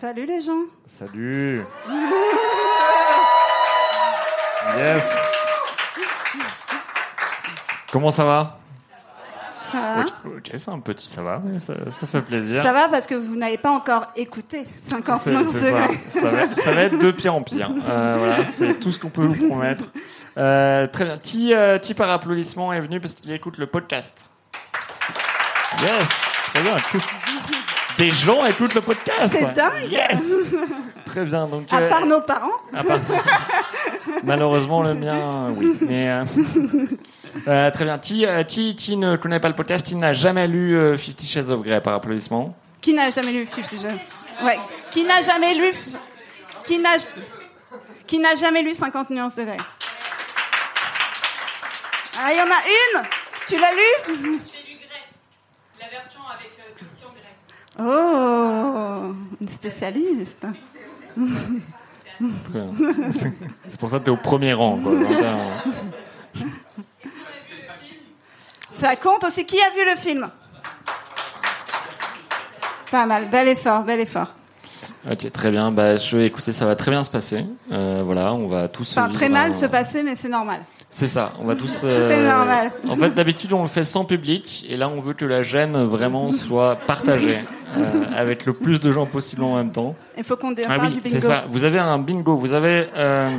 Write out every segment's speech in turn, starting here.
Salut les gens. Salut. Yes. Comment ça va Ça va Ok, ok, c'est un petit ça va, mais ça, ça fait plaisir. Hein Ça va parce que vous n'avez pas encore écouté 50 C'est- c'est ça. degrés. Ça va, ça va être de pire en pire. Euh, voilà, c'est tout ce qu'on peut vous promettre. Euh, très bien. Qui, euh, qui par applaudissement est venu parce qu'il écoute le podcast Yes, très bien. Cool. Des gens écoutent le podcast. C'est ouais. dingue. Yes. Très bien. Donc, À euh, part nos parents, à part- Malheureusement, le mien, euh, oui. Mais euh, euh, très bien. Qui, euh, qui, qui ne connaît pas le podcast, qui n'a jamais lu euh, Fifty Shades of Grey par applaudissement qui n'a jamais lu Fifty Shades Ouais. Qui n'a jamais lu qui n'a qui n'a jamais lu 50 nuances de Grey. Ah, il y en a une. Tu l'as lu J'ai lu Grey, la version avec euh, Christian Grey. Oh, une spécialiste. Très bien. C'est c'est pour ça que t'es au premier rang. quoi. euh, Vraiment. Ça compte aussi. Qui a vu le film Pas mal. Bel effort, bel effort. Ok, très bien. Bah, je vais écouter, ça va très bien se passer. Euh, voilà, on va tous. Enfin, vivre très mal un- se passer, mais c'est normal. C'est ça, on va tous. euh, est normal. En fait, d'habitude, on le fait sans public, et là, on veut que la gêne vraiment soit partagée euh, avec le plus de gens possible en même temps. Il faut qu'on dé- Ah parle oui, du bingo. c'est ça. Vous avez un bingo. Vous avez, euh,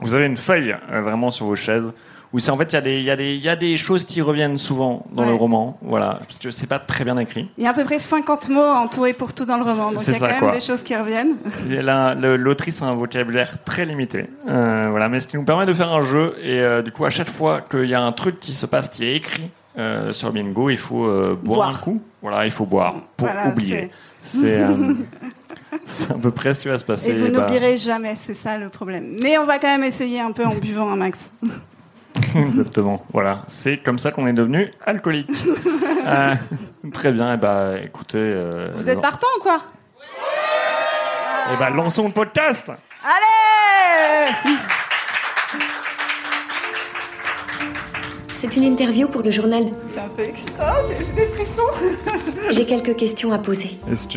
vous avez une feuille euh, vraiment sur vos chaises. Où c'est en fait, il y, a des- il y, a des- il y a des choses qui reviennent souvent dans le Ouais. roman. Voilà. Parce que c'est pas très bien écrit. Il y a à peu près 50 mots en tout et pour tout dans le roman, donc C'est il y a ça, quand même quoi. des choses qui reviennent. Et là, le- L'autrice a un vocabulaire très limité. Euh, voilà. Mais ce qui nous permet de faire un jeu. Et euh, du coup, à chaque fois qu'il y a un truc qui se passe, qui est écrit euh, sur le bingo, il faut euh, boire, Boire. un coup. Voilà, il faut boire pour Voilà, oublier. C'est euh, c'est à peu près ce qui va se c'est- passer. Et vous bah, n'oublierez jamais, c'est ça le problème. Mais on va quand même essayer un peu en buvant un max. Exactement. Voilà, c'est comme ça qu'on est devenu alcoolique. Euh, très bien. Et bah, écoutez. euh, Vous êtes partant ou quoi Eh bah, lançons le podcast. Allez C'est une interview pour le journal. C'est un peu extra, j'ai j'ai des frissons. J'ai quelques questions à poser. Est-ce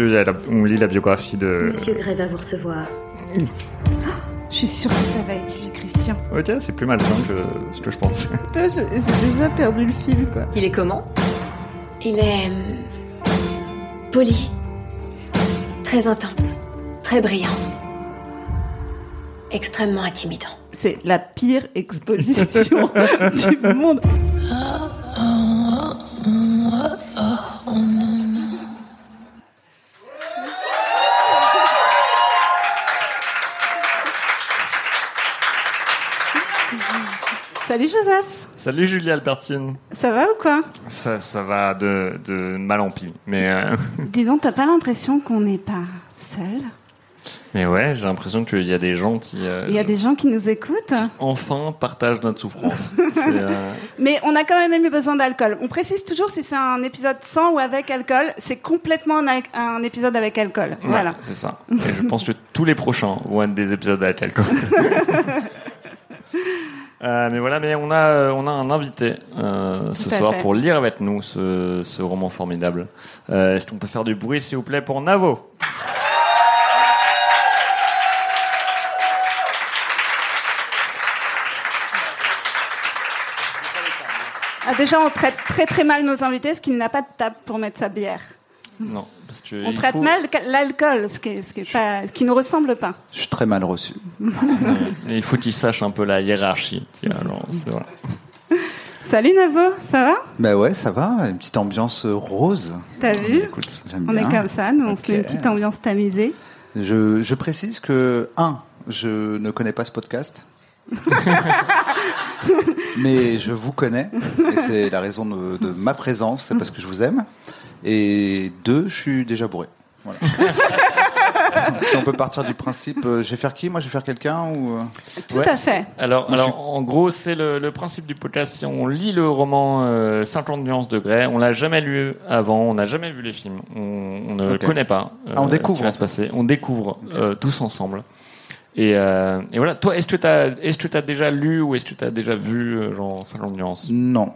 qu'on lit la biographie de Monsieur Gray va vous recevoir. Je suis sûre que ça va être lui, Christian. Ok, c'est plus malsain que ce que je pensais. Putain, j'ai déjà perdu le fil, quoi. Il est comment Il est. hum, poli. Très intense. Très brillant. Extrêmement intimidant. C'est la pire exposition du monde. Salut Joseph, Salut Julie Albertine. ça va ou quoi Ça, ça va de, de mal en pis. Mais, euh, Dis donc, t'as pas l'impression qu'on n'est pas seul mais ouais, j'ai l'impression qu'il y a des gens qui euh, Il y a des gens qui nous écoutent, enfin partagent notre souffrance. C'est, euh, mais on a quand même eu besoin d'alcool. On précise toujours si c'est un épisode sans ou avec alcool, c'est complètement un, ac- un épisode avec alcool. Ouais, Voilà. C'est ça. Et je pense que tous les prochains vont être des épisodes à Telco. Euh, mais voilà, mais on a, euh, on a un invité euh, ce Tout à soir fait. pour lire avec nous ce, ce roman formidable. Euh, Est-ce qu'on peut faire du bruit, s'il vous plaît, pour Navo Ah, déjà, on traite très très mal nos invités, ce qu'il n'a pas de table pour mettre sa bière. Non, parce que on il traite faut- mal l'alcool, ce qui, est- ce qui est pas, ce qui nous ressemble pas. Je suis très mal reçu. Et Il faut qu'il sache un peu la hiérarchie. qu'il y a, genre, c'est- voilà. Salut Navo, ça va Bah ouais, ça va, une petite ambiance rose. T'as vu Écoute, J'aime On est bien. comme ça, nous, on se Ok. met une petite ambiance tamisée. Je, je précise que, un, je ne connais pas ce podcast. Mais je vous connais. Et c'est la raison de, de ma présence, c'est parce que je vous aime. Et deux, je suis déjà bourré. Voilà. Donc, si on peut partir du principe, euh, je vais faire qui Moi, je vais faire quelqu'un ou euh, Tout Ouais, à fait. Alors, Moi, je alors en gros, c'est le, le principe du podcast. Si on lit le roman euh, 50 nuances de Grey, on l'a jamais lu avant, on n'a jamais vu les films, on, on ne Ok. connaît pas. euh, Ah, on découvre, ce qui va en se passer. On découvre euh, tous ensemble. Et, euh, et voilà. Toi, est-ce que t'as, est-ce que t'as déjà lu ou est-ce que t'as déjà vu euh, genre 50 nuances Non.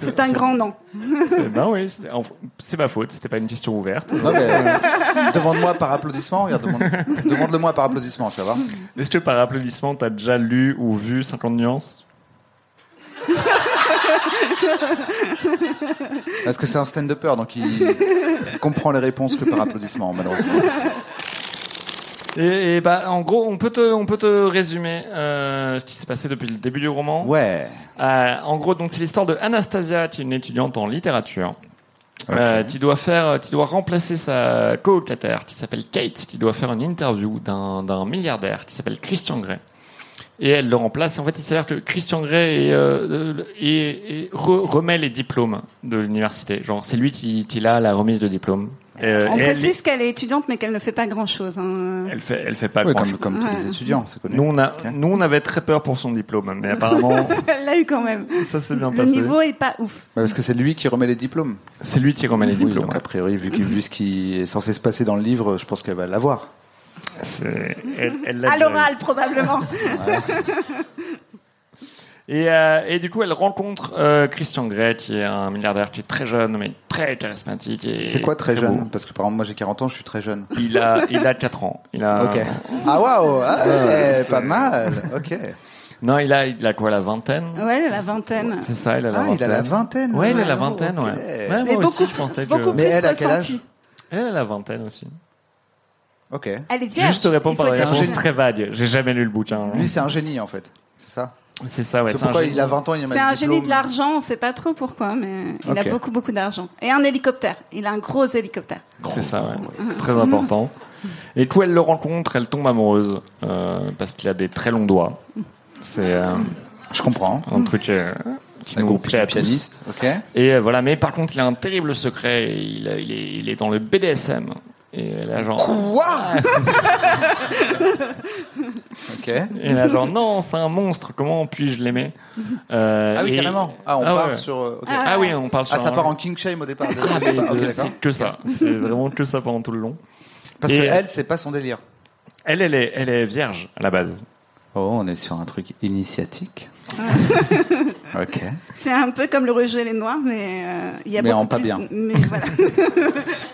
C'est un grand non. C'est- Ben oui, c'était- en- c'est ma faute, c'était pas une question ouverte. Non, mais, euh, demande-moi par applaudissement. Regarde, demande- demande-le-moi par applaudissement, tu vas voir. Est-ce que par applaudissement, t'as déjà lu ou vu 50 nuances Parce que c'est un stand-upper, donc il comprend les réponses que par applaudissement, malheureusement. Et, et bah, en gros, on peut te, on peut te résumer euh, ce qui s'est passé depuis le début du roman. Ouais. Euh, en gros, donc c'est l'histoire de Anastasia, qui est une étudiante en littérature. Euh, qui doit faire, qui doit remplacer sa colocataire qui s'appelle Kate, qui doit faire une interview d'un d'un milliardaire qui s'appelle Christian Grey. Et elle le remplace. En fait, il s'avère que Christian Grey est, euh, le- et- et re- remet les diplômes de l'université. Genre, c'est lui qui, qui a la remise de diplôme. Euh, On et elle, précise qu'elle est étudiante, mais qu'elle ne fait pas grand-chose. hein. elle fait, elle fait pas Ouais, grand comme, comme tous les étudiants, c'est connu. Nous on, a, nous, on avait très peur pour son diplôme, mais apparemment, Elle l'a eu quand même. ça s'est bien Le passé. niveau est pas ouf. Bah, Parce que c'est lui qui remet les diplômes. C'est lui qui remet les Oui, diplômes. donc a priori, vu, qu'il- vu ce qui est censé se passer dans le livre, je pense qu'elle va l'avoir. C'est- elle- elle l'a euh, À déjà eu. l'oral, probablement. Et, euh, et du coup, elle rencontre euh, Christian Grey, qui est un milliardaire qui est très jeune, mais très charismatique. et C'est quoi très beau. jeune Parce que par exemple, moi j'ai 40 ans, je suis très jeune. il a, il a 4 ans. Il a, Ok. Ah waouh ah, Ouais, eh, c'est- Pas mal Ok. Non, il a, il a quoi, la vingtaine Ah Ouais, la vingtaine. C'est ça, il a la Ah, vingtaine. il a la vingtaine Ouais, il a la Oh, vingtaine, ok. ouais. ouais. moi Mais aussi, beaucoup- je pensais que... Beaucoup Mais plus elle, à quel âge ressentie. Elle a la vingtaine aussi. Ok. Elle est vierge. Juste te Il répondre faut par des dire- un réponses génie. très vagues. J'ai jamais lu le bouquin. Lui, c'est un génie en fait. C'est ça C'est ça, ouais. C'est c'est un pourquoi génie. il a 20 ans, il a C'est un génie de l'art. l'argent, on sait pas trop pourquoi, mais il Ok. a beaucoup, beaucoup d'argent. Et un hélicoptère. Il a un gros hélicoptère. C'est ça, ouais. C'est très important. Et quand elle le rencontre, elle tombe amoureuse euh, parce qu'il a des très longs doigts. C'est euh, Je comprends. un truc euh, qui Un nous groupe plaît à tous. pianiste. Ok. Et euh, voilà, mais par contre, il a un terrible secret. et Il, a- il est, il est dans le BDSM. Et là, genre, Quoi Ok. et là, genre non, c'est un monstre. Comment puis-je l'aimer Euh, Ah oui, et- carrément. Ah, on ouais, part ouais. sur. euh, ok. Ah oui, on parle sur. Ah, ça un- part en king shame au départ. Ah, mais, Ok, euh, d'accord. c'est que ça. C'est vraiment que ça pendant tout le long. Parce Et- que elle, c'est pas son délire. Elle, elle est, elle est vierge à la base. Oh, on est sur un truc initiatique. Ah. ok. C'est un peu comme le rejet les noirs, mais euh, il y a Mais beaucoup en pas plus- bien. Mais voilà.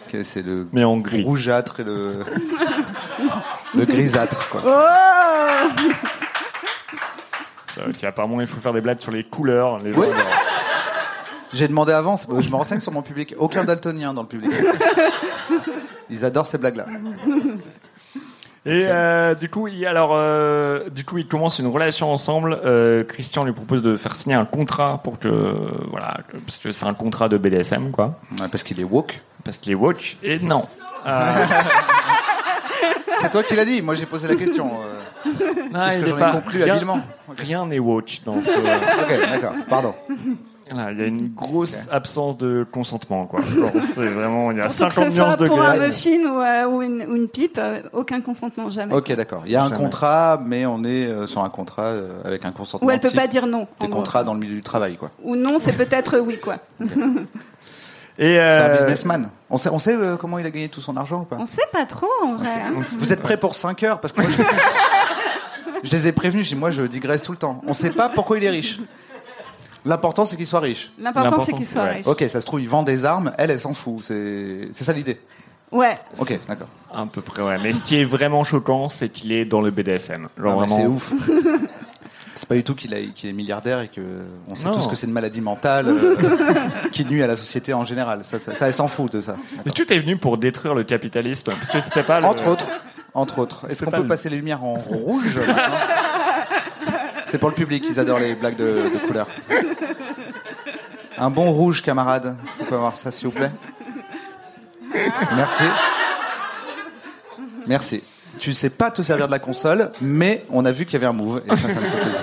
Ok, c'est le Mais en gris. rougeâtre et le le grisâtre quoi. Oh Ça, ok, apparemment, il faut faire des blagues sur les couleurs. Les gens, Oui. genre, J'ai demandé avant, c'est- je me renseigne sur mon public. Aucun daltonien dans le public. Ils adorent ces blagues-là. Et euh, du coup, il, alors, euh, du coup, ils commencent une relation ensemble. Euh, Christian lui propose de faire signer un contrat pour que, voilà, que- parce que c'est un contrat de BDSM, quoi, Ouais, parce qu'il est woke. parce qu'il est woke. Et non, Euh, C'est toi qui l'as dit. Moi, j'ai posé la question. euh, non, c'est ce il que est j'en ai pas- conclu rien- habilement. Rien n'est woke dans ce. Ok, d'accord. Pardon. Voilà, il y a une grosse absence de consentement, quoi. Genre, C'est vraiment, il y a Surtout que 50 ce soit nuances de pour un gris. muffin ou, euh, ou une, ou une pipe, euh, aucun consentement, jamais. Ok, d'accord. Il y a un Jamais. contrat, mais on est euh, sur un contrat euh, avec un consentement. Ou elle peut type pas dire non. en Des gros. contrats dans le milieu du travail, quoi. Ou non, c'est peut-être euh, oui, quoi. Et C'est un euh, businessman. On sait, on sait euh, comment il a gagné tout son argent ou pas On sait pas trop, en vrai. hein. Vous êtes prêts pour 5 heures Parce que moi, je... je les ai prévenus, j'ai dit, moi je digresse tout le temps. On sait pas pourquoi il est riche. L'important c'est qu'il soit riche. L'important, c'est L'important, qu'il c'est- soit ouais. riche. Ok, ça se trouve, il vend des armes, elle, elle s'en fout. C'est c'est ça l'idée. Ouais. Ok, d'accord. à peu près, ouais. Mais ce qui est vraiment choquant, c'est qu'il est dans le BDSM. Genre Ah, mais vraiment. C'est ouf. C'est pas du tout qu'il a- qu'il est milliardaire et que on sait Non. tous que c'est une maladie mentale euh, qui nuit à la société en général. Ça, ça, ça, elle s'en fout de ça. Est-ce que t'es venu pour détruire le capitalisme Parce que c'était pas le... Entre autres. Entre autres. C'est Est-ce qu'on pas peut le- passer les lumières en rouge maintenant C'est pour le public, ils adorent les blagues de, de couleur. Un bon rouge, camarade. Est-ce qu'on peut avoir ça, s'il vous plaît Merci. Merci. Tu sais pas te servir de la console, mais on a vu qu'il y avait un move. Et ça, ça me fait plaisir.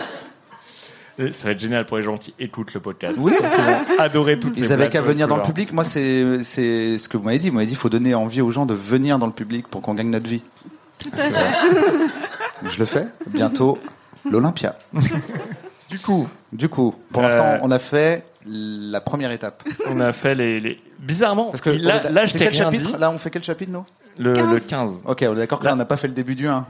Et Euh, Ça va être génial pour les gens qui écoutent le podcast. Oui, parce qu'ils vont adorer toutes ces Ils avaient blagues qu'à sur les venir dans le couleurs. public. Moi, c'est c'est ce que vous m'avez dit. Vous m'avez dit, il faut donner envie aux gens de venir dans le public pour qu'on gagne notre vie. C'est vrai. Je le fais. Bientôt, l'Olympia. Du coup, Du coup, pour Euh. l'instant, on a fait la première étape. on a fait les... les- Bizarrement, Parce que là, on est- là, je c'est t'ai quel rien chapitre dit. Là, on fait quel chapitre, nous Le, le 15. Ok, on est d'accord que là, on n'a pas fait le début du 1.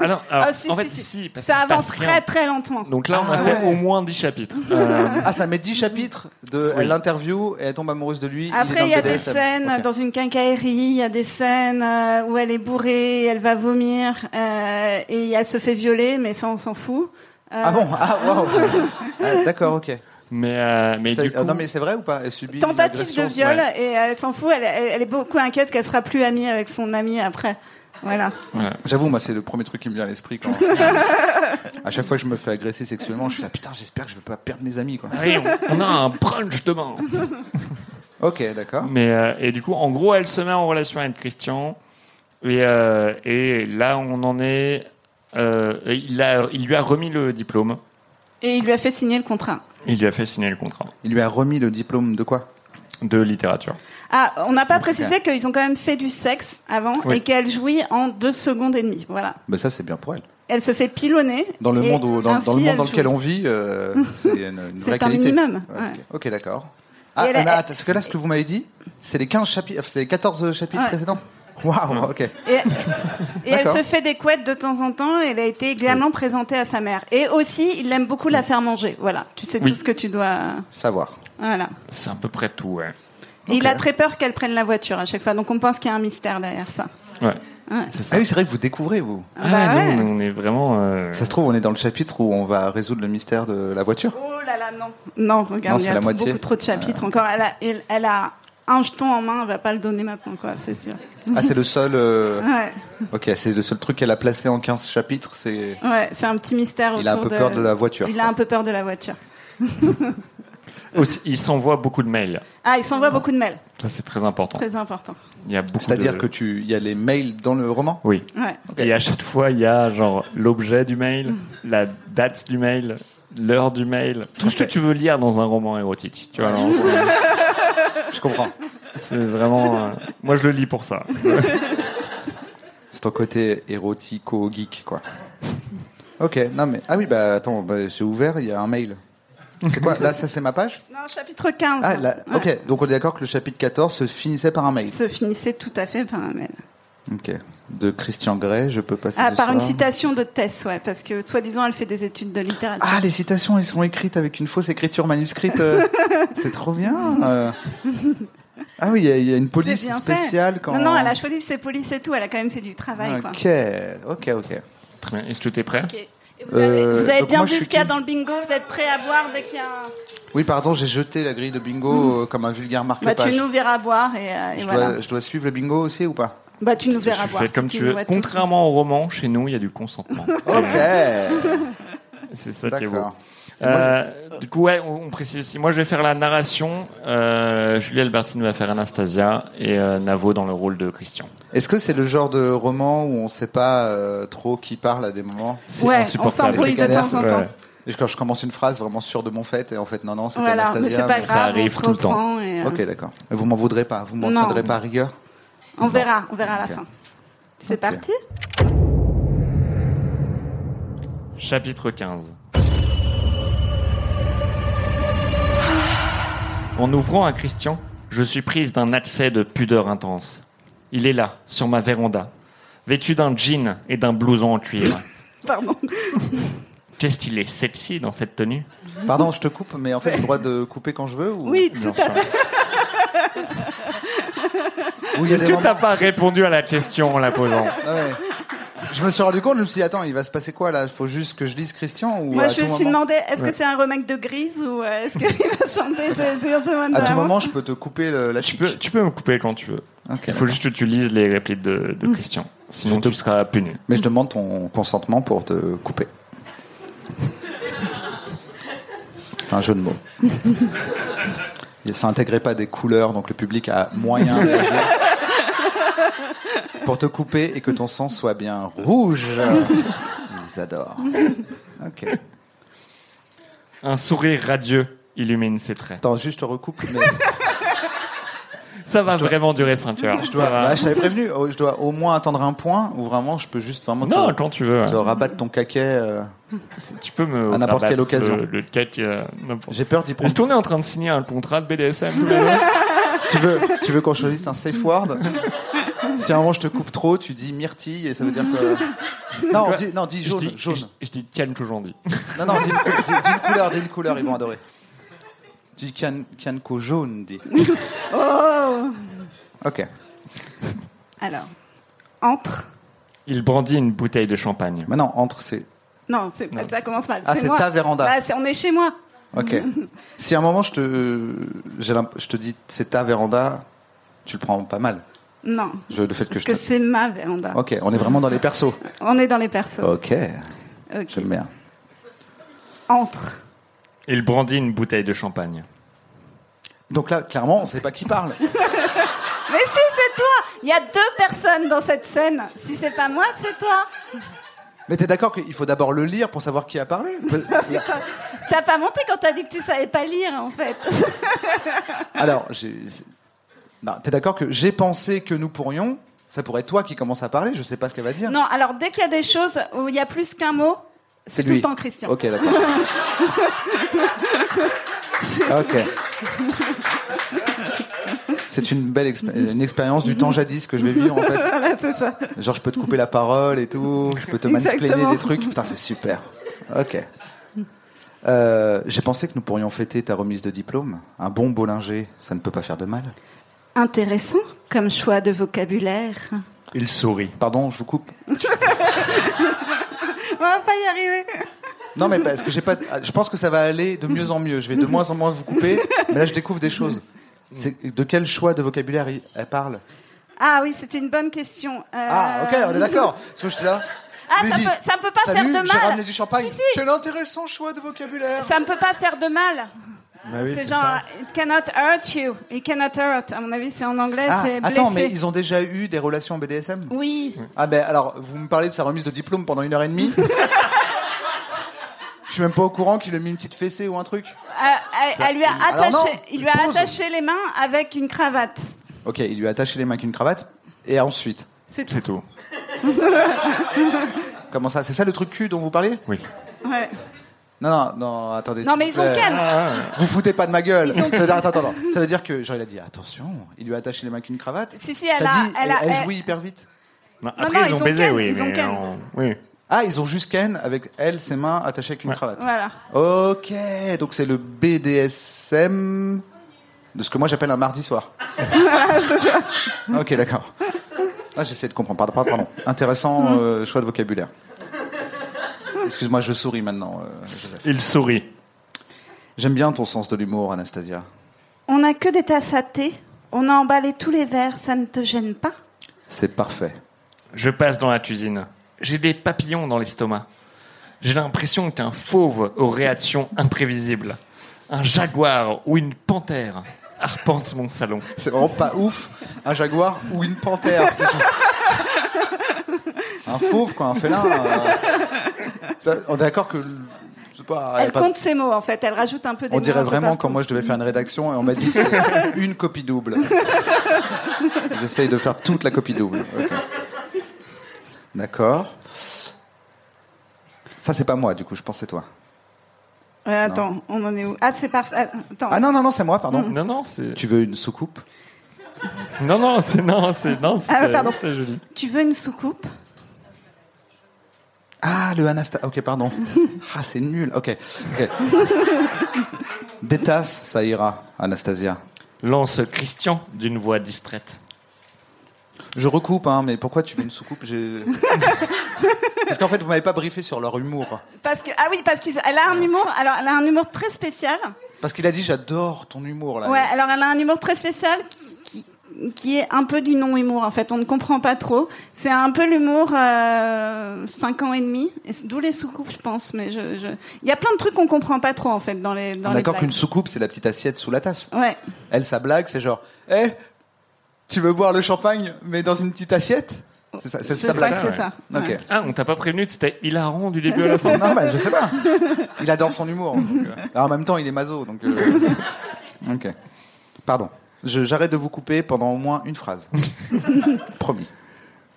Alors, alors, Ah, si, en si, fait, si. si, parce Ça qu'il se passe avance rien. très très lentement. Donc là, on a Ah fait au ouais. moins 10 chapitres. Euh, Ah, ça met 10 chapitres de Oui. l'interview et elle tombe amoureuse de lui. est dans Après, il y le a des BDSM. scènes Ok. dans une quincaillerie, il y a des scènes euh, où elle est bourrée, elle va vomir, euh, et elle se fait violer, mais ça, on s'en fout. Euh, Ah bon Ah, waouh Ah, D'accord, ok. mais euh, mais Ça- du coup, euh, non, mais c'est vrai ou pas Elle subit. une Tentative de agression, viol, et elle s'en fout, elle, elle- elle est beaucoup inquiète qu'elle sera plus amie avec son ami après. Voilà. voilà. J'avoue, moi, c'est le premier truc qui me vient à l'esprit quand. à chaque fois que je me fais agresser sexuellement, je suis là, putain, j'espère que je vais pas perdre mes amis, quoi. Allez, on- on a un brunch demain. Ok, d'accord. Mais euh, et du coup, en gros, elle se met en relation avec Christian. Et, euh, et là, on en est. euh, et il, a- il lui a remis le diplôme. Et il lui a fait signer le contrat. Il lui a fait signer le contrat Il lui a remis le diplôme de quoi de littérature. Ah, on n'a pas Ok. précisé qu'ils ont quand même fait du sexe avant Oui. et qu'elle jouit en deux secondes et demie. Voilà. Ben ça, c'est bien pour elle. Elle se fait pilonner. Dans le et monde, où- dans, ainsi, dans le monde elle dans joue. lequel on vit, euh, c'est une, une vraie C'est un qualité. minimum. Ok, ouais. Ok, d'accord. Ah, Et elle a- mais attends, parce que là, ce que vous m'avez dit, c'est les 15 chapitres, c'est les 14 chapitres Ouais. précédents. Waouh, ok. Et, et elle D'accord. se fait des couettes de temps en temps. Elle a été également présentée à sa mère. Et aussi, il aime beaucoup la faire manger. Voilà. Tu sais Oui. tout ce que tu dois. Savoir. Voilà. C'est à peu près tout, ouais. Et Il a très peur qu'elle prenne la voiture à chaque fois. Donc on pense qu'il y a un mystère derrière ça. Ouais. Ouais. C'est Ah ça. oui, c'est vrai que vous découvrez, vous. Ah bah Ah, ouais. nous, on est vraiment. euh, Ça se trouve, on est dans le chapitre où on va résoudre le mystère de la voiture. Oh là là, non. Non, regarde, Non, il y c'est a la trop- moitié. Euh. beaucoup trop de chapitres encore. Elle a, elle, elle a un jeton en main. Elle va pas le donner maintenant, quoi. C'est sûr. Ah, c'est le seul. euh, Ouais. Ok, c'est le seul truc qu'elle a placé en 15 chapitres, c'est. Ouais, c'est un petit mystère Il a un autour peu peur de la voiture. Il a un peu peur de la voiture. aussi, il s'envoie beaucoup de mails. Ah, il s'envoie beaucoup de mails, Ça, c'est très important. très important. Il y a beaucoup. C'est-à-dire de- que tu, il y a les mails dans le roman. Oui. Ouais. Et à chaque fois, il y a genre l'objet du mail, la date du mail, l'heure du mail, tout ce que tu veux lire dans un roman érotique. Tu vois, alors, c'est- Je comprends. c'est vraiment. euh, Moi, je le lis pour ça. C'est ton côté érotico geek, quoi. Ok, non mais ah oui bah attends, bah, j'ai ouvert, il y a un mail. C'est quoi Là, ça c'est ma page. Non, chapitre 15. Ah là, Ouais. ok. Donc on est d'accord que le chapitre 14 se finissait par un mail. Se finissait tout à fait par un mail. Ok. De Christian Grey, je peux passer. Ah, ce par une soir. citation de Tess, ouais, parce que soi-disant elle fait des études de littérature. Ah, les citations, elles sont écrites avec une fausse écriture manuscrite. euh, c'est trop bien. euh. Ah oui, il y a- il y, a une police C'est bien fait. spéciale quand. Non, non, elle a choisi ses polices et tout, elle a quand même fait du travail, quoi. Ok, Ah, ok, ok. Très bien. Est-ce que tu es prêt Ok. Et Vous avez, Euh, vous avez donc bien moi, je vu suis ce qu'il y a qui dans le bingo, vous êtes prêts à boire dès qu'il y a un... Oui, pardon, j'ai jeté la grille de bingo euh, comme un vulgaire Mm. Bah, tu marque-page. nous verras boire et, euh, et je, voilà. dois, je dois suivre le bingo aussi ou pas Bah, tu nous Tu verras boire. fais comme si tu veux. vois tout. Contrairement au roman, chez nous, il y a du consentement. Ok, C'est ça qui est beau. d'accord. Euh, du coup, ouais, on on précise aussi. Moi, je vais faire la narration. Euh, Julie Albertine va faire Anastasia et euh, Navo dans le rôle de Christian. Est-ce que c'est le genre de roman où on sait pas euh, trop qui parle à des moments C'est Ouais, on insupportable. s'embrouille C'est de galère. temps en temps. Et quand je commence une phrase vraiment sûr de mon fait, et en fait, non, non, c'était Voilà, mais Anastasia. c'est pas mais- grave, ça arrive on se tout le temps. reprend et, euh, Ok, d'accord. Et Vous m'en voudrez pas, vous m'en Non. tiendrez pas à rigueur On verra, on verra à la Ok. fin. C'est Ok. parti Chapitre 15 En ouvrant à Christian, je suis prise d'un accès de pudeur intense. Il est là, sur ma véranda, vêtu d'un jean et d'un blouson en cuir. Pardon. Qu'est-ce qu'il est sexy dans cette tenue Pardon, je te coupe, mais en fait, j'ai le droit de couper quand je veux ou... Oui, Bien tout sûr. à fait. Ou il y a Est-ce des que moments- t'as pas répondu à la question en la posant Ah ouais. Je me suis rendu compte, je me suis dit, attends, il va se passer quoi là Faut juste que je lise Christian ou Moi, à je tout me suis moment- demandé, est-ce Ouais. que c'est un remake de Grise ou euh, est-ce qu'il va chanter de, de, de Wonder À tout Woman moment, je peux te couper le- la tu peux, tu peux me couper quand tu veux. Ok. Il faut juste que tu lises les répliques de, de Christian. Sinon, tu seras puni. Mais je demande ton consentement pour te couper. C'est un jeu de mots. Et Ça intégrait pas des couleurs, donc le public a moyen. de réagir. pour te couper et que ton sang soit bien rouge. Ils adorent. Ok. Un sourire radieux illumine ses traits. Attends, juste je te recoupe. Mais Ça va vraiment durer 5 heures. je dois, Ça va. Ouais, je t'avais prévenu, oh, je dois au moins attendre un point où vraiment je peux juste vraiment te, Non, quand tu veux. ouais. te rabattre ton caquet. euh. C'est- Tu peux me. À n'importe rabattre quelle occasion. Le, le cake, euh, n'importe. J'ai peur d'y prendre Est-ce qu'on est en train de signer un contrat de BDSM tous les deux Tu veux, tu veux qu'on choisisse un safe word Si à un moment je te coupe trop, tu dis myrtille et ça veut dire que. Non, dis, non, dis je jaune, dis, jaune. Je, je dis Ken Choujandi. Non, non, dis une, cou- dis- dis une couleur, dis une couleur, ils vont adorer. Dis can, canco jaune, dis. Oh Ok. Alors, entre. Il brandit une bouteille de champagne. Maintenant, entre, c'est. Non, c'est- Non, ça c'est- commence mal. Ah, c'est moi. ta véranda. Bah, c'est- on est chez moi. Ok. Si à un moment je te, j'ai l'imp- je te dis c'est ta véranda, tu le prends pas mal. Non. Je, le fait que Parce je. que te- c'est ma véranda. Ok, Oh, on est vraiment dans les persos. On est dans les persos. Ok, Ok. j'aime bien. Entre. Il brandit une bouteille de champagne. Donc là, clairement, on sait pas qui parle. Mais si, c'est toi Il y a deux personnes dans cette scène. Si c'est pas moi, c'est toi. Mais t'es d'accord qu'il faut d'abord le lire pour savoir qui a parlé Pe- T'as pas monté quand t'as dit que tu savais pas lire, en fait. Alors, j'ai- c'est- non, t'es d'accord que j'ai pensé que nous pourrions. Ça pourrait être toi qui commence à parler. Je sais pas ce qu'elle va dire. Non, alors dès qu'il y a des choses où il y a plus qu'un mot, c'est tout lui. le temps Christian. Ok, d'accord. ok. C'est une belle expé- une expérience du temps jadis que je vais vivre en fait. Voilà, c'est ça. Genre, je peux te couper la parole et tout, je peux te mansplainer Exactement. des trucs. Putain, c'est super. Ok. Euh, J'ai pensé que nous pourrions fêter ta remise de diplôme. Un bon Bollinger, ça ne peut pas faire de mal. Intéressant comme choix de vocabulaire. Il sourit. Pardon, je vous coupe. On va pas y arriver. Non, mais parce que j'ai pas. Je pense que ça va aller de mieux en mieux. Je vais de moins en moins vous couper. Mais là, je découvre des choses. C'est- De quel choix de vocabulaire il- elle parle Ah oui, c'est une bonne question. Euh, Ah, ok, on est d'accord. Parce que je suis là. Ah, ça Lady, peut, ça peut pas salut, faire de J'ai mal. ramené du champagne. Si, si, Quel intéressant choix de vocabulaire. ça ne peut pas faire de mal. Bah c'est genre, it cannot hurt you. It cannot hurt. À mon avis, c'est en anglais, Ah, c'est blessé. attends, mais ils ont déjà eu des relations BDSM Oui. Ah ben alors, vous me parlez de sa remise de diplôme pendant une heure et demie Je suis même pas au courant qu'il a mis une petite fessée ou un truc. Euh, elle, elle lui a Alors attaché, non, il lui a pose. attaché les mains avec une cravate. Ok, il lui a attaché les mains avec une cravate. Et ensuite, C'est tout. C'est tout. comment ça C'est ça le truc cul dont vous parlez Oui. Ouais. Non, non, non, attendez. Non, s'il mais ils vous ont plaît. calme. Vous foutez pas de ma gueule. Ça veut dire- Attends, attends, attends. Ça veut dire que genre il a dit attention, il lui a attaché les mains avec une cravate. Si, si, elle T'as a. dit, elle a- elle, elle elle- jouit hyper vite. Non, Non, après, non, ils ils ont ont baisé, Ken, oui. ils ont mais Ken. on- oui. Ah, ils ont juste Ken avec elle, ses mains attachées avec une cravate. Voilà. Ok, donc c'est le BDSM de ce que moi j'appelle un mardi soir. ok, d'accord. Ah, j'essaie de comprendre. Pardon, pardon, pardon. Intéressant euh, choix de vocabulaire. Excuse-moi, je souris maintenant, euh, Joseph. Il sourit. J'aime bien ton sens de l'humour, Anastasia. On n'a que des tasses à thé. On a emballé tous les verres. Ça ne te gêne pas C'est parfait. Je passe dans la cuisine. J'ai des papillons dans l'estomac. J'ai l'impression qu'un fauve aux réactions imprévisibles, un jaguar ou une panthère arpente mon salon. C'est vraiment pas ouf, un jaguar ou une panthère. c'est sûr. un fauve, quoi, un félin. euh. Ça, on est d'accord que. Je sais pas, Ah, y a Elle pas- compte ses mots en fait. Elle rajoute un peu des On mots un dirait peu vraiment partout. quand moi je devais faire une rédaction et on m'a dit c'est une copie double. J'essaye de faire toute la copie double. Ok. D'accord. Ça c'est pas moi du coup, je pense que c'est toi. Ouais, attends, on en est où Ah, c'est parfait. Attends. Ah non non non c'est moi pardon. Mm. Non, non, c'est. Tu veux une soucoupe Non, non, c'est. Non, c'est. Non, c'était Ah, pardon. c'était joli. Tu veux une soucoupe Ah le Anasta. Ok pardon. Ah c'est nul. Ok. ok. Des tasses ça ira Anastasia. Lance Christian d'une voix distraite. Je recoupe hein mais pourquoi tu veux une soucoupe J'ai- Parce qu'en fait vous m'avez pas briefé sur leur humour. Parce que ah oui, parce qu'elle a un humour. Alors, elle a un humour très spécial. Parce qu'il a dit j'adore ton humour là. Ouais. Alors, elle a un humour très spécial qui, qui- qui est un peu du non-humour en fait. On ne comprend pas trop. C'est un peu l'humour euh, 5 ans et demi. Et c'est- D'où les soucoupes, je pense. Mais je, je- il y a plein de trucs qu'on comprend pas trop en fait dans les dans On est les D'accord blagues. qu'une soucoupe, c'est la petite assiette sous la tasse. Ouais. Elle, sa blague, c'est genre, hé, tu veux boire le champagne, mais dans une petite assiette C'est ça, c'est Je sa crois blague. que ça, c'est ça. Ok. Ouais. Ah, on t'a pas prévenu que c'était hilarant du début à la fin. Non, mais je sais pas. Il adore son humour. donc, euh. Alors, en même temps, il est maso, donc. euh, Ok. Pardon. Je- J'arrête de vous couper pendant au moins une phrase. Promis.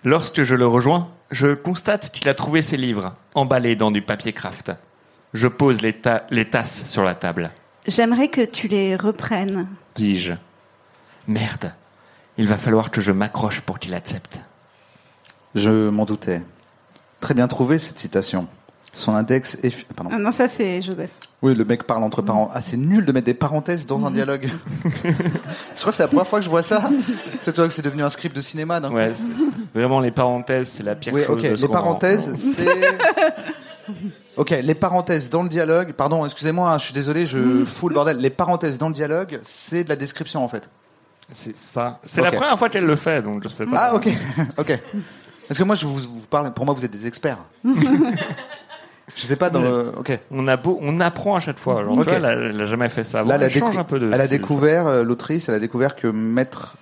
Lorsque je le rejoins, je constate qu'il a trouvé ses livres, emballés dans du papier craft. Je pose les, ta- les tasses sur la table, J'aimerais que tu les reprennes. dis-je. Merde, il va falloir que je m'accroche pour qu'il accepte. Je m'en doutais. Très bien trouvé cette citation. Son index est. Pardon. Ah non, ça c'est Joseph. Oui, le mec parle entre parents. Ah, c'est nul de mettre des parenthèses dans un dialogue. je crois que c'est la première fois que je vois ça. C'est toi que c'est devenu un script de cinéma. d'un coup. Ouais, c'est- vraiment, les parenthèses, c'est la pire Oui, chose. ok. de ce Les roman. parenthèses, c'est. Ok, les parenthèses dans le dialogue. Pardon, excusez-moi, hein, je suis désolé, je fous le bordel. Les parenthèses dans le dialogue, c'est de la description en fait. C'est ça. C'est Ok. la première fois qu'elle le fait, donc je sais pas. Ah, ok, ok. Parce que moi, je vous, vous parle. Pour moi, vous êtes des experts. je sais pas dans le. Ok. On, a beau, on apprend à chaque fois. Genre, tu Ok. vois, elle, a, elle a jamais fait ça. Avant. Là, elle a, elle change décou- un peu de. elle a style. découvert, euh, l'autrice, elle a découvert que mettre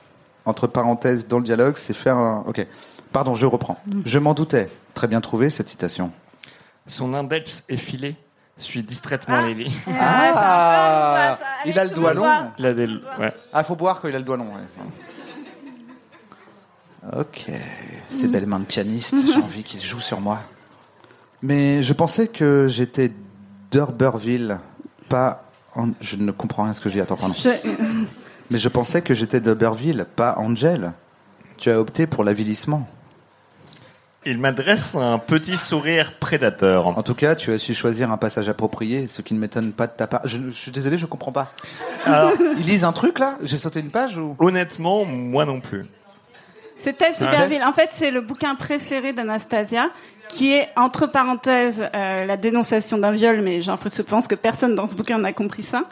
entre parenthèses dans le dialogue, c'est faire un. Ok. Pardon, je reprends. Je m'en doutais. Très bien trouvé cette citation. Son index effilé suit distraitement les lignes. Ah, c'est un peu ou pas, ça Allez, Ah, il a le tout doigt monde long. boit. Il a des- ouais. Ah, faut boire quand il a le doigt long. Ok. Ces belles mains de pianiste, j'ai envie qu'il joue sur moi. Mais je pensais que j'étais d'Urberville, pas. An- Je ne comprends rien à ce que je dis. Attends, pardon. Je- Mais je pensais que j'étais d'Urberville, pas Angel. Tu as opté pour l'avilissement. Il m'adresse un petit sourire prédateur. En tout cas, tu as su choisir un passage approprié, ce qui ne m'étonne pas de ta part. Je, je suis désolé, je comprends pas. Alors, Ils lisent un truc là J'ai sauté une page Euh, ou honnêtement, moi non plus. Ah. C'était Superville. En fait, c'est le bouquin préféré d'Anastasia, qui est entre parenthèses euh, la dénonciation d'un viol, mais j'ai l'impression- je pense que personne dans ce bouquin n'a compris ça.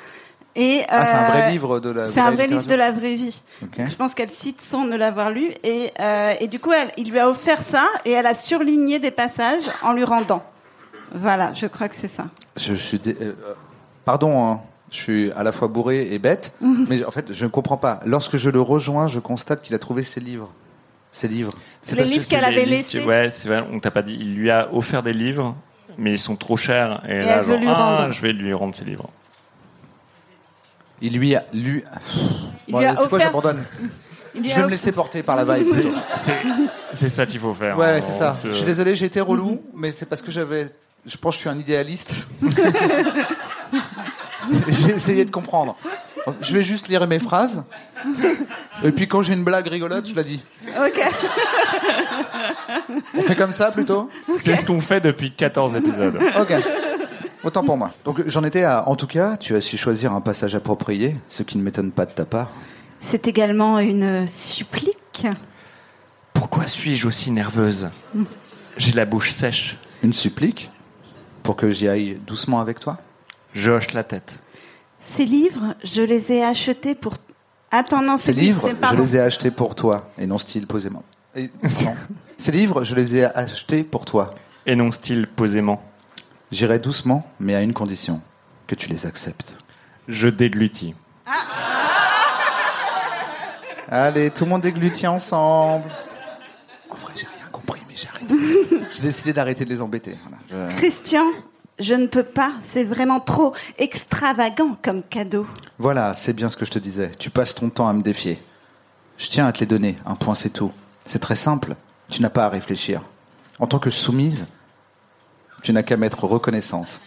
Et Ah, c'est un euh, vrai livre de la. C'est un vrai livre de la vraie vie. littérature. Je Ok. pense qu'elle cite sans ne l'avoir lu. Et, euh, et du coup, elle, il lui a offert ça et elle a surligné des passages en lui rendant. Voilà, je crois que c'est ça. Je, je suis. dé- euh, euh, pardon, hein. je suis à la fois bourré et bête, Mhm. mais en fait, je ne comprends pas. Lorsque je le rejoins, je constate qu'il a trouvé ses livres. Ses livres. C'est Les parce que livres c'est qu'elle les avait livres qui- laissés. Ouais, c'est vrai, on t'a pas dit. Il lui a offert des livres, mais ils sont trop chers. Et, là, elle veut genre, lui ah, rendre. je vais lui rendre ses livres. Il lui a lu. Il Bon, lui a c'est quoi, offert- j'abandonne il lui Je a vais me offert- laisser porter par la vibe. C'est- C'est c'est ça qu'il faut faire. Ouais, hein, c'est vraiment, ça. parce que- Je suis désolé, j'ai été relou, mais c'est parce que j'avais. Je pense que je suis un idéaliste. j'ai essayé de comprendre. Je vais juste lire mes phrases. Et puis quand j'ai une blague rigolote, je la dis. Ok. On fait comme ça plutôt C'est ce qu'on fait depuis 14 épisodes. Ok. Autant pour moi. Donc j'en étais à. En tout cas, tu as su choisir un passage approprié, ce qui ne m'étonne pas de ta part. C'est également une supplique. Pourquoi suis-je aussi nerveuse J'ai la bouche sèche. Une supplique Pour que j'y aille doucement avec toi Je hoche la tête. Ces livres, je les ai achetés pour. Attends, non, Ces c'est- livres, c'est- je pardon. les ai achetés pour toi, et non style posément. Et- non. Ces livres, je les ai achetés pour toi. Et non style posément. J'irai doucement, mais à une condition, que tu les acceptes. Je déglutis. Allez, tout le monde déglutit ensemble. En vrai, j'ai rien compris, mais j'ai arrêté. j'ai décidé d'arrêter de les embêter. Voilà. Je- Christian, je ne peux pas. C'est vraiment trop extravagant comme cadeau. Voilà, c'est bien ce que je te disais. Tu passes ton temps à me défier. Je tiens à te les donner, un point c'est tout. C'est très simple, tu n'as pas à réfléchir. En tant que soumise, tu n'as qu'à m'être reconnaissante.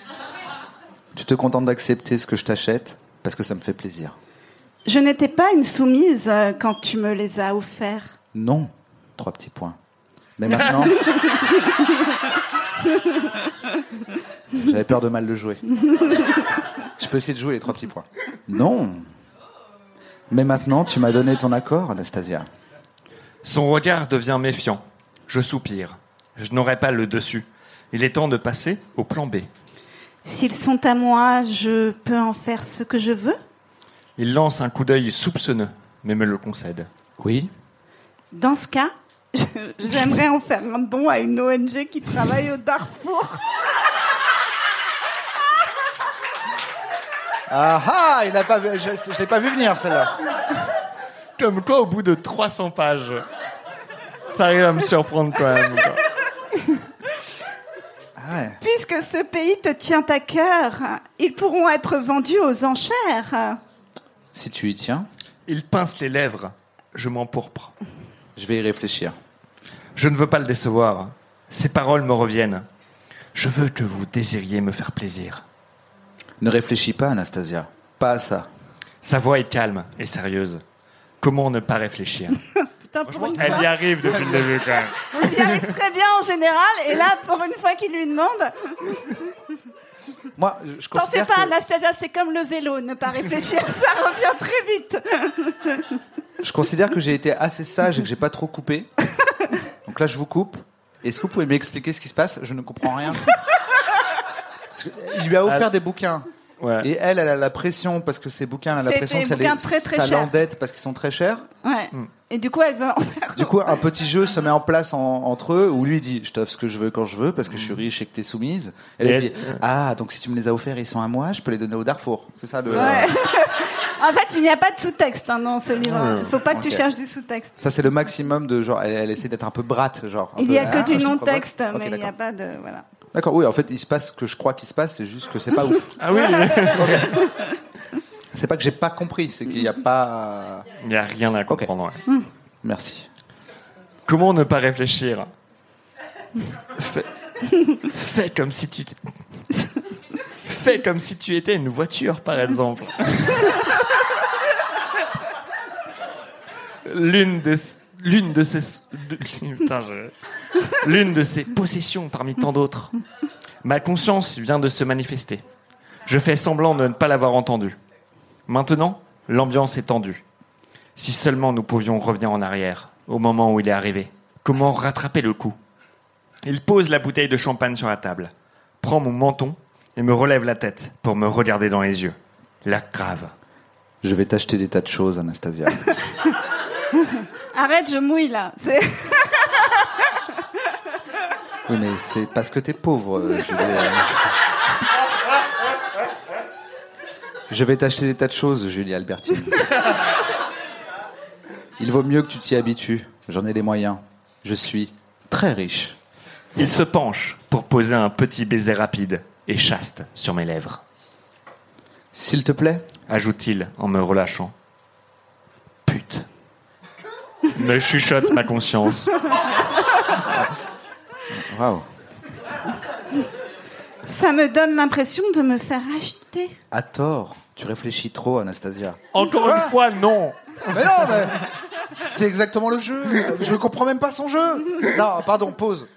Tu te contentes d'accepter ce que je t'achète parce que ça me fait plaisir. Je n'étais pas une soumise euh, quand tu me les as offerts. Non, trois petits points. Mais maintenant... J'avais peur de mal le jouer. Je peux essayer de jouer les trois petits points. Non. Mais maintenant, tu m'as donné ton accord, Anastasia. Son regard devient méfiant. Je soupire. Je n'aurai pas le dessus. Il est temps de passer au plan B. S'ils sont à moi, je peux en faire ce que je veux. Il lance un coup d'œil soupçonneux, mais me le concède. Oui. Dans ce cas, je- j'aimerais en faire un don à une ONG qui travaille au Darfour. Ah ah, il a pas vu- je ne l'ai pas vu venir celle-là. Comme quoi, au bout de 300 pages, ça arrive à me surprendre quand même. quoi. Puisque ce pays te tient à cœur, ils pourront être vendus aux enchères. Si tu y tiens, Il pince les lèvres. Je m'empourpre. je vais y réfléchir. Je ne veux pas le décevoir. Ses paroles me reviennent. Je veux que vous désiriez me faire plaisir. Ne réfléchis pas, Anastasia. Pas à ça. Sa voix est calme et sérieuse. Comment ne pas réfléchir Putain, pour une Elle fois. y arrive depuis le début quand même. On y arrive très bien en général, et là, pour une fois qu'il lui demande, Moi, je- je t'en fais considère pas, que- Anastasia, c'est comme le vélo, ne pas réfléchir, ça revient très vite. Je considère que j'ai été assez sage et que j'ai pas trop coupé. Donc là, je vous coupe. Est-ce que vous pouvez m'expliquer ce qui se passe Je ne comprends rien. Parce que il lui a offert des bouquins. Ah. Ouais. Et elle, elle a la pression parce que ces bouquins, elle a la C'est pression des que ça, bouquins les- très, très ça chers. l'endette parce qu'ils sont très chers. Ouais. Mm. Et du coup, elle veut en faire. Du coup, un petit jeu se met en place en- entre eux où lui dit Je t'offre ce que je veux quand je veux parce que je suis riche et que t'es soumise. Elle, Et elle dit elle- Ah, donc si tu me les as offerts, ils sont à moi, je peux les donner au Darfour. C'est ça le. Ouais. en fait, il n'y a pas de sous-texte hein, dans ce livre. Il faut pas que tu Ok. cherches du sous-texte. Ça, c'est le maximum de genre. Elle, elle essaie d'être un peu brate, genre. un Il n'y a peu, que Ah, je du te non-texte, provoque. Ok, mais il n'y d'accord. a pas de. Voilà. D'accord, oui, en fait, il se passe ce que je crois qu'il se passe, c'est juste que c'est pas ouf. Ah oui, C'est pas que j'ai pas compris, c'est qu'il n'y a pas. il n'y a rien à comprendre. ouais. Merci. Comment ne pas réfléchir fais... fais comme si tu t- Fais comme si tu étais une voiture, par exemple. L'une de l'une de ses de- putain, je- l'une de ses possessions parmi tant d'autres. Ma conscience vient de se manifester. Je fais semblant de ne pas l'avoir entendue. Maintenant, l'ambiance est tendue. Si seulement nous pouvions revenir en arrière, au moment où il est arrivé. Comment rattraper le coup Il pose la bouteille de champagne sur la table, prend mon menton et me relève la tête pour me regarder dans les yeux. La grave. Je vais t'acheter des tas de choses, Anastasia. Arrête, je mouille là. C'est- oui, mais c'est parce que t'es pauvre. euh, Je vais, euh. Je vais t'acheter des tas de choses, Julie Albertine. Il vaut mieux que tu t'y habitues. J'en ai les moyens. Je suis très riche. Il se penche pour poser un petit baiser rapide et chaste sur mes lèvres, S'il te plaît, ajoute-t-il en me relâchant. Pute. Me chuchote ma conscience. waouh. Ça me donne l'impression de me faire acheter. À tort, tu réfléchis trop, Anastasia. Encore une fois, non. Mais non, mais c'est exactement le jeu. Je comprends même pas son jeu. Non, pardon, pause.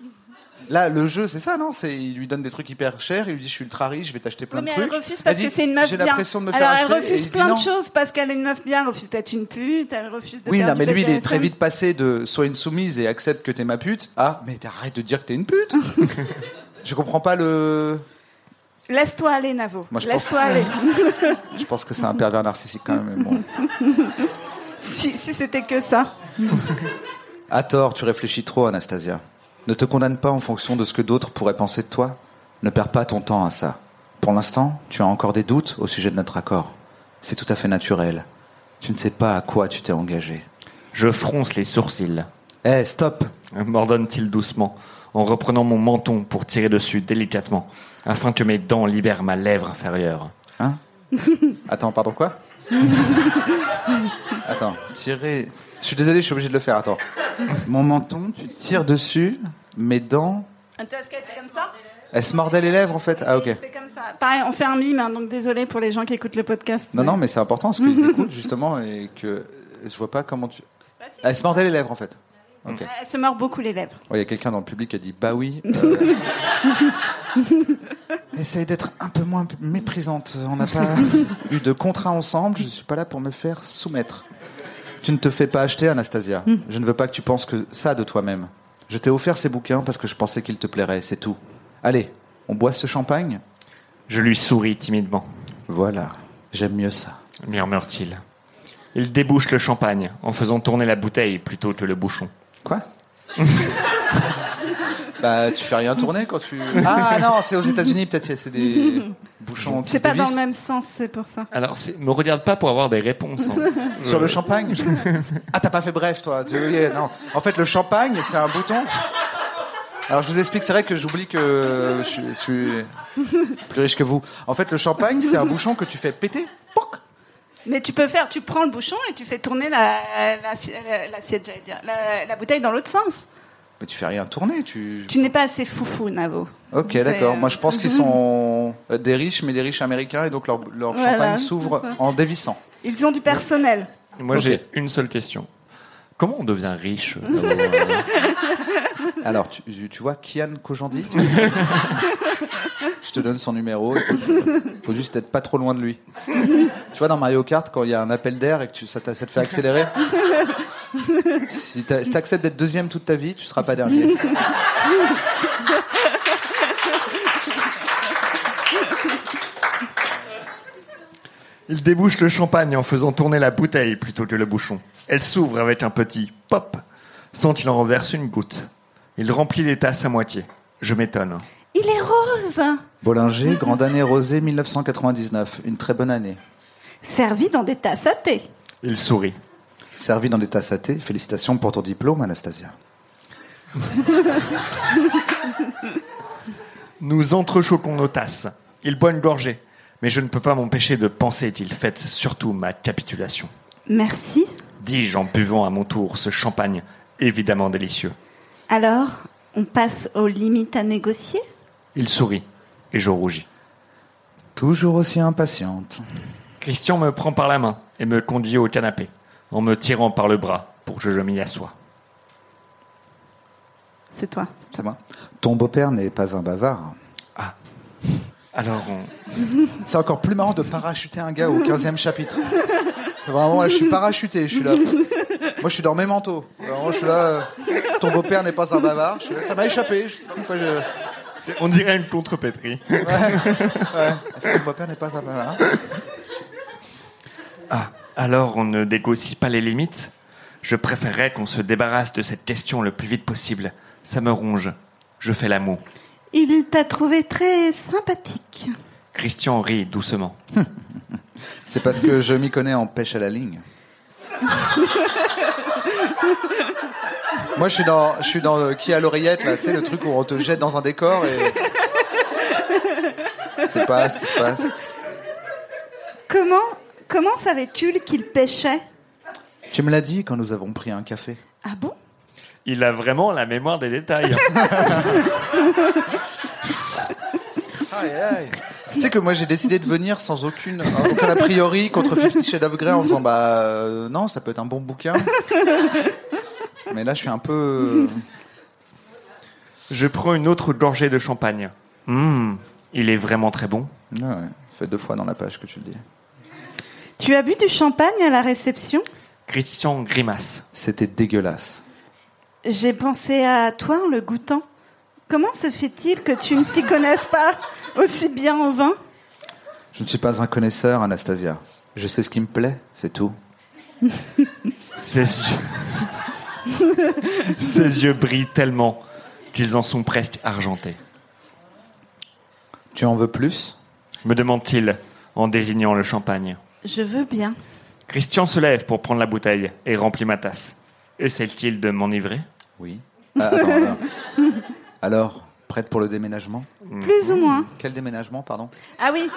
Là, le jeu, c'est ça, non C'est il lui donne des trucs hyper chers, il lui dit je suis ultra riche, je vais t'acheter plein Oui, de mais trucs. elle refuse parce dit, que c'est une meuf J'ai bien. l'impression de me Alors faire elle acheter. et refuse il dit plein non. de choses parce qu'elle est une meuf bien. Elle refuse d'être une pute. Elle refuse de Oui, faire non, du mais lui, il est BDSM. très vite passé de sois une soumise et accepte que t'es ma pute. Ah, mais arrête de dire que t'es une pute. je comprends pas le. Laisse-toi aller, Navo. Moi, je Laisse-toi aller. Je pense que c'est un pervers narcissique quand même. mais bon. si si c'était que ça. À tort, tu réfléchis trop, Anastasia. Ne te condamne pas en fonction de ce que d'autres pourraient penser de toi. Ne perds pas ton temps à ça. Pour l'instant, tu as encore des doutes au sujet de notre accord. C'est tout à fait naturel. Tu ne sais pas à quoi tu t'es engagé. Je fronce les sourcils. Eh, stop m'ordonne-t-il doucement, en reprenant mon menton pour tirer dessus délicatement, afin que mes dents libèrent ma lèvre inférieure. Hein Attends, pardon, quoi Attends, tirer... Je suis désolé, je suis obligé de le faire, attends. Mon menton, tu tires dessus, mes dents... Un tasquette comme ça. Elle se mordait les lèvres, en fait Ah, ok. C'est comme ça. Pareil, on fait un mime, hein, donc désolé pour les gens qui écoutent le podcast. Non, non, mais c'est important, parce qu'ils écoutent, justement, et que... Je vois pas comment tu... Bah, si, Elle se mordait les lèvres en fait. Ok. Oh, Euh, Elle se mord beaucoup les lèvres. Il y a quelqu'un dans le public qui a dit bah oui. euh. Essaye d'être un peu moins méprisante. On n'a pas eu de contrat ensemble. Je suis pas là pour me faire soumettre. Tu ne te fais pas acheter, Anastasia. Je ne veux pas que tu penses que ça de toi-même. Je t'ai offert ces bouquins parce que je pensais qu'ils te plairaient, c'est tout. Allez, on boit ce champagne Je lui souris timidement, Voilà, j'aime mieux ça. murmure-t-il. Il débouche le champagne, en faisant tourner la bouteille plutôt que le bouchon. Quoi Bah, tu fais rien tourner quand tu. Ah non, c'est aux États-Unis, peut-être, c'est des bouchons qui C'est se pas dans dévissent. le même sens, c'est pour ça. Alors, c'est- me regarde pas pour avoir des réponses. hein. Sur le champagne Ah, t'as pas fait bref, toi. Tu- yeah, non. En fait, le champagne, c'est un bouton. Alors, je vous explique, c'est vrai que j'oublie que je suis- je suis plus riche que vous. En fait, le champagne, c'est un bouchon que tu fais péter. Pouc Mais tu peux faire, tu prends le bouchon et tu fais tourner la, la, la- l'assiette, j'allais dire, la- la bouteille dans l'autre sens. Mais tu fais rien tourner, tu. Tu n'es pas assez foufou, Navo. Ok, C'est, d'accord. euh, Moi, je pense qu'ils sont euh, des riches, mais des riches américains, et donc leur, leur Voilà, champagne c'est s'ouvre ça. en dévissant. Ils ont du personnel. Moi, Ok. j'ai une seule question. Comment on devient riche euh, d'abord, Alors, tu, tu vois Kian Kojandi tu- Je te donne son numéro. écoute, faut juste être pas trop loin de lui. tu vois, dans Mario Kart, quand il y a un appel d'air et que tu, ça, t'a- ça te fait accélérer, si t'a- si t'acceptes d'être deuxième toute ta vie, tu seras pas dernier. Il débouche le champagne en faisant tourner la bouteille plutôt que le bouchon. Elle s'ouvre avec un petit pop, sans qu'il en renverse une goutte. Il remplit les tasses à moitié. Je m'étonne. Il est rose, Bollinger, grande année rosée 1999. Une très bonne année. servi dans des tasses à thé. Il sourit. Servi dans des tasses à thé, félicitations pour ton diplôme, Anastasia. Nous entrechoquons nos tasses. Il boit une gorgée. Mais je ne peux pas m'empêcher de penser qu'il fête surtout ma capitulation. Merci. Dis-je en buvant à mon tour ce champagne évidemment délicieux. Alors, on passe aux limites à négocier Il sourit et je rougis. Toujours aussi impatiente. Christian me prend par la main et me conduit au canapé, en me tirant par le bras pour que je m'y assoie. C'est toi. Ça va Ton beau-père n'est pas un bavard. Alors on... C'est encore plus marrant de parachuter un gars au 15e chapitre. C'est vraiment, là, je suis parachuté, je suis là. Moi, je suis dans mes manteaux. Vraiment, je suis là. euh, ton beau-père n'est pas un bavard. Je suis là, ça m'a échappé. Je sais pas pourquoi je- on dirait une contrepétrie. Ton beau-père n'est pas un bavard. Ah, alors on ne négocie pas les limites Je préférerais qu'on se débarrasse de cette question le plus vite possible. Ça me ronge. Je fais l'amour. Il t'a trouvé très sympathique. Christian rit doucement. C'est parce que je m'y connais en pêche à la ligne. Moi, je suis dans, je suis dans euh, qui à l'oreillette, là, tu sais, le truc où on te jette dans un décor et. C'est pas ce qui se passe. Comment, comment savais-tu qu'il pêchait Tu me l'as dit quand nous avons pris un café. Ah bon Il a vraiment la mémoire des détails. hein. Aïe, aïe. Tu sais que moi j'ai décidé de venir sans aucune aucun a priori contre Fifty Shades of Grey en disant bah euh, non ça peut être un bon bouquin. Mais là je suis un peu euh, je prends une autre gorgée de champagne. Hum, il est vraiment très bon. euh, ouais, ouais. Ça fait deux fois dans la page que tu le dis. Tu as bu du champagne à la réception Christian grimace. C'était dégueulasse. J'ai pensé à toi en le goûtant. Comment se fait-il que tu ne t'y connaisses pas aussi bien en vin Je ne suis pas un connaisseur Anastasia. Je sais ce qui me plaît, c'est tout. Ses yeux... Ses yeux brillent tellement qu'ils en sont presque argentés. Tu en veux plus Me demande-t-il en désignant le champagne. Je veux bien. Christian se lève pour prendre la bouteille et remplit ma tasse. Essaie-t-il de m'enivrer Oui. Ah, attends, alors. alors, prête pour le déménagement Plus ou moins. Quel déménagement pardon Ah oui,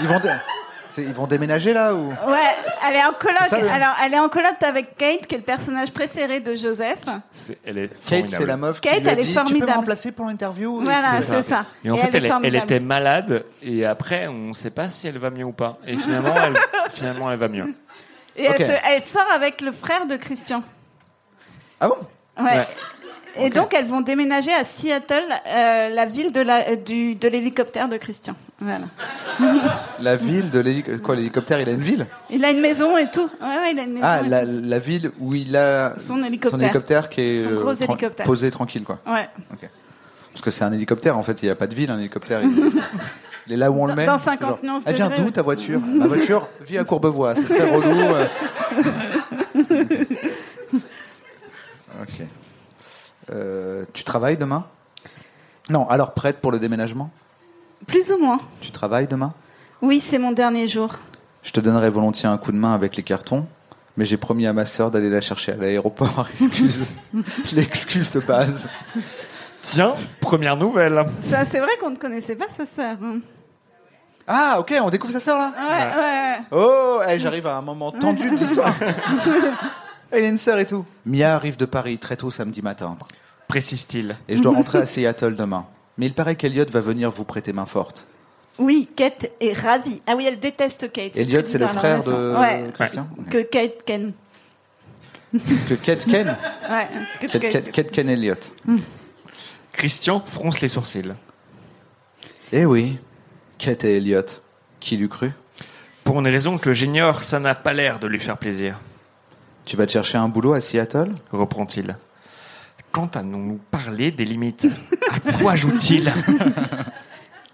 Ils vont dé- c'est- ils vont déménager là ou ouais, elle est en C'est colloque. ça, le- Alors, elle est en colloque avec Kate, qui est le personnage préféré de Joseph. Elle est Kate, c'est la meuf Kate, qui lui a elle est dit, Tu peux formidable. me remplacer pour l'interview Et Voilà, tout ça. Ah, c'est ça. Et en fait, est elle, est- elle formidable. était malade et après, on ne sait pas si elle va mieux ou pas. Et finalement, elle, finalement, elle va mieux. Et elle, Ok. se- elle sort avec le frère de Christian. Ah bon Ouais. Ouais. Et donc, elles vont déménager à Seattle, euh, la ville de la- euh, du- de l'hélicoptère de Christian. Voilà. La ville de l'hélico- quoi l'hélicoptère il a une ville Il a une maison et tout. Ouais, ouais, il a une maison. Ah et la, tout. la ville où il a Son hélicoptère. qui est Son gros euh, tran- hélicoptère. posé tranquille quoi. Ouais. Ok. Parce que c'est un hélicoptère en fait il n'y a pas de ville un hélicoptère. Il, il est là où on le Dans- met. dans C'est genre, 50 nuances Elle vient degrés. d'où ta voiture Ma voiture vit à Courbevoie c'est très relou. euh. Ok. Euh, tu travailles demain Non alors prête pour le déménagement Plus ou moins. Tu travailles demain Oui, c'est mon dernier jour. Je te donnerai volontiers un coup de main avec les cartons, mais j'ai promis à ma sœur d'aller la chercher à l'aéroport. Excuse. Je l'excuse de base. Tiens, première nouvelle. Ça, c'est vrai qu'on ne connaissait pas sa sœur. hein. Ah, ok, on découvre sa sœur là Ouais, ouais. Oh, eh, j'arrive à un moment tendu de l'histoire. Elle a une sœur et tout. Mia arrive de Paris très tôt samedi matin, Précise-t-il. et je dois rentrer à Seattle demain. Mais il paraît qu'Eliott va venir vous prêter main forte. Oui, Kate est ravie. Ah oui, elle déteste Kate. Elliot, très c'est le bizarre, frère leur de relation. Ouais, Christian que Kate Ken. Que Kate Ken Ouais, que Kate, Kate- Kate- Kate Ken Elliot. Christian fronce les sourcils. Eh oui, Kate et Elliot. Qui l'eût cru Pour une raison que j'ignore, ça n'a pas l'air de lui faire plaisir, Tu vas te chercher un boulot à Seattle reprend-il. Quand allons-nous parler des limites À quoi joue-t-il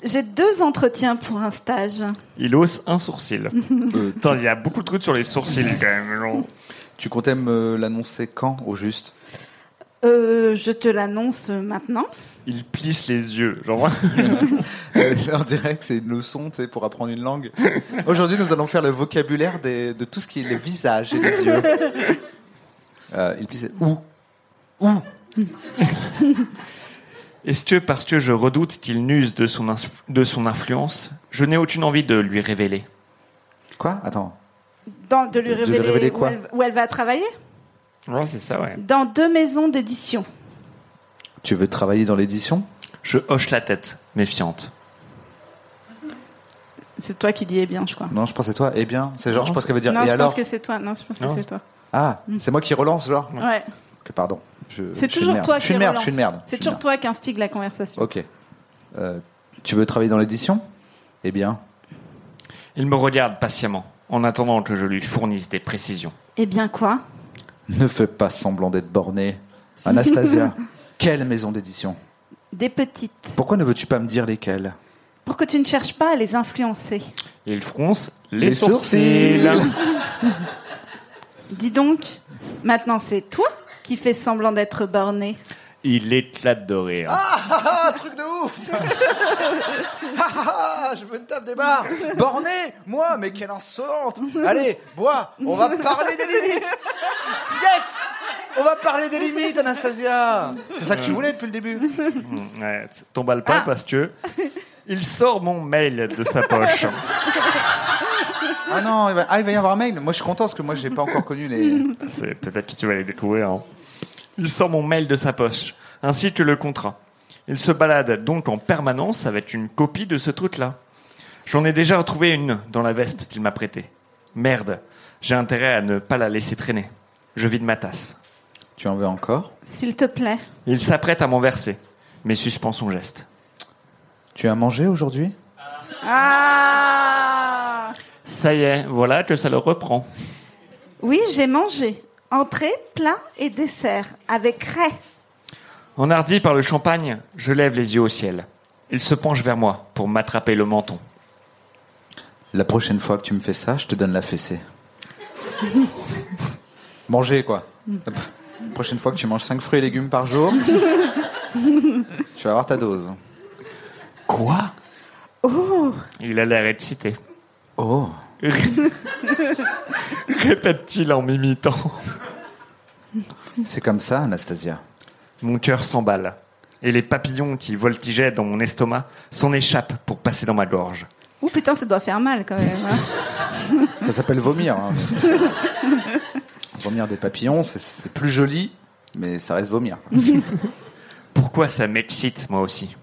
J'ai deux entretiens pour un stage. Il hausse un sourcil. Euh, Attends, il y a beaucoup de trucs sur les sourcils quand même. genre. Tu comptais me l'annoncer quand, au juste Euh, je te l'annonce maintenant. Il plisse les yeux. Genre, Euh, On dirait que c'est une leçon tu sais, pour apprendre une langue. Aujourd'hui, nous allons faire le vocabulaire des- de tout ce qui est les visages et les yeux. Euh, il disait où Où Est-ce que parce que je redoute qu'il n'use de son, inf- de son influence, je n'ai aucune envie de lui révéler Quoi Attends. Dans, de lui De lui révéler, révéler quoi où, elle, où elle va travailler Ouais, c'est ça, ouais. Dans deux maisons d'édition. Tu veux travailler dans l'édition Je hoche la tête, méfiante. C'est toi qui dis eh bien, je crois. Non, je pensais toi. Eh bien, c'est genre, je pense qu'elle veut dire. non, et je alors pense que c'est toi. Non, je pense que Non. c'est toi. Ah, c'est moi qui relance, genre Ouais. Que Pardon. Je, Euh, je suis C'est une toujours merde. toi Je qui suis une merde, relance. je suis une merde. C'est je suis une toujours toi qui instigue la conversation. merde. Ok. Euh, tu veux travailler dans l'édition Eh bien, Il me regarde patiemment, en attendant que je lui fournisse des précisions. Eh bien quoi ne fais pas semblant d'être borné. Anastasia, quelle maison d'édition Des petites. Pourquoi ne veux-tu pas me dire lesquelles Pour que tu ne cherches pas à les influencer. Et il fronce les, Les sourcils. sourcils. Dis donc, maintenant c'est toi qui fais semblant d'être borné. Il éclate de rire. Ah, truc de ouf Ah, ah, ah, Je me tape des barres Borné Moi, mais quelle insolente Allez, bois On va parler des limites Yes On va parler des limites, Anastasia C'est ça que tu voulais depuis le début Mm, ouais, t- T'emballes pas Ah. parce que... Il sort mon mail de sa poche. Ah non, il va, ah, il va y avoir un mail Moi, je suis content, parce que moi, j'ai pas encore connu les... C'est peut-être que tu vas les découvrir. hein. Il sort mon mail de sa poche, ainsi que le contrat. Il se balade donc en permanence avec une copie de ce truc-là. J'en ai déjà retrouvé une dans la veste qu'il m'a prêtée. Merde, j'ai intérêt à ne pas la laisser traîner. Je vide ma tasse. Tu en veux encore S'il te plaît. Il s'apprête à m'en verser, mais suspend son geste. Tu as mangé aujourd'hui Ah Ça y est, voilà que ça le reprend. Oui, j'ai mangé. Entrée, plat et dessert. Avec raie. Enhardi par le champagne, je lève les yeux au ciel. Il se penche vers moi pour m'attraper le menton. La prochaine fois que tu me fais ça, je te donne la fessée. Manger, quoi. La prochaine fois que tu manges 5 fruits et légumes par jour, tu vas avoir ta dose. Quoi Il a l'air excité. Oh Ré- Répète-t-il en m'imitant. C'est comme ça, Anastasia. Mon cœur s'emballe, et les papillons qui voltigeaient dans mon estomac s'en échappent pour passer dans ma gorge. Ouh putain, ça doit faire mal quand même. hein. Ça s'appelle vomir. hein. Vomir des papillons, c'est- c'est plus joli, mais ça reste vomir. Pourquoi ça m'excite, moi aussi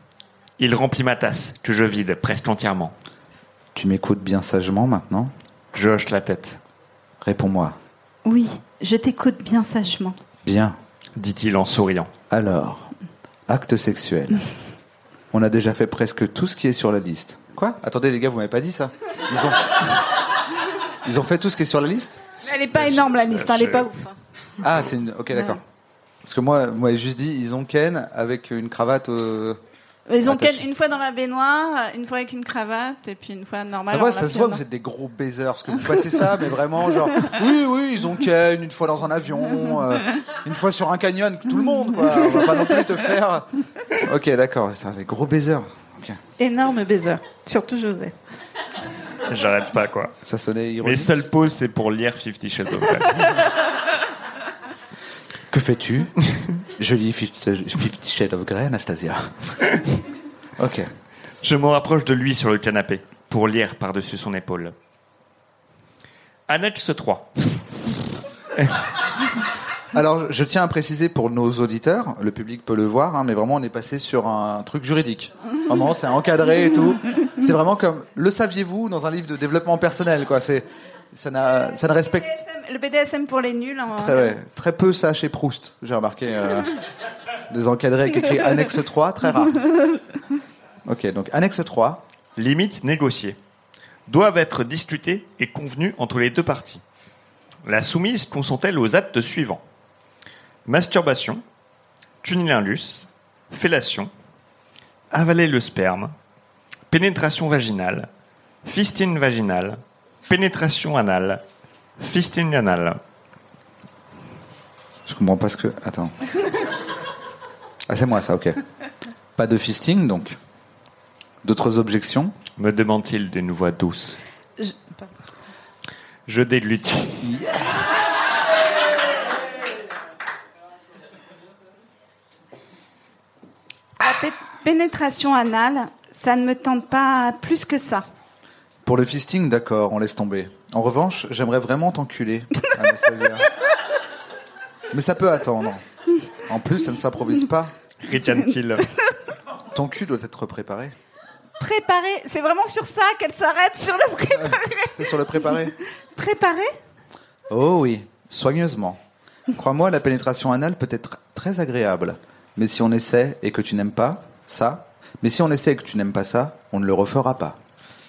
Il remplit ma tasse, que je vide presque entièrement. Tu m'écoutes bien sagement maintenant Je hoche la tête. Réponds-moi. Oui, je t'écoute bien sagement. Bien. Dit-il en souriant. Alors, acte sexuel. On a déjà fait presque tout ce qui est sur la liste. Quoi Attendez les gars, vous m'avez pas dit ça Ils ont Ils ont fait tout ce qui est sur la liste Elle n'est pas énorme la liste, hein, elle n'est je- pas ouf. hein. Ah, c'est une OK, d'accord. Parce que moi, moi j'ai juste dit ils ont Ken avec une cravate euh, Ils ont Attention. qu'elle- une fois dans la baignoire, une fois avec une cravate, et puis une fois normale. Ça en voit, ça se voit que lapin. vous êtes des gros baisers, parce que vous passez ça, mais vraiment, genre, oui, oui, ils ont Ken, une fois dans un avion, euh, une fois sur un canyon, tout le monde, quoi. On va pas non plus te faire. Ok, d'accord, Putain, des gros baisers. Ok. Énorme baiser. Surtout Joseph. J'arrête pas, quoi. Ça sonnait Mes ironique. seules pauses, c'est pour lire Fifty Shades of Grey. Que fais-tu Je lis Fifty Fifty Shades of Grey, Anastasia. ok. Je me rapproche de lui sur le canapé pour lire par-dessus son épaule. Annexe 3. Alors, je tiens à préciser pour nos auditeurs, le public peut le voir, hein, mais vraiment, on est passé sur un truc juridique. Vraiment, c'est encadré et tout. C'est vraiment comme le saviez-vous dans un livre de développement personnel, quoi. C'est ça, n'a- ça ne respecte BDSM, le BDSM pour les nuls. en- très, ouais, très peu ça chez Proust. J'ai remarqué euh, des encadrés avec écrit annexe 3, très rare. Ok, donc annexe 3. Limites négociées doivent être discutées et convenues entre les deux parties. La soumise consent-elle aux actes suivants masturbation, cunnilingus, fellation, avaler le sperme, pénétration vaginale, fistine vaginale, pénétration anale, fistine anale. Je comprends pas ce que. Attends. Ah, c'est moi ça, ok. Pas de fisting donc. D'autres objections Me demande-t-il d'une voix douce. Je- Je déglutis. La pé- pénétration anale, ça ne me tente pas plus que ça. Pour le fisting, d'accord, on laisse tomber. En revanche, j'aimerais vraiment t'enculer, Anastasia. Mais ça peut attendre. En plus, ça ne s'improvise pas. Ricane-t-il. Ton cul doit être préparé. Préparer, c'est vraiment sur ça qu'elle s'arrête, sur le préparer. C'est sur le préparé Préparer Oh oui, soigneusement. Crois-moi, la pénétration anale peut être très agréable. Mais si on essaie et que tu n'aimes pas ça, mais si on essaie et que tu n'aimes pas ça, on ne le refera pas.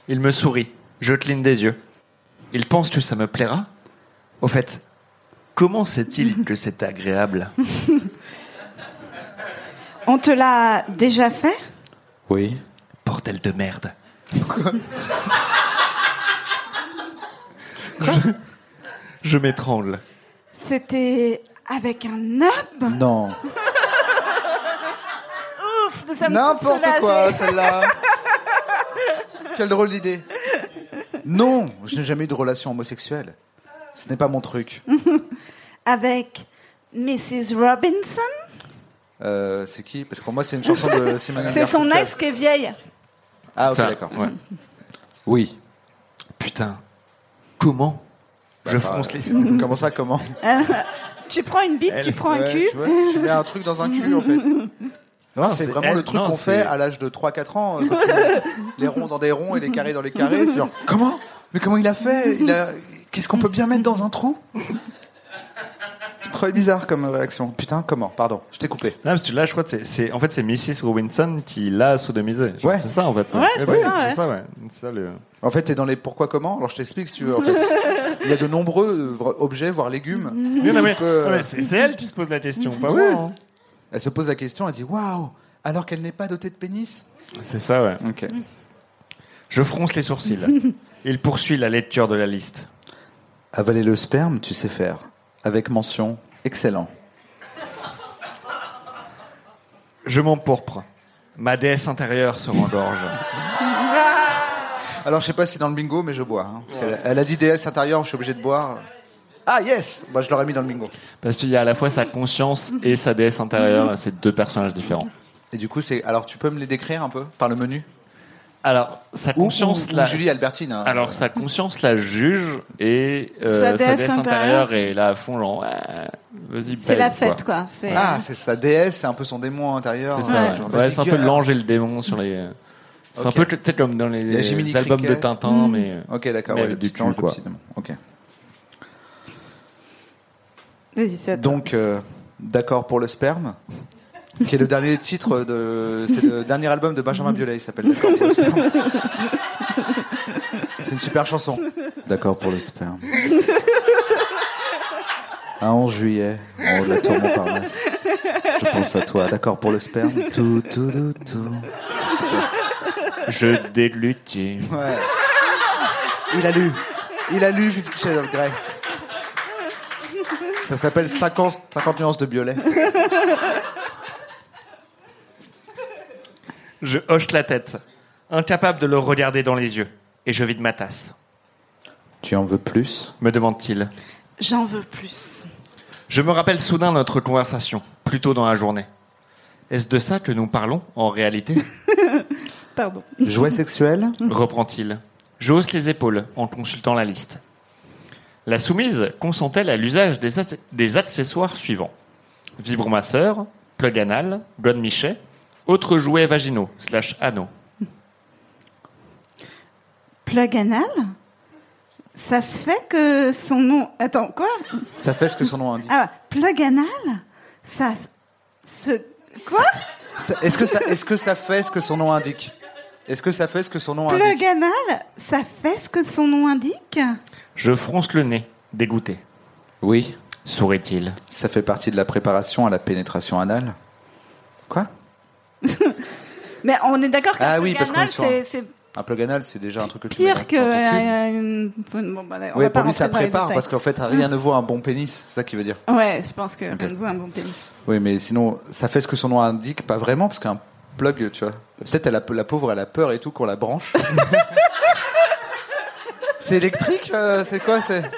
Il me sourit. Je cligne des yeux. Il pense que ça me plaira. Au fait, comment sait-il que c'est agréable On te l'a déjà fait Oui. Bordel de merde. je je m'étrangle. C'était avec un homme Non. Ouf, nous sommes tous N'importe soulagés. quoi, celle-là. Quelle drôle d'idée. Non, je n'ai jamais eu de relation homosexuelle. Ce n'est pas mon truc. Avec Mrs. Robinson Euh, c'est qui Parce que pour moi, c'est une chanson de Simon C'est son ex qui est vieille. Ah, ok, Ça, d'accord. ouais. Oui. Putain. Comment Je Bah, fronce les... euh, Comment ça, comment Tu prends une bite, Elle- tu prends un Ouais, cul. tu, vois, tu mets un truc dans un cul, en fait. Ah, Non, C'est c'est vraiment elle- le truc non, qu'on fait c'est- à l'âge de 3-4 ans. euh, quand tu- les ronds dans des ronds et les carrés dans les carrés. C'est genre, comment Mais comment il a fait il a... Qu'est-ce qu'on peut bien mettre dans un trou C'est trop bizarre comme réaction. Putain, comment Pardon, je t'ai coupé. Non, parce que là, je crois que c'est- c'est en fait c'est Mrs. Robinson qui l'a sodomisé. Je- Ouais. C'est ça en fait. Ouais, c'est ça, ouais. C'est ça, ouais. C'est ça, le- En fait, t'es dans les pourquoi comment Alors je t'explique si tu veux. en fait. Il y a de nombreux euh, vra- objets, voire légumes. Mais non, mais- Tu peux- euh, non, mais c'est c'est elle qui se pose la question, pas Ouais. moi. hein. Elle se pose la question, elle dit waouh, alors qu'elle n'est pas dotée de pénis C'est ça, ouais. Ok. Je fronce les sourcils. Il poursuit la lecture de la liste. Avaler le sperme, tu sais faire. Avec mention, excellent. Je m'empourpre. Ma déesse intérieure se rengorge. Alors, je sais pas si c'est dans le bingo, mais je bois. hein, parce qu'elle- elle, a dit DS intérieur, je suis obligé de boire. Ah, yes Moi, je l'aurais mis dans le bingo. Parce qu'il y a à la fois sa conscience et sa déesse intérieure. C'est deux personnages différents. Et du coup, c'est. Alors, tu peux me les décrire un peu par le menu Alors, sa Ou, conscience ou- ou la... Julie Albertine. hein. Alors, sa conscience la juge et euh, Sa sa, déesse déesse intérieure est là à fond, genre, ouais, vas-y, C'est la baise, quoi. fête, quoi. C'est- Ah, c'est sa DS, c'est un peu son démon intérieur. C'est ça, Genre, ouais. vas-y, Ouais, c'est un peu gueule. l'ange et le démon sur les. C'est Ok. un peu que- tu sais, comme dans les, La Jiminy albums Cricket. de Mm. Tintin, mais. euh, Ok, d'accord. Mais ouais, avec le du petit ange, cul, le quoi. petit démon. Ok. Vas-y, c'est à toi. Donc, euh, d'accord pour le sperme, qui est le dernier titre de. C'est le dernier album de Benjamin Biolay, il s'appelle D'accord pour le sperme. C'est une super chanson. D'accord pour le sperme. Un 11 juillet, en haut de la tour Montparnasse. Je pense à toi. D'accord pour le sperme. Tout, tout, tout, tout. Je déglutis. Ouais. Il a lu. Il a lu Fifty Shades of Grey. Ça s'appelle 50, 50 nuances de Biolay. Je hoche la tête, incapable de le regarder dans les yeux, et je vide ma tasse. Tu en veux plus Me demande-t-il. J'en veux plus. Je me rappelle soudain notre conversation, plus tôt dans la journée. Est-ce de ça que nous parlons, en réalité Pardon. Jouet sexuel reprend-il. Je hausse les épaules en consultant la liste. La soumise consent-elle à l'usage des, ac- des accessoires suivants Vibromasseur, plug anal, gonne michet, autres jouets vaginaux, slash anneaux. Plug anal Ça se fait que son nom. Attends, quoi Ça fait ce que son nom indique. Ah, plug anal Ça se. Quoi Ça- Est-ce que, ça- est-ce que ça fait ce que son nom indique Est-ce que ça fait ce que son nom indique Plug anal Ça fait ce que son nom indique Je fronce le nez, dégoûté. Oui, Sourit-il ça fait partie de la préparation à la pénétration anale. Quoi Mais on est d'accord que Ah plug oui, parce qu'on anal, est sur un- c'est- c'est Un plug anal, c'est déjà un truc que tu mets dans- pire que. dans ton cul. euh, une- Bon, bah, on Oui, va pas rentrer pour lui, ça dans les prépare, détails. parce qu'en fait, rien ne vaut un bon pénis, c'est ça qu'il veut dire. Ouais, je pense que rien Ok. ne vaut un bon pénis. Oui, mais sinon, ça fait ce que son nom indique, pas vraiment, parce qu'un plug, tu vois. Peut-être elle a- la pauvre, elle a peur et tout qu'on la branche. c'est électrique, euh, c'est quoi C'est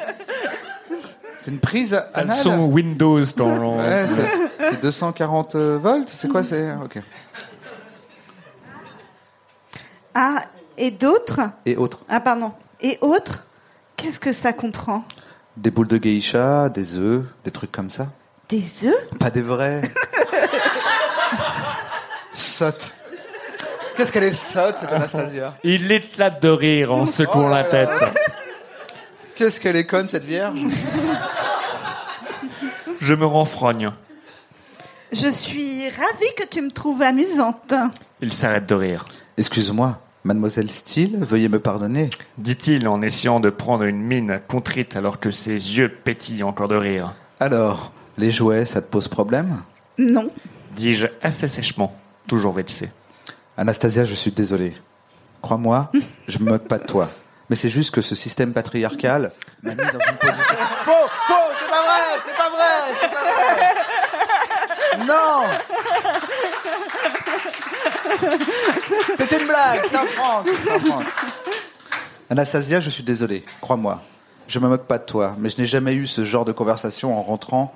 c'est une prise anale. Son Windows dans... Ouais, c'est c'est 240 euh, volts, c'est quoi C'est ok. Ah, et d'autres Et autres, Ah, pardon. Et autres Qu'est-ce que ça comprend des boules de geisha, des œufs, des trucs comme ça. Des œufs Pas des vrais. sotte. Qu'est-ce qu'elle est sotte cette Anastasia Il éclate de rire en secouant Oh la là là. tête. Qu'est-ce qu'elle est conne cette vierge Je me renfrogne. Je suis ravie que tu me trouves amusante. Il s'arrête de rire. Excuse-moi, mademoiselle Steele, veuillez me pardonner. Dit-il en essayant de prendre une mine contrite alors que ses yeux pétillent encore de rire. Alors, les jouets, ça te pose problème Non. Dis-je assez séchement, toujours vexé. Anastasia, je suis désolé. Crois-moi, je me moque pas de toi. Mais c'est juste que ce système patriarcal m'a mis dans une position. Faux, faux, c'est pas vrai, c'est pas vrai, c'est pas vrai. Non. C'était une blague, c'est un prank, c'est un prank. Anastasia, je suis désolé, crois-moi. Je me moque pas de toi, mais je n'ai jamais eu ce genre de conversation en rentrant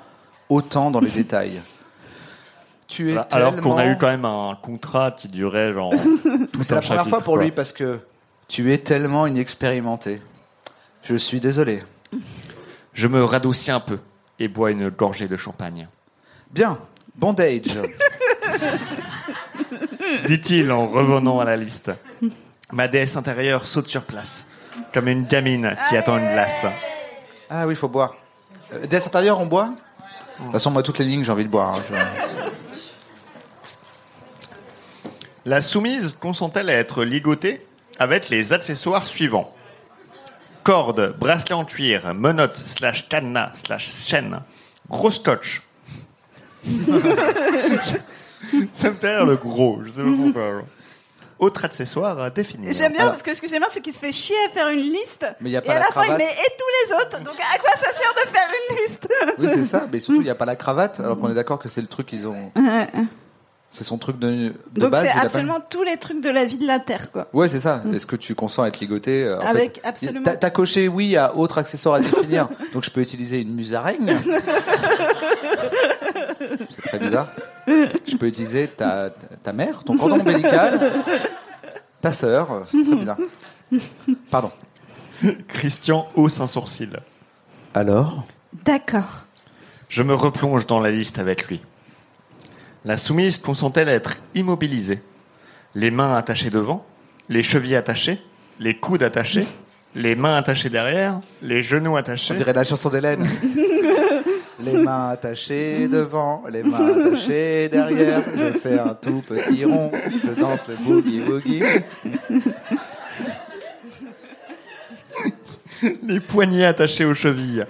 autant dans les détails. Tu es Alors qu'on a tellement- eu quand même un contrat qui durait genre. mais c'est la première fois pour lui parce que tu es tellement inexpérimenté. Je suis désolé. Je me radoucis un peu et bois une gorgée de champagne. Bien, bondage. Dit-il en revenant à la liste. Ma déesse intérieure saute sur place, comme une gamine qui attend une glace. ah oui, il faut boire. Euh, Dès intérieur, on boit De toute façon, moi, toutes les lignes, j'ai envie de boire. hein. Je- La soumise consent-elle à être ligotée avec les accessoires suivants Corde, bracelet en cuir, menottes, slash cadenas, slash chaîne, gros scotch. Ça me fait rire le gros, je sais pas pourquoi. genre. Autre accessoire à définir. J'aime bien Alors- parce que ce que j'aime bien, c'est qu'il se fait chier à faire une liste. Mais y a et pas à la la, fin, il cravate. met et tous les autres. Donc à quoi ça sert de faire une liste Oui, c'est ça, mais surtout, il n'y a pas la cravate, alors qu'on est d'accord que c'est le truc qu'ils ont. C'est son truc de, de Donc base. c'est il a pas- absolument tous les trucs de la vie de la Terre, quoi. Ouais, c'est ça. Est-ce que tu consens à être ligoté euh, en Mm. Avec fait, absolument- T'as t'as coché oui à autre accessoire à définir, donc je peux utiliser une musaraigne. c'est très bizarre. Je peux utiliser ta, ta mère, ton cordon ombilical, ta sœur. C'est très bizarre. Pardon. Christian hausse un sourcil. Alors D'accord. Je me replonge dans la liste avec lui. La soumise consent-elle à être immobilisée Les mains attachées devant, les chevilles attachées, les coudes attachés, les mains attachées derrière, les genoux On attachés. dirait la chanson d'Hélène. les mains attachées devant, les mains attachées derrière. Je fais un tout petit rond. Je danse le boogie woogie. Les poignets attachés aux chevilles,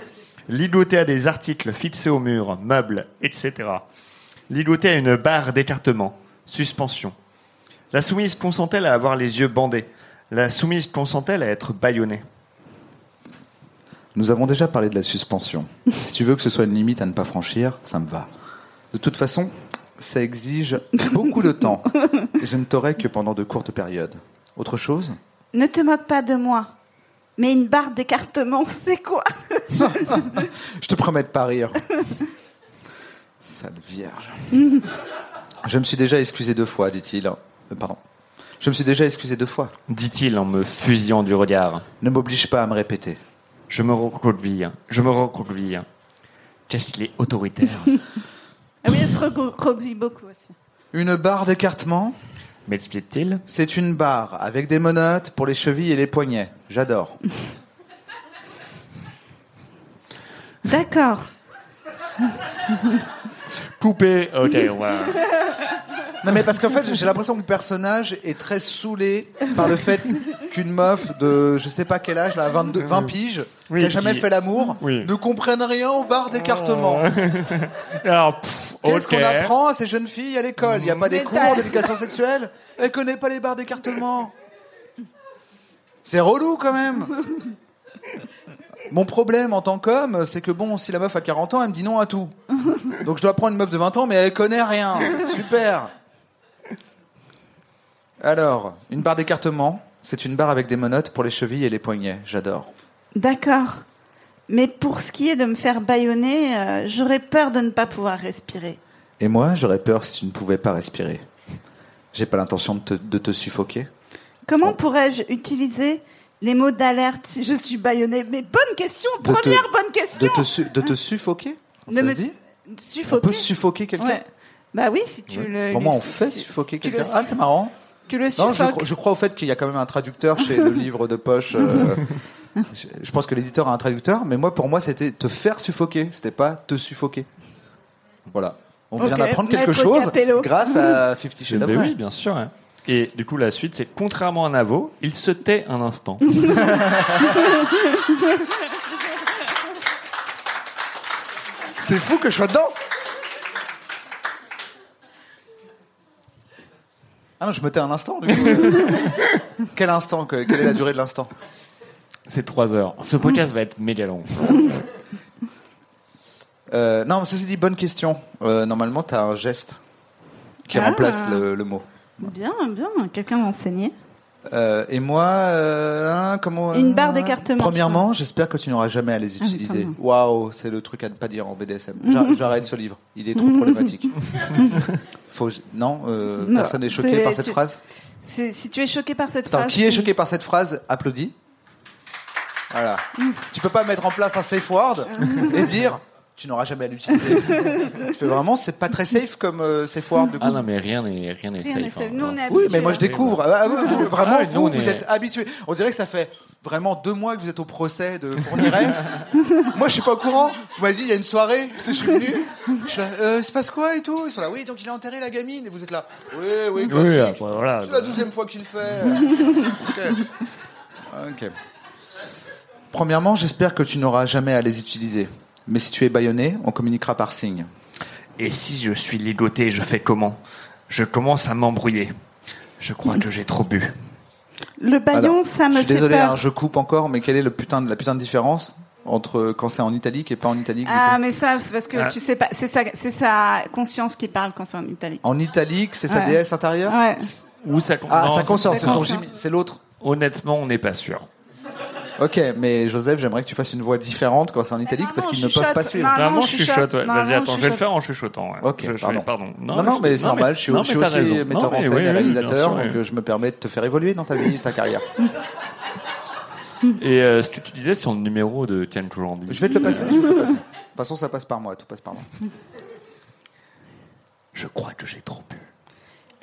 ligotés à des articles fixés au mur, meubles, etc. Ligotés à une barre d'écartement, suspension. La soumise consent-elle à avoir les yeux bandés La soumise consent-elle à être bâillonnée Nous avons déjà parlé de la suspension. Si tu veux que ce soit une limite à ne pas franchir, ça me va. De toute façon, ça exige beaucoup de temps. Et je ne t'aurai que pendant de courtes périodes. Autre chose Ne te moque pas de moi. Mais une barre d'écartement, c'est quoi Je te promets de pas rire. Sale vierge. Je me suis déjà excusé deux fois, dit-il. Euh, pardon. Je me suis déjà excusé deux fois. dit-il en me fusillant du regard. Ne m'oblige pas à me répéter. Je me recroqueville. Je me recroqueville. Qu'est-ce qu'il est autoritaire. Ah oui, elle se recroqueville beaucoup aussi. Une barre d'écartement, M'explique-t-il c'est une barre avec des menottes pour les chevilles et les poignets. J'adore. D'accord. Coupé. Ok, on va. Non mais parce qu'en fait j'ai l'impression que le personnage est très saoulé par le fait qu'une meuf de je sais pas quel âge, là, 22, 20 piges, Oui, qui a jamais qui- fait l'amour, Oui. Oh. ne comprenne rien aux barres d'écartement. Alors, pff, Qu'est-ce ok. qu'on apprend à ces jeunes filles à l'école Il n'y a pas des Détail. cours d'éducation sexuelle Elle connaît pas les barres d'écartement. C'est relou quand même. Mon problème en tant qu'homme, c'est que bon, si la meuf a 40 ans, elle me dit non à tout. Donc je dois prendre une meuf de 20 ans, mais elle connaît rien. Super. Alors, une barre d'écartement, c'est une barre avec des menottes pour les chevilles et les poignets. J'adore. D'accord. Mais pour ce qui est de me faire bâillonner, euh, j'aurais peur de ne pas pouvoir respirer. Et moi, j'aurais peur si tu ne pouvais pas respirer. J'ai pas l'intention de te- de te suffoquer. Comment pourrais-je utiliser les mots d'alerte si je suis bâillonnée Mais bonne question, De te- première bonne question. De te, su- de te suffoquer Ne ça me- se dit On Hein Suffoquer. peut suffoquer quelqu'un Ouais. Bah oui, si tu le. Pour moi, lui- on fait si- suffoquer tu le quelqu'un. suff- Ah, c'est marrant. Tu le Non, je, suffoques. cro- je crois au fait qu'il y a quand même un traducteur chez le livre de poche. euh, je- je pense que l'éditeur a un traducteur, mais moi, pour moi, c'était te faire suffoquer. C'était pas te suffoquer. Voilà. On vient Ok. d'apprendre quelque Maître chose Capello. grâce à Fifty Shades of Ben Grey. oui, bien sûr. hein. Et du coup, la suite, c'est contrairement à Navo, il se tait un instant. C'est fou que je sois dedans. Ah non, je me tais un instant. Du coup. Quel instant que- Quelle est la durée de l'instant c'est 3 heures. Ce podcast va être méga long. Euh, non, mais ceci dit, bonne question. Euh, normalement, tu as un geste qui Ah. remplace le, le mot. Bien, bien. Quelqu'un m'a enseigné. Euh, et moi, euh, hein, comment Une barre hein, d'écartement. Premièrement, j'espère que tu n'auras jamais à les oui, utiliser. pardon. Mm-hmm. Waouh, c'est le truc à ne pas dire en BDSM. J'a- J'arrête ce livre. Il est trop problématique. Faut, non, euh, Non, personne n'est choqué c'est- par cette tu- phrase. Si, si tu es choqué par cette Attends, phrase. qui est choqué par cette phrase Applaudit. Voilà. Tu peux pas mettre en place un safe word et dire tu n'auras jamais à l'utiliser. Tu fais vraiment, c'est pas très safe comme euh, safe word du coup. Ah non, mais rien n'est rien n'est Rien n'est safe. hein. safe. Nous, on est Oui, habitué, mais moi je là. découvre. Ah, vous, vous, vraiment, bah. Ah, nous, vous, on vous est- êtes habitué. On dirait que ça fait vraiment deux mois que vous êtes au procès de Fourniret. moi, je suis pas au courant. Vous m'avez dit, il y a une soirée. Je suis venu. Je suis là, euh, il se passe quoi et tout Ils sont là, oui, donc il a enterré la gamine. Et vous êtes là, oui, oui, Oui, classique. après, voilà. C'est la douzième fois qu'il le fait. Ok. Ok. Premièrement, j'espère que tu n'auras jamais à les utiliser. Mais si tu es bâillonné, on communiquera par signe. Et si je suis ligoté, je fais comment Je commence à m'embrouiller. Je crois que j'ai trop bu. Le baillon, Alors, ça me Ah je suis fait désolé, peur. hein, je coupe encore, mais quelle est le putain de, la putain de différence entre quand c'est en italique et pas en italique du Ah, coup mais ça, c'est parce que Ah. tu sais pas. C'est sa, c'est sa conscience qui parle quand c'est en italique. En italique, c'est sa Ouais. déesse intérieure Ouais. Ou ça con- Ah, non, sa ça- conscience, c'est sa son conscience. gym- c'est l'autre. Honnêtement, on n'est pas sûr. Ok, mais Joseph, j'aimerais que tu fasses une voix différente quand c'est en italique Ah non, parce qu'ils je ne peuvent pas chuchote. suivre. Ah non, Vraiment, Bah, je je chuchote. chuchote. ouais. Non, Vas-y, non, attends, je je vais le chuchote. faire en chuchotant. ouais. Ok, Je- je fais- pardon. pardon. Non, non, mais c'est normal, je suis, je suis t'as aussi raison. metteur Non, en mais scène oui, et oui, bien réalisateur, sûr, donc oui. euh, je me permets de te faire évoluer dans ta vie et ta carrière. Et euh, ce que tu disais sur le numéro de Tian Kurandi. Je vais te le passer. je vais te le passer. De toute façon, ça passe par moi, tout passe par moi. Je crois que j'ai trop bu.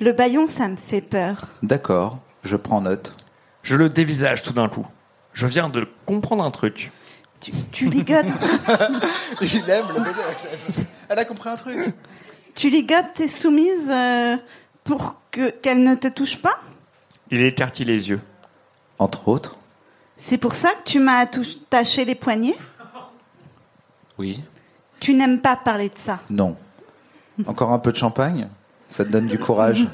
Le baillon, ça me fait peur. D'accord, je prends note. Je le dévisage tout d'un coup. Je viens de comprendre un truc. Tu, tu ligotes, Il aime le BDSM. Elle a compris un truc. tu ligotes tes soumises euh, pour que qu'elles ne te touchent pas. Il écartille les yeux. Entre autres. C'est pour ça que tu m'as attaché les poignets. Oui. Tu n'aimes pas parler de ça. Non. Encore un peu de champagne Ça te donne du courage.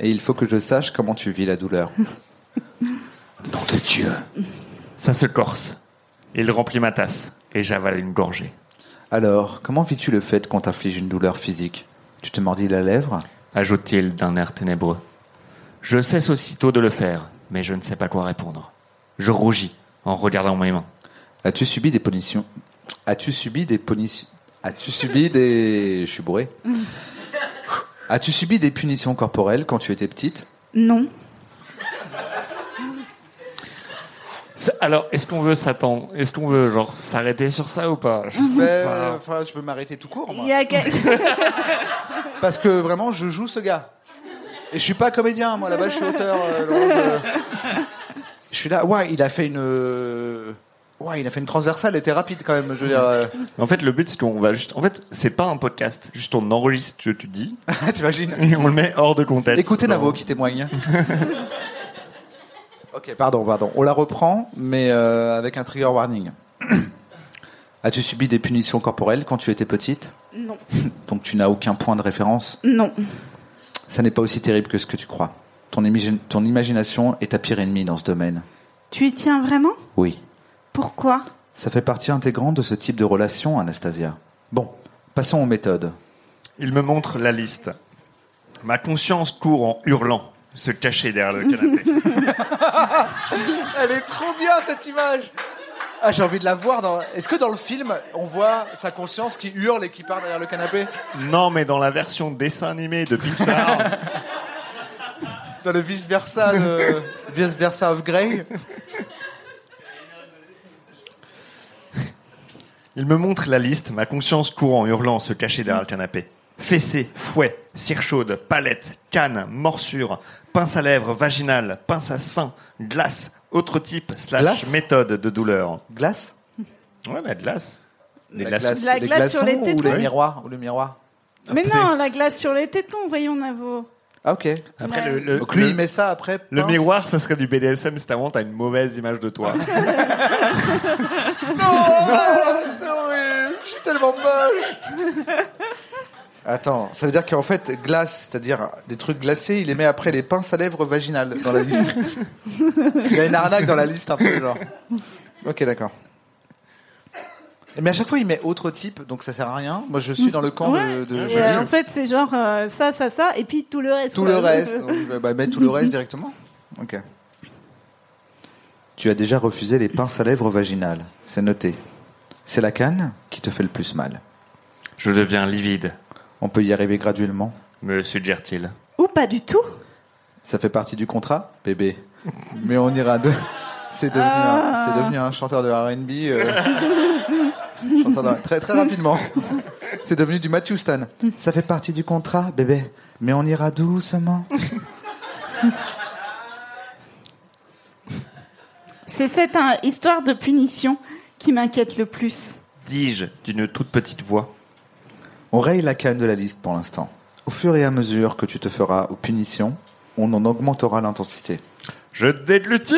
Et il faut que je sache comment tu vis la douleur. Nom de Dieu. Ça se corse. Il remplit ma tasse et j'avale une gorgée. Alors, comment vis-tu le fait qu'on t'inflige une douleur physique Tu te mordis la lèvre ajoute-t-il d'un air ténébreux. Je cesse aussitôt de le faire, mais je ne sais pas quoi répondre. Je rougis en regardant mes mains. As-tu subi des punitions As-tu subi des punitions As-tu subi des... Je suis bourré. As-tu subi des punitions corporelles quand tu étais petite Non. C'est- Alors, est-ce qu'on veut s'attendre Est-ce qu'on veut genre s'arrêter sur ça ou pas Je sais Mais, pas. enfin, je veux m'arrêter tout court, moi. Il y a quel- Parce que vraiment, je joue ce gars. Et je suis pas comédien, moi, là-bas, je suis auteur. euh, donc, euh, Je suis là, ouais, il a fait une. euh, Ouais, il a fait une transversale, elle était rapide quand même, je veux dire. euh, En fait, le but c'est qu'on va juste. En fait, c'est pas un podcast. Juste on enregistre ce que tu dis T'imagines et on le met hors de contexte. Écoutez Genre, Navo qui témoigne. ok, pardon, pardon. On la reprend, mais euh, avec un trigger warning. As-tu subi des punitions corporelles quand tu étais petite Non, Donc tu n'as aucun point de référence non. Ça n'est pas aussi terrible que ce que tu crois. Ton, imagi- ton imagination est ta pire ennemie dans ce domaine. Tu y tiens vraiment Oui. Pourquoi Ça fait partie intégrante de ce type de relation, Anastasia. Bon, passons aux méthodes. Il me montre la liste. Ma conscience court en hurlant, se cacher derrière le canapé. Elle est trop bien cette image. Ah, j'ai envie de la voir. Dans... Est-ce que dans le film, on voit sa conscience qui hurle et qui part derrière le canapé non, mais dans la version dessin animé de Pixar, Dans le vice versa, de... vice versa of Grey il me montre la liste. Ma conscience court en hurlant, se cacher derrière le canapé. Fessée, fouet, cire chaude, palette, canne, morsure, pince à lèvres, vaginale, pince à sein, glace, autre type, slash Glace méthode de douleur. Glace. Ouais, la glace. Des La glaçons. glace, La glace glaçons sur les ou tétons. le miroir ou le miroir. Mais putain. non, la glace sur les tétons, voyons Navo. Ah ok. Après, Ouais. le, le- Donc lui le- il met ça après. le pince. miroir, ça serait du BDSM si t'as t'as une mauvaise image de toi. Non, c'est horrible. Je suis tellement moche. Attends, ça veut dire qu'en fait glace, c'est-à-dire des trucs glacés, il les met après les pinces à lèvres vaginales dans la liste. il y a une arnaque dans la liste un peu genre. Ok d'accord. Mais à chaque fois il met autre type, donc ça sert à rien. Moi je suis dans le camp de, de- Et, je euh, dis, en fait, c'est genre euh, ça, ça, ça, et puis tout le reste. Tout quoi. le reste. Donc, je vais bah, mettre tout le reste directement. Ok. Tu as déjà refusé les pinces à lèvres vaginales. C'est noté. C'est la canne qui te fait le plus mal. Je deviens livide, On peut y arriver graduellement. me suggère-t-il. Ou pas du tout. Ça fait partie du contrat, bébé. Mais on ira de. C'est devenu, un- Ah. c'est devenu un chanteur de R&B. euh, chanteur de- Très très rapidement. C'est devenu du Matthew Stan. Ça fait partie du contrat, bébé. Mais on ira doucement. C'est cette hein, histoire de punition qui m'inquiète le plus. Dis-je d'une toute petite voix. On raye la canne de la liste pour l'instant. Au fur et à mesure que tu te feras aux punitions, on en augmentera l'intensité. Je déglutis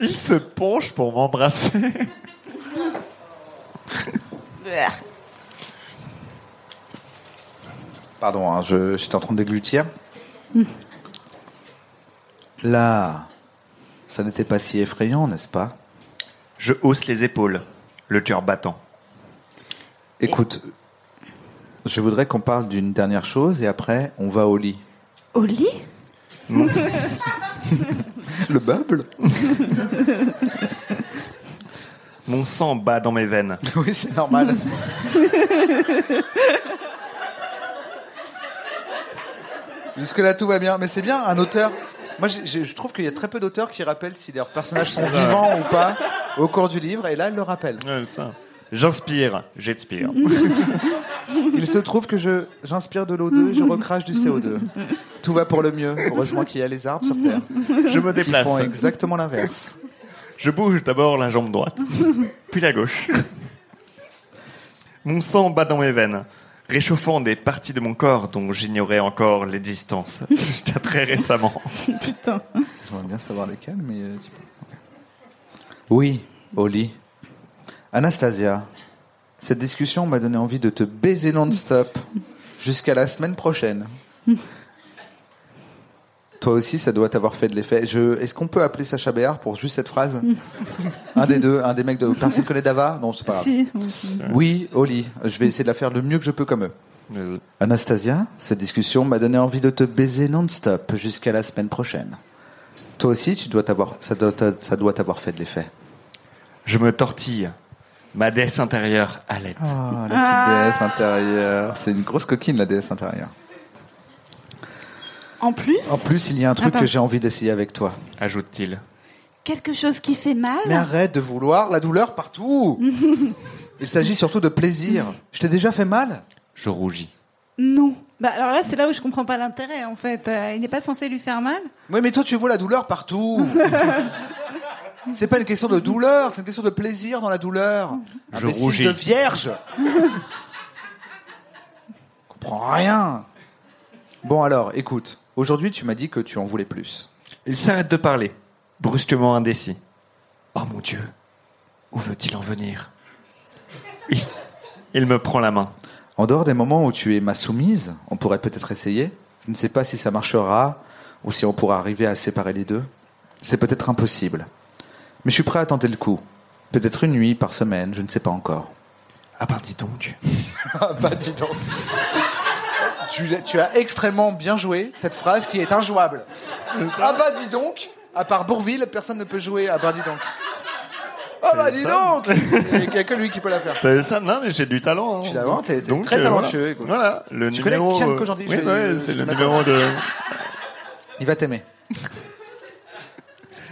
Il se penche pour m'embrasser. Bah. Pardon, hein, je, j'étais en train de déglutir. Hmm. Là, ça n'était pas si effrayant, n'est-ce pas Je hausse les épaules, le cœur battant. Écoute, je voudrais qu'on parle d'une dernière chose et après, on va au lit. Au lit Le bubble Mon sang bat dans mes veines. Oui, c'est normal. Jusque-là, tout va bien. Mais c'est bien, un auteur. Moi, j'ai- j'ai- je trouve qu'il y a très peu d'auteurs qui rappellent si leurs personnages sont vivants ou pas au cours du livre. Et là, elle le rappelle. J'inspire, j'expire. Il se trouve que je j'inspire de l'O2, je recrache du CO2. Tout va pour le mieux. Heureusement qu'il y a les arbres sur Terre Je me qui font déplace. exactement l'inverse. Je bouge d'abord la jambe droite, puis la gauche. Mon sang bat dans mes veines, réchauffant des parties de mon corps dont j'ignorais encore les distances jusqu'à très récemment. Putain. J'aimerais bien savoir lesquels, mais. euh, tu peux- Oui, au lit. Anastasia, cette discussion m'a donné envie de te baiser non-stop jusqu'à la semaine prochaine. Toi aussi, ça doit t'avoir fait de l'effet. Je... Est-ce qu'on peut appeler Sacha Béard pour juste cette phrase Un des deux, un des mecs de. Personne connaît Dava Non, c'est pas grave. Si. Oui, au lit. Je vais essayer de la faire le mieux que je peux comme eux. Euh, Anastasia, cette discussion m'a donné envie de te baiser non-stop jusqu'à la semaine prochaine. Toi aussi, tu dois t'avoir, ça doit, t'a- ça doit t'avoir fait de l'effet. Je me tortille. Ma déesse intérieure halète. Ah, la petite déesse intérieure. C'est une grosse coquine, la déesse intérieure. En plus, En plus, il y a un truc pardon. que j'ai envie d'essayer avec toi. ajoute-t-il. quelque chose qui fait mal. Mais arrête de vouloir la douleur partout. il s'agit surtout de plaisir. Je t'ai déjà fait mal Je rougis. Non. Bah alors là, c'est là où je comprends pas l'intérêt en fait. Euh, il n'est pas censé lui faire mal. Oui, mais toi, tu vois la douleur partout. c'est pas une question de douleur, c'est une question de plaisir dans la douleur. Je Imbécile rougis. de vierge. Je comprends rien. Bon alors, écoute. Aujourd'hui, tu m'as dit que tu en voulais plus. Il s'arrête de parler, brusquement indécis. Oh mon Dieu, où veut-il en venir il, il me prend la main. En dehors des moments où tu es ma soumise, on pourrait peut-être essayer. Je ne sais pas si ça marchera ou si on pourra arriver à séparer les deux. C'est peut-être impossible. Mais je suis prêt à tenter le coup. Peut-être une nuit par semaine, je ne sais pas encore. Ah ben dis donc. Ah bah dis donc. tu, l'as- tu as extrêmement bien joué cette phrase qui est injouable. Ah bah dis donc, à part Bourville, personne ne peut jouer à bah dis donc. Ah bah dis ça. donc Il n'y a que lui qui peut la faire. T'as vu ça Non, mais j'ai du talent. hein. Tu l'as vraiment, t'es- t'es Donc, très voilà. talentueux, écoute. Voilà, le Tu connais numéro. Kian euh, qu'aujourd'hui, oui, je- ouais, je c'est te le mets numéro de. Il va t'aimer.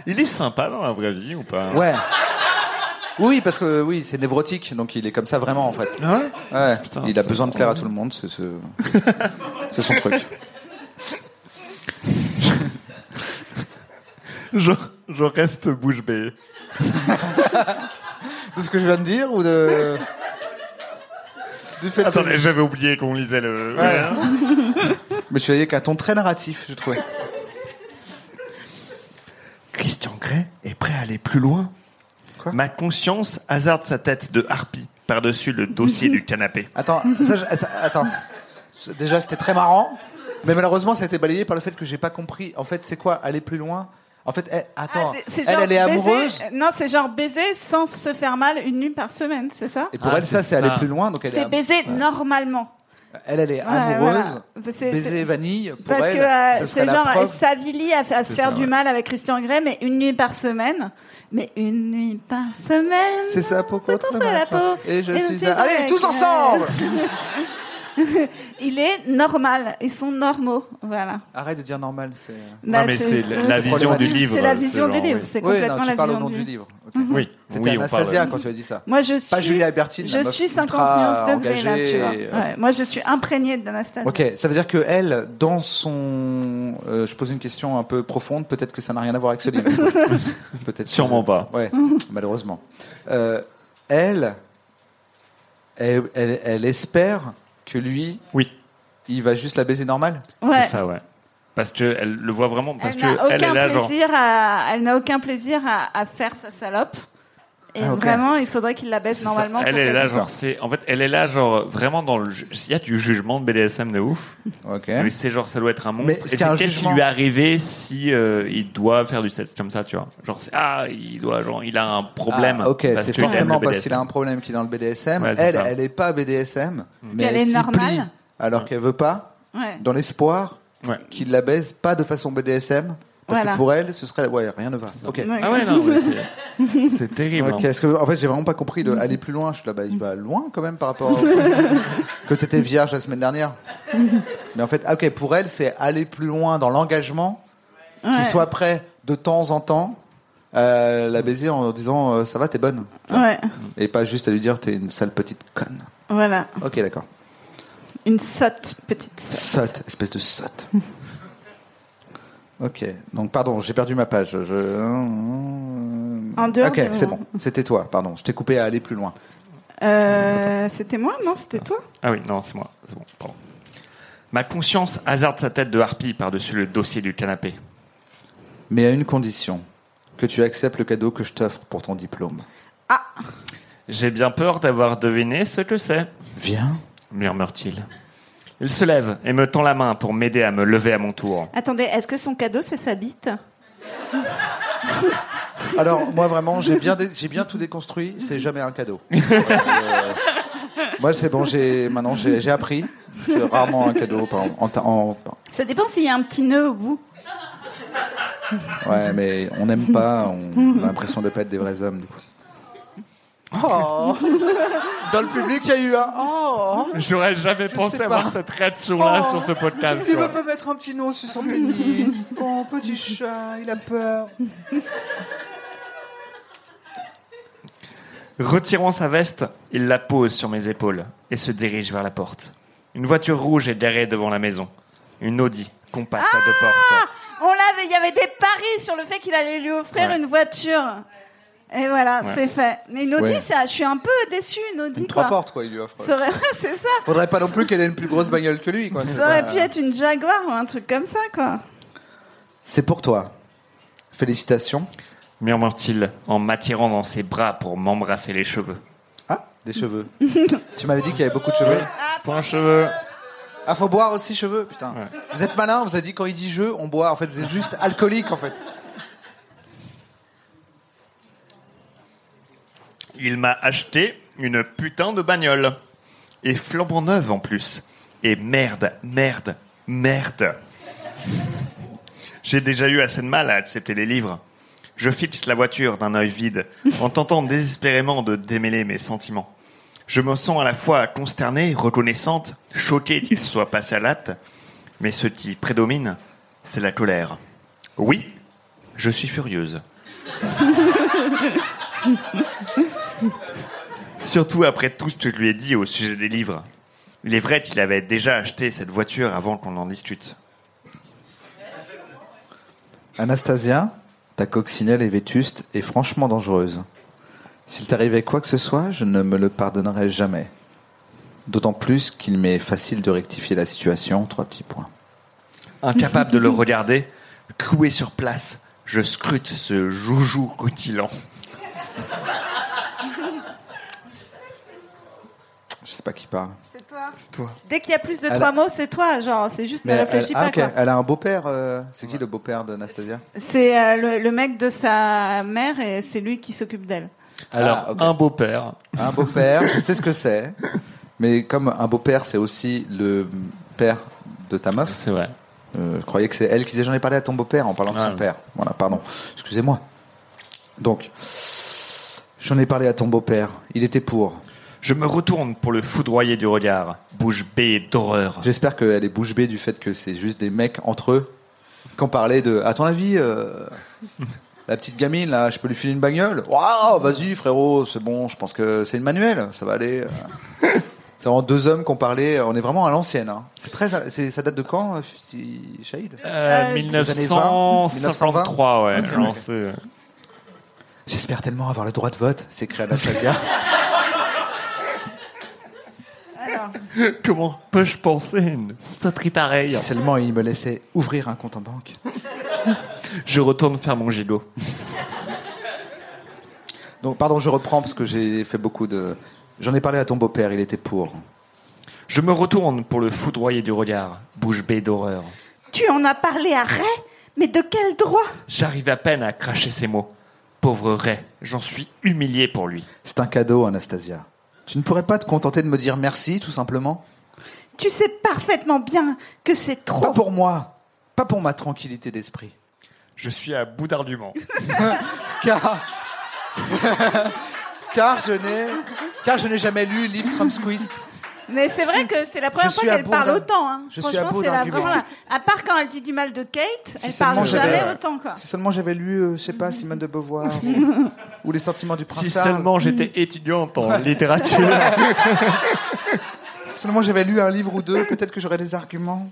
Il est sympa dans la vraie vie ou pas Ouais. Oui, parce que oui, c'est névrotique, donc il est comme ça vraiment en fait. Ouais. Ouais, Putain, il a ça- besoin de plaire à tout le monde, c'est ce- c'est son truc. Je, je reste bouche bée. De ce que je viens de dire ou de. Du fait que- Attendez, j'avais oublié qu'on lisait le. Ouais. hein. Mais je suis allé avec un ton très narratif, j'ai trouvé. Christian Grey est prêt à aller plus loin. Quoi Ma conscience hasarde sa tête de harpie par-dessus le dossier du canapé. Attends, ça, je- ça- attends. Déjà, c'était très marrant, mais malheureusement, ça a été balayé par le fait que j'ai pas compris. En fait, c'est quoi aller plus loin En fait, elle- attends, Ah, c'est- c'est elle, genre elle est baiser- amoureuse. euh, Non, c'est genre baiser sans se faire mal une nuit par semaine, c'est ça Et pour Ah, elle, ça, c'est c'est aller ça. plus loin. Donc elle, est, C'est am- baiser normalement. elle, elle est Voilà, amoureuse. voilà. C'est- Baiser c'est- vanille. Pour Parce elle, que euh, ce serait c'est la genre preuve. Savili à, à se C'est faire ça, du ouais. mal avec Christian Grey, mais une nuit par semaine. Mais une nuit par semaine. C'est ça, pour peut contre contre la peau. Et je Et suis. c'est un- Allez, vrai tous que- ensemble Il est normal. Ils sont normaux. Voilà. Arrête de dire normal, c'est. euh, Bah, mais c'est la- la vision du livre, C'est la c'est vision genre, du livre. oui. C'est Oui, complètement non, tu la parles au vision nom du du livre. livre. ok. Oui, T'étais on Anastasia parle. euh, quand tu as dit ça. Moi, je suis. Pas Julia Albertine. la Je meuf suis ultra 50 nuances degrés là, engagée euh, tu vois. et- Ouais, moi, je suis imprégnée d'Anastasie. Ok, ça veut dire que elle, dans son, euh, je pose une question un peu profonde, peut-être que ça n'a rien à voir avec ce livre. peut-être. Sûrement pas. Ouais, malheureusement. Euh, elle, elle, elle- elle espère que lui, Oui, il va juste la baiser normale. Ouais. c'est ça, ouais. Parce qu'elle le voit vraiment. Parce Elle que n'a elle est aucun là, genre. plaisir à, elle n'a aucun plaisir à, à faire sa salope. Et Ah, ok. vraiment, il faudrait qu'il la baisse C'est ça. normalement. Elle pour est qu'elle- là, genre, c'est. En fait, elle est là, genre, vraiment dans le. ju- Il y a du jugement de BDSM de ouf. Ok. Mais c'est genre, ça doit être un monstre. Hein Mais Et c'est c'est un qu'est-ce qui jugement. lui est arrivé si euh, il doit faire du sexe comme ça, tu vois Genre, c'est. Ah, il doit, genre, il a un problème. Ah, ok, parce c'est qu'il aime forcément le parce BDSM. qu'il a un problème qu'il est dans le BDSM. Ouais, c'est elle, ça. elle est pas BDSM, mais qu'elle est s'y normale. plie alors qu'elle veut pas, Ouais. dans l'espoir Ouais. qu'il la baise pas de façon BDSM, parce que Voilà. pour elle, ce serait ouais, rien ne va. Ok. Ouais. Ah ouais, non, mais c'est- c'est terrible. Ok, hein. parce que, en fait, j'ai vraiment pas compris de aller plus loin. Je suis là, bah, il va loin quand même par rapport au- que t'étais vierge la semaine dernière. Mais en fait, ah, ok, pour elle, c'est aller plus loin dans l'engagement, Ouais. qu'il soit prêt de temps en temps euh, la baiser en disant euh, ça va, t'es bonne, Ouais. et pas juste à lui dire t'es une sale petite conne. Voilà. Ok, d'accord. Une sotte petite sotte. Sotte, espèce de sotte. ok, donc pardon, j'ai perdu ma page. Je... En dehors ok, de- c'est bon, c'était toi, pardon. Je t'ai coupé à aller plus loin. Euh, c'était moi Non, c'était toi Ah oui, non, c'est moi. C'est bon, pardon. Ma conscience hasarde sa tête de harpie par-dessus le dossier du canapé. Mais à une condition, que tu acceptes le cadeau que je t'offre pour ton diplôme. J'ai bien peur d'avoir deviné ce que c'est, Viens. murmure-t-il. Il se lève et me tend la main pour m'aider à me lever à mon tour. Attendez, est-ce que son cadeau, c'est sa bite Alors moi vraiment, j'ai bien, dé- j'ai bien tout déconstruit. C'est jamais un cadeau. Euh, moi c'est bon, j'ai maintenant j'ai j'ai appris. C'est rarement un cadeau. par- en, ta- en- Ça dépend s'il y a un petit nœud au bout. ouais, mais on n'aime pas. On a l'impression de pas être des vrais hommes. Du coup. Oh. Dans le public, il y a eu un. Oh. J'aurais jamais Je pensé sais avoir pas. cette réaction-là Oh. sur ce podcast. Il quoi. veut pas mettre un petit nom sur son pénis. Oh, petit chat, il a peur. Retirant sa veste, il la pose sur mes épaules et se dirige vers la porte. Une voiture rouge est garée devant la maison. Une Audi, compacte à deux Ah portes. On l'avait, il y avait des paris sur le fait qu'il allait lui offrir Ouais. une voiture. Et voilà, Ouais. c'est fait. Mais une Audi, Ouais. ça, je suis un peu déçue, une Audi, Une quoi. trois portes, quoi, il lui offre. Ça aurait- c'est ça. Faudrait pas non plus qu'elle ait une plus grosse bagnole que lui, quoi. C'est Ça aurait pas- pu être une Jaguar ou un truc comme ça, quoi. C'est pour toi. Félicitations. Murmure-t-il en m'attirant dans ses bras pour m'embrasser les cheveux. Ah, des cheveux. tu m'avais dit qu'il y avait beaucoup de cheveux. Point cheveux. Ah, faut boire aussi cheveux, putain. Ouais. Vous êtes malin, on vous a dit quand il dit jeu, on boit. En fait, vous êtes juste alcoolique, en fait. Il m'a acheté une putain de bagnole. Et flambant neuve en plus. Et merde, merde, merde. J'ai déjà eu assez de mal à accepter les livres. Je fixe la voiture d'un œil vide en tentant désespérément de démêler mes sentiments. Je me sens à la fois consternée, reconnaissante, choquée qu'il soit passé à l'acte, mais ce qui prédomine, c'est la colère. Oui, je suis furieuse. Surtout après tout ce que je lui ai dit au sujet des livres. Il est vrai qu'il avait déjà acheté cette voiture avant qu'on en discute. Anastasia, ta coccinelle est vétuste et franchement dangereuse. S'il t'arrivait quoi que ce soit, je ne me le pardonnerai jamais. D'autant plus qu'il m'est facile de rectifier la situation. Trois petits points. Incapable de le regarder, cloué sur place, je scrute ce joujou rutilant. Je sais pas qui parle. C'est toi. Toi. Dès qu'il y a plus de Elle trois a- mots, c'est toi. Genre, c'est juste, ne elle, réfléchis ah, pas, ok, quoi. elle a un beau-père. euh, c'est qui le beau-père d'Anastasia C'est euh, le, le mec de sa mère et c'est lui qui s'occupe d'elle. Alors, Ah, ok. un beau-père. Un beau-père, je sais ce que c'est. Mais comme un beau-père, c'est aussi le père de ta meuf, C'est vrai. euh, je croyais que c'est elle qui disait j'en ai parlé à ton beau-père en parlant de Ah. son père. Voilà, pardon. Excusez-moi. Donc, j'en ai parlé à ton beau-père. Il était pour. Je me retourne pour le foudroyer du regard, bouche bée d'horreur. J'espère qu'elle est bouche bée du fait que c'est juste des mecs entre eux qui ont parlé de. À ton avis, euh, la petite gamine là, je peux lui filer une bagnole Waouh, vas-y frérot, c'est bon. Je pense que c'est une manuelle, ça va aller. euh. C'est vraiment deux hommes qui ont parlé. On est vraiment à l'ancienne. hein. C'est très. c'est- Ça date de quand, euh, si- Shahid Euh, Euh, 1953, ouais. euh, Ok, ok. lancé. J'espère tellement avoir le droit de vote. S'écrit Anastasia. Alors, Comment peux-je penser à une sauterie pareille Si seulement il me laissait ouvrir un compte en banque. Je retourne faire mon gigot. Donc, pardon, je reprends parce que j'ai fait beaucoup de. J'en ai parlé à ton beau-père, il était pour. Je me retourne pour le foudroyer du regard, bouche bée d'horreur. tu en as parlé à Ray, mais de quel droit J'arrive à peine à cracher ces mots. Pauvre Ray, j'en suis humilié pour lui. C'est un cadeau, Anastasia. Tu ne pourrais pas te contenter de me dire merci, tout simplement Tu sais parfaitement bien que c'est Pas trop. pour moi, pas pour ma tranquillité d'esprit. Je suis à bout d'arguments. Car. Car je n'ai. Car je n'ai jamais lu Live Trump Squeezed. Mais c'est vrai que c'est la première Je fois suis à qu'elle bout parle d'arg- autant. hein. Je suis à Franchement, bout c'est la d'arguments. première. À part quand elle dit du mal de Kate, elle seulement parle j'avais- jamais autant quoi. Si seulement j'avais lu, euh, je sais pas, Simone de Beauvoir ou, ou Les Sentiments du Prince Si Charles. seulement j'étais étudiante en littérature. Si seulement j'avais lu un livre ou deux, peut-être que j'aurais des arguments.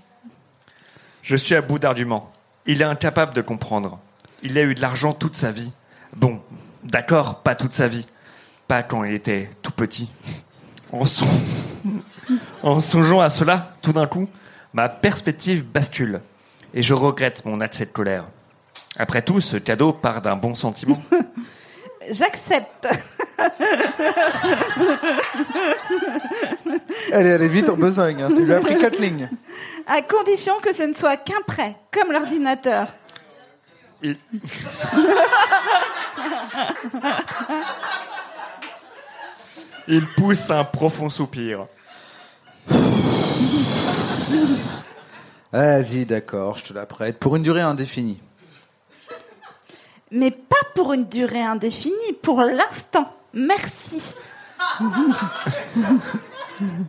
Je suis à bout d'arguments. Il est incapable de comprendre. Il a eu de l'argent toute sa vie. Bon, d'accord, pas toute sa vie. Pas quand il était tout petit. En, son- en songeant à cela, tout d'un coup, ma perspective bascule. Et je regrette mon accès de colère. Après tout, ce cadeau part d'un bon sentiment. J'accepte. Elle est allée vite en besogne, hein. ça lui a pris quatre lignes. À condition que ce ne soit qu'un prêt, comme l'ordinateur. Il- Il pousse un profond soupir. Vas-y, d'accord, je te la prête. Pour une durée indéfinie. mais pas pour une durée indéfinie, pour l'instant. Merci.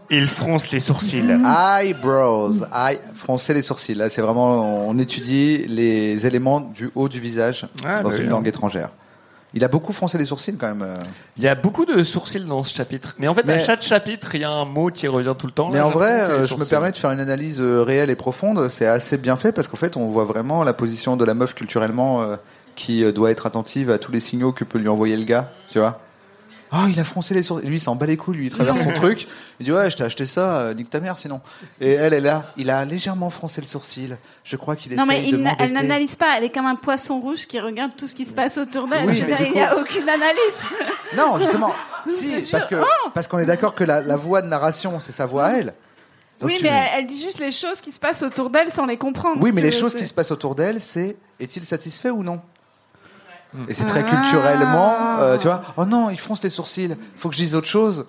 Il fronce les sourcils. Eyebrows. Eye... Froncer les sourcils. Là, c'est vraiment, on étudie les éléments du haut du visage Ah, dans bah une oui. langue étrangère. Il a beaucoup froncé les sourcils quand même. euh. Il y a beaucoup de sourcils dans ce chapitre. Mais en fait, à Mais- chaque chapitre, il y a un mot qui revient tout le temps. Mais Là, en j'ai vrai, l'impression que euh, c'est les je me sourcils. permets de faire une analyse euh, réelle et profonde. C'est assez bien fait parce qu'en fait, on voit vraiment la position de la meuf culturellement euh, qui euh, doit être attentive à tous les signaux que peut lui envoyer le gars. Tu vois Oh, il a froncé les sourcils. Lui, il s'en bat les couilles. Lui, il traverse son truc. Il dit Ouais, je t'ai acheté ça, euh, nique ta mère sinon. Et elle, elle a, il a légèrement froncé le sourcil. Je crois qu'il Non, essaye mais de il n'a- elle m'embêter. n'analyse pas. Elle est comme un poisson rouge qui regarde tout ce qui se passe autour d'elle. Oui, Je veux mais dire, du il n'y a aucune analyse. Non, justement. C'est si, sûr. parce que parce qu'on est d'accord que la, la voix de narration, c'est sa voix à elle. Donc oui, tu- mais elle, elle dit juste les choses qui se passent autour d'elle sans les comprendre. Oui, si mais tu les veux, choses c'est- qui se passent autour d'elle, c'est est-il satisfait ou non Mm. Et c'est très Ah. culturellement, euh, tu vois. Oh non, il fronce les sourcils. Faut que je dise autre chose.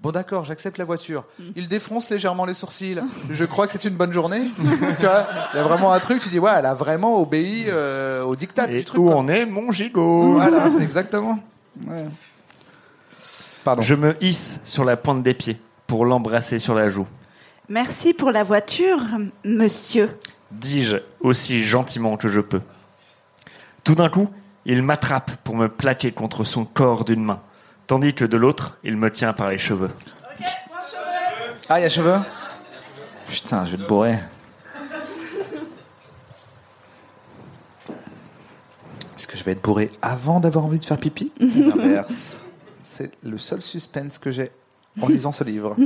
Bon d'accord, j'accepte la voiture. Il défronce légèrement les sourcils. Je crois que c'est une bonne journée. tu vois, il y a vraiment un truc. Tu dis ouais, elle a vraiment obéi euh, au diktat du Et truc. où quoi. en est mon gigot Voilà, c'est exactement. Ouais. Pardon. Je me hisse sur la pointe des pieds pour l'embrasser sur la joue. Merci pour la voiture, monsieur. dis-je aussi gentiment que je peux. Tout d'un coup, il m'attrape pour me plaquer contre son corps d'une main, tandis que de l'autre, il me tient par les cheveux. Ah, il y a cheveux Putain, je vais te bourrer. Est-ce que je vais être bourré avant d'avoir envie de faire pipi Ou L'inverse. C'est le seul suspense que j'ai en lisant ce livre.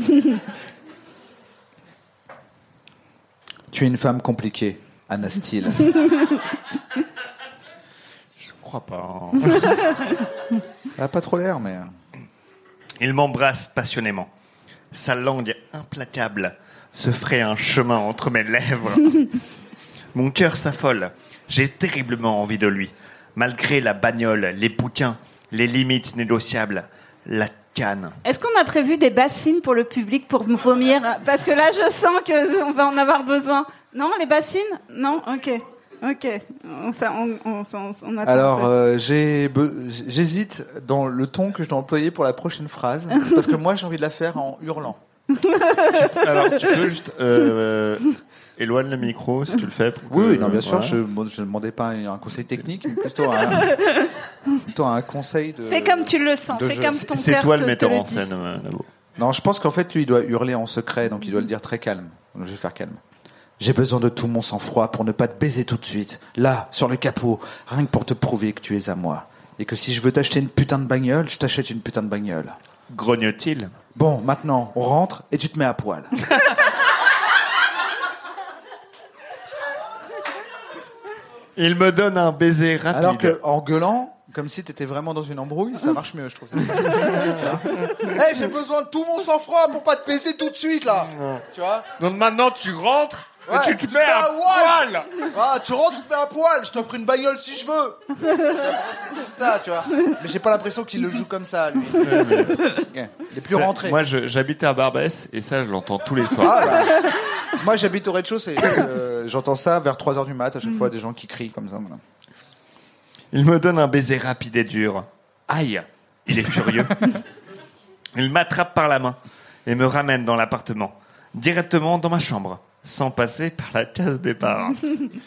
tu es une femme compliquée, Anna Steele. Je crois pas. hein. Elle a pas trop l'air, mais. euh. Il m'embrasse passionnément. Sa langue implacable se ferait un chemin entre mes lèvres. Mon cœur s'affole. J'ai terriblement envie de lui. Malgré la bagnole, les bouquins, les limites négociables, la canne. Est-ce qu'on a prévu des bassines pour le public pour me vomir Parce que là, je sens que on va en avoir besoin. Non, les bassines Non, ok, ok. On, s'a- on, on, s'en- on attend. Alors, un peu. euh, j'ai be- j'hésite dans le ton que je dois employer pour la prochaine phrase, parce que moi j'ai envie de la faire en hurlant. Alors, tu peux juste euh, éloigne le micro si tu le fais. Oui, oui, non, bien sûr, je ne demandais pas un conseil technique, mais plutôt un, plutôt un conseil de. fais comme tu le sens, euh, de fais jeu. comme ton C'est cœur toi te, le te metteur le en dit. scène, euh, Nabo. Non, je pense qu'en fait, lui, il doit hurler en secret, donc il doit le dire très calme. Donc, je vais faire calme. J'ai besoin de tout mon sang-froid pour ne pas te baiser tout de suite, là, sur le capot, rien que pour te prouver que tu es à moi. Et que si je veux t'acheter une putain de bagnole, je t'achète une putain de bagnole. Grogne-t-il Bon, maintenant, on rentre et tu te mets à poil. Il me donne un baiser rapide. Alors que, en gueulant, comme si t'étais vraiment dans une embrouille, ça marche mieux, je trouve. ça. Hey, Eh, j'ai besoin de tout mon sang-froid pour pas te baiser tout de suite, là. Tu vois Donc maintenant tu rentres Ouais, et tu te mets à poil Ah, tu rentres, tu te mets à poil, je t'offre une bagnole si je veux C'est tout ça, tu vois. Mais j'ai pas l'impression qu'il le joue comme ça, lui. Ok. Il est plus rentré. Moi je- j'habitais à Barbès et ça je l'entends tous les soirs. Ah, bah. Moi, j'habite au rez-de-chaussée. Euh, J'entends ça vers 3h du mat, à chaque fois, des gens qui crient comme ça. voilà. Il me donne un baiser rapide et dur. Aïe Il est furieux. Il m'attrape par la main et me ramène dans l'appartement, directement dans ma chambre, sans passer par la case départ.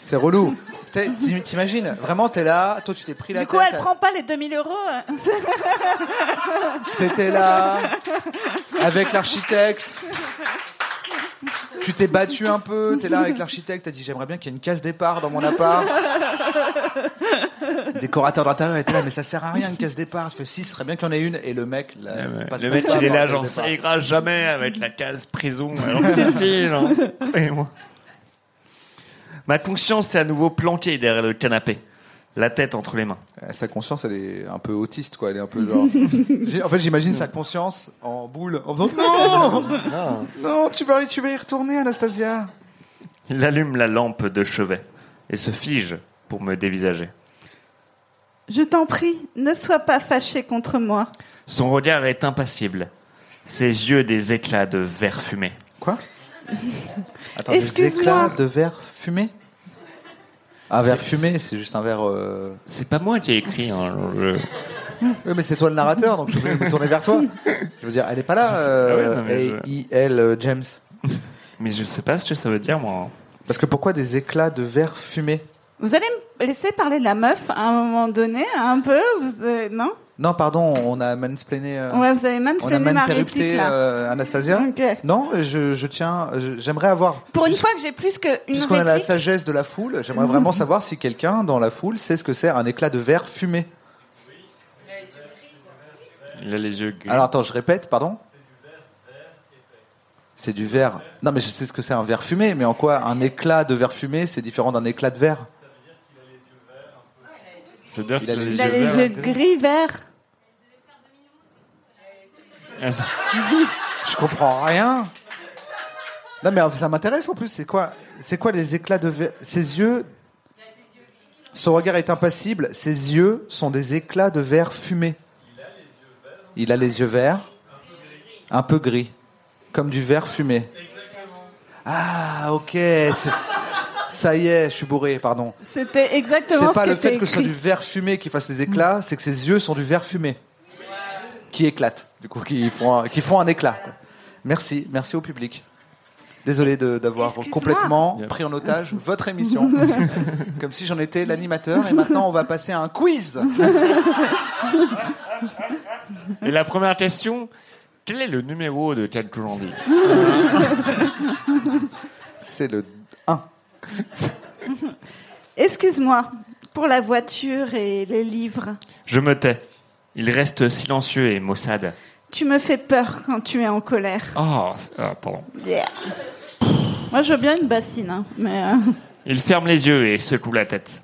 C'est relou. T'es- t'im- T'imagines, vraiment, t'es là, toi, tu t'es pris la Du coup, tête. elle prend pas les 2000 euros. hein. T'étais là avec l'architecte. Tu t'es battu un peu, t'es là avec l'architecte, t'as dit j'aimerais bien qu'il y ait une case départ dans mon appart. Le Décorateur d'intérieur était là, mais ça sert à rien une case départ. Tu fais si, ce serait bien qu'il y en ait une. Et le mec, là, passe Ah Le même mec pas il est dans là la genre case ça départ. ira jamais avec la case prison. Alors que si si genre, et moi. Ma conscience est à nouveau plantée derrière le canapé, la tête entre les mains. Euh, Sa conscience, elle est un peu autiste, quoi. Elle est un peu genre. J'ai- En fait, j'imagine sa conscience en boule, en faisant non, non, tu vas, tu vas y retourner, Anastasia. Il allume la lampe de chevet et se fige pour me dévisager. Je t'en prie, ne sois pas fâché contre moi. Son regard est impassible, ses yeux des éclats de verre fumé. Quoi Attends, Excuse-moi. de verre fumé Un verre C'est- fumé, c'est juste un verre. euh, C'est pas moi qui ai écrit. hein, le- Oui, mais c'est toi le narrateur, donc je vais me tourner vers toi. Je veux dire, elle est pas là, Ah ouais, non, mais je- A.I.L. euh, James. Mais je sais pas ce que ça veut dire, moi. hein. Parce que pourquoi des éclats de verre fumé Vous allez me laisser parler de la meuf à un moment donné, un peu, vous, euh, non Non, pardon, on a mansplainé. euh, Ouais, vous avez on a mansplainé ma réplique maninterrupté là. euh, Anastasia. Ok. Non, je, je tiens. je- J'aimerais avoir. Pour une fois que j'ai plus qu'une réplique. Puisqu'on a la sagesse de la foule, j'aimerais vraiment savoir si quelqu'un dans la foule sait ce que c'est un éclat de verre fumé. Il a les yeux gris. Alors attends, je répète, pardon C'est du verre. Non, mais je sais ce que c'est un verre fumé, mais en quoi un éclat de verre fumé, c'est différent d'un éclat de verre C'est-à-dire il a qu'il les Il a les yeux gris verts. Je comprends rien. Non, mais ça m'intéresse en plus. C'est quoi C'est quoi les éclats de verre Ses yeux. Son regard est impassible. Ses yeux sont des éclats de verre fumé. Il a les yeux verts. Un peu gris. Comme du verre fumé. Ah, ok. c'est- Ça y est, je suis bourré, pardon. C'était exactement C'est ce pas que le fait t'as que ce soit écrit. du verre fumé qui fasse les éclats, c'est que ses yeux sont du verre fumé. Qui éclatent, du coup, qui font un, qui font un éclat. quoi. Merci, merci au public. Désolé de- d'avoir Excuse-moi. complètement Yep. pris en otage votre émission. Comme si j'en étais l'animateur. Et maintenant, on va passer à un quiz. Et la première question, quel est le numéro de Katjurandi C'est le 1. Excuse-moi pour la voiture et les livres. Je me tais. Il reste silencieux et maussade. Tu me fais peur quand tu es en colère. Oh, c'est- ah, pardon. Moi, je veux bien une bassine, hein, mais euh, Il ferme les yeux et secoue la tête.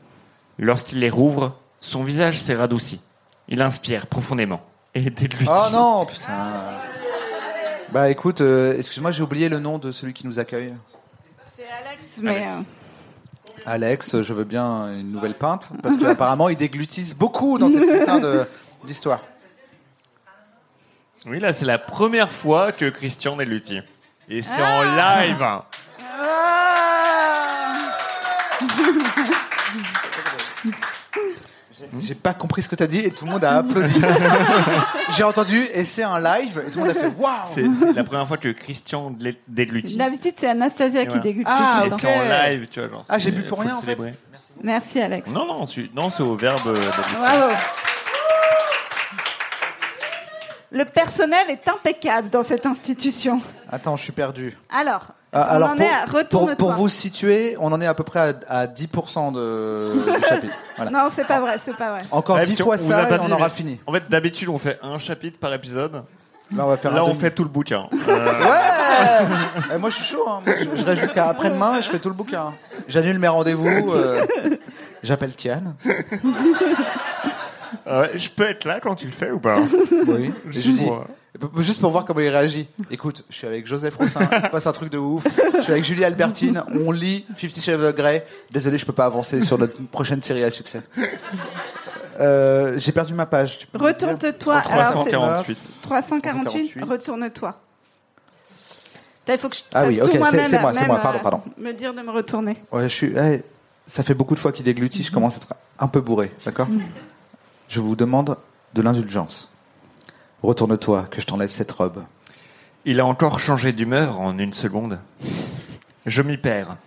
Lorsqu'il les rouvre, son visage s'est radouci. Il inspire profondément. Et déglutit. Oh non, putain. Bah écoute, euh, excuse-moi, j'ai oublié le nom de celui qui nous accueille. c'est Alex. Mais euh, Alex. Alex, je veux bien une nouvelle pinte, parce qu'apparemment, ils déglutissent beaucoup dans cette putain de- d'histoire. Oui, là, c'est la première fois que Christian déglutit. Et c'est en live euh, ah J'ai pas compris ce que t'as dit et tout le monde a applaudi. J'ai entendu et c'est un live et tout le monde a fait waouh. C'est c'est la première fois que Christian dé- déglutit. D'habitude, c'est Anastasia Et qui voilà. déguste. Ah, Et ok. c'est en live, tu vois. genre, Ah, c'est- j'ai bu pour faut rien, le en fait. célébrer. Merci, Alex. Non, non, c'est- non, c'est au verbe. euh, déglutir. Bravo. Le personnel est impeccable dans cette institution. Attends, je suis perdu. Alors, Ah, on alors en pour, est à pour, retourne-toi. pour vous situer, on en est à peu près à, à 10% de, du chapitre. Voilà. Non, c'est pas vrai, c'est pas vrai. Encore Ouais, 10 puis on- fois on vous a ça pas et on dit, aura mais- fini. En fait, d'habitude, on fait un chapitre par épisode. Là, on va faire Là, un on demi. fait tout le bouquin. Euh, Ouais Et Moi, je suis chaud. hein. Moi, Je, je reste jusqu'à après-demain et je fais tout le bouquin. J'annule mes rendez-vous. euh, J'appelle Kian. euh, je peux être là quand tu le fais ou pas euh, Oui. Je Je lui dis, vois. Juste pour voir comment il réagit. Écoute, je suis avec Joseph Rossin, il se passe un truc de ouf. Je suis avec Julie Albertine, on lit Fifty Shades of Grey. Désolé, je peux pas avancer sur notre prochaine série à succès. Euh, J'ai perdu ma page. tu peux me dire Retourne-toi. Alors, c'est 348. 348, 348. retourne-toi. Putain, Il faut que je Ah fasse oui, tout ok, c'est- moi-même, c'est moi, c'est même, moi, pardon, euh, pardon. Me dire de me retourner. Ouais, je suis. eh, ça fait beaucoup de fois qu'il déglutit, je commence à être un peu bourré, d'accord Mm. Je vous demande de l'indulgence. Retourne-toi, que je t'enlève cette robe. Il a encore changé d'humeur en une seconde. Je m'y perds.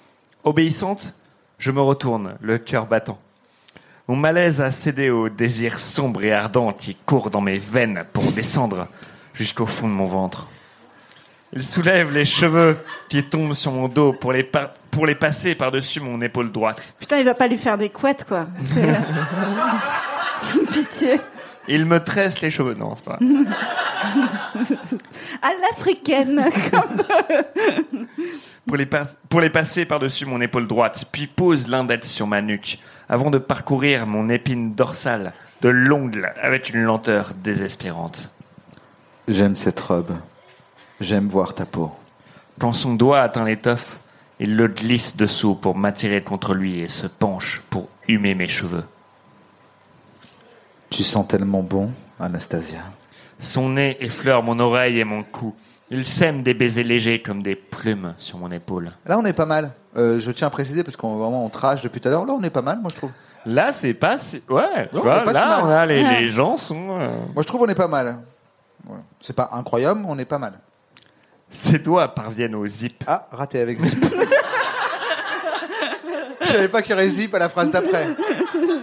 Obéissante, je me retourne, le cœur battant. Mon malaise a cédé au désir sombre et ardent qui court dans mes veines pour descendre jusqu'au fond de mon ventre. Il soulève les cheveux qui tombent sur mon dos pour les, par- pour les passer par-dessus mon épaule droite. Putain, il va pas lui faire des couettes, quoi. C'est, euh, Pitié. Il me tresse les cheveux. Non, c'est pas. À l'africaine. pour les, pas- pour les passer par-dessus mon épaule droite, puis pose l'index sur ma nuque, avant de parcourir mon épine dorsale de l'ongle avec une lenteur désespérante. J'aime cette robe. J'aime voir ta peau. Quand son doigt atteint l'étoffe, il le glisse dessous pour m'attirer contre lui et se penche pour humer mes cheveux. Tu sens tellement bon, Anastasia. Son nez effleure mon oreille et mon cou, Il sème des baisers légers comme des plumes sur mon épaule. Là, on est pas mal. Euh, je tiens à préciser parce qu'on vraiment on trash depuis tout à l'heure. Là, on est pas mal, moi je trouve. Là, c'est pas si. Ouais, tu Non, vois, c'est pas si là, mal. on a les, Ouais. les gens sont. euh, Moi, je trouve on est pas mal. Voilà. C'est pas incroyable, on est pas mal. Ses doigts parviennent au zip. Ah, raté avec zip. Je savais pas qu'il y aurait zip à la phrase d'après.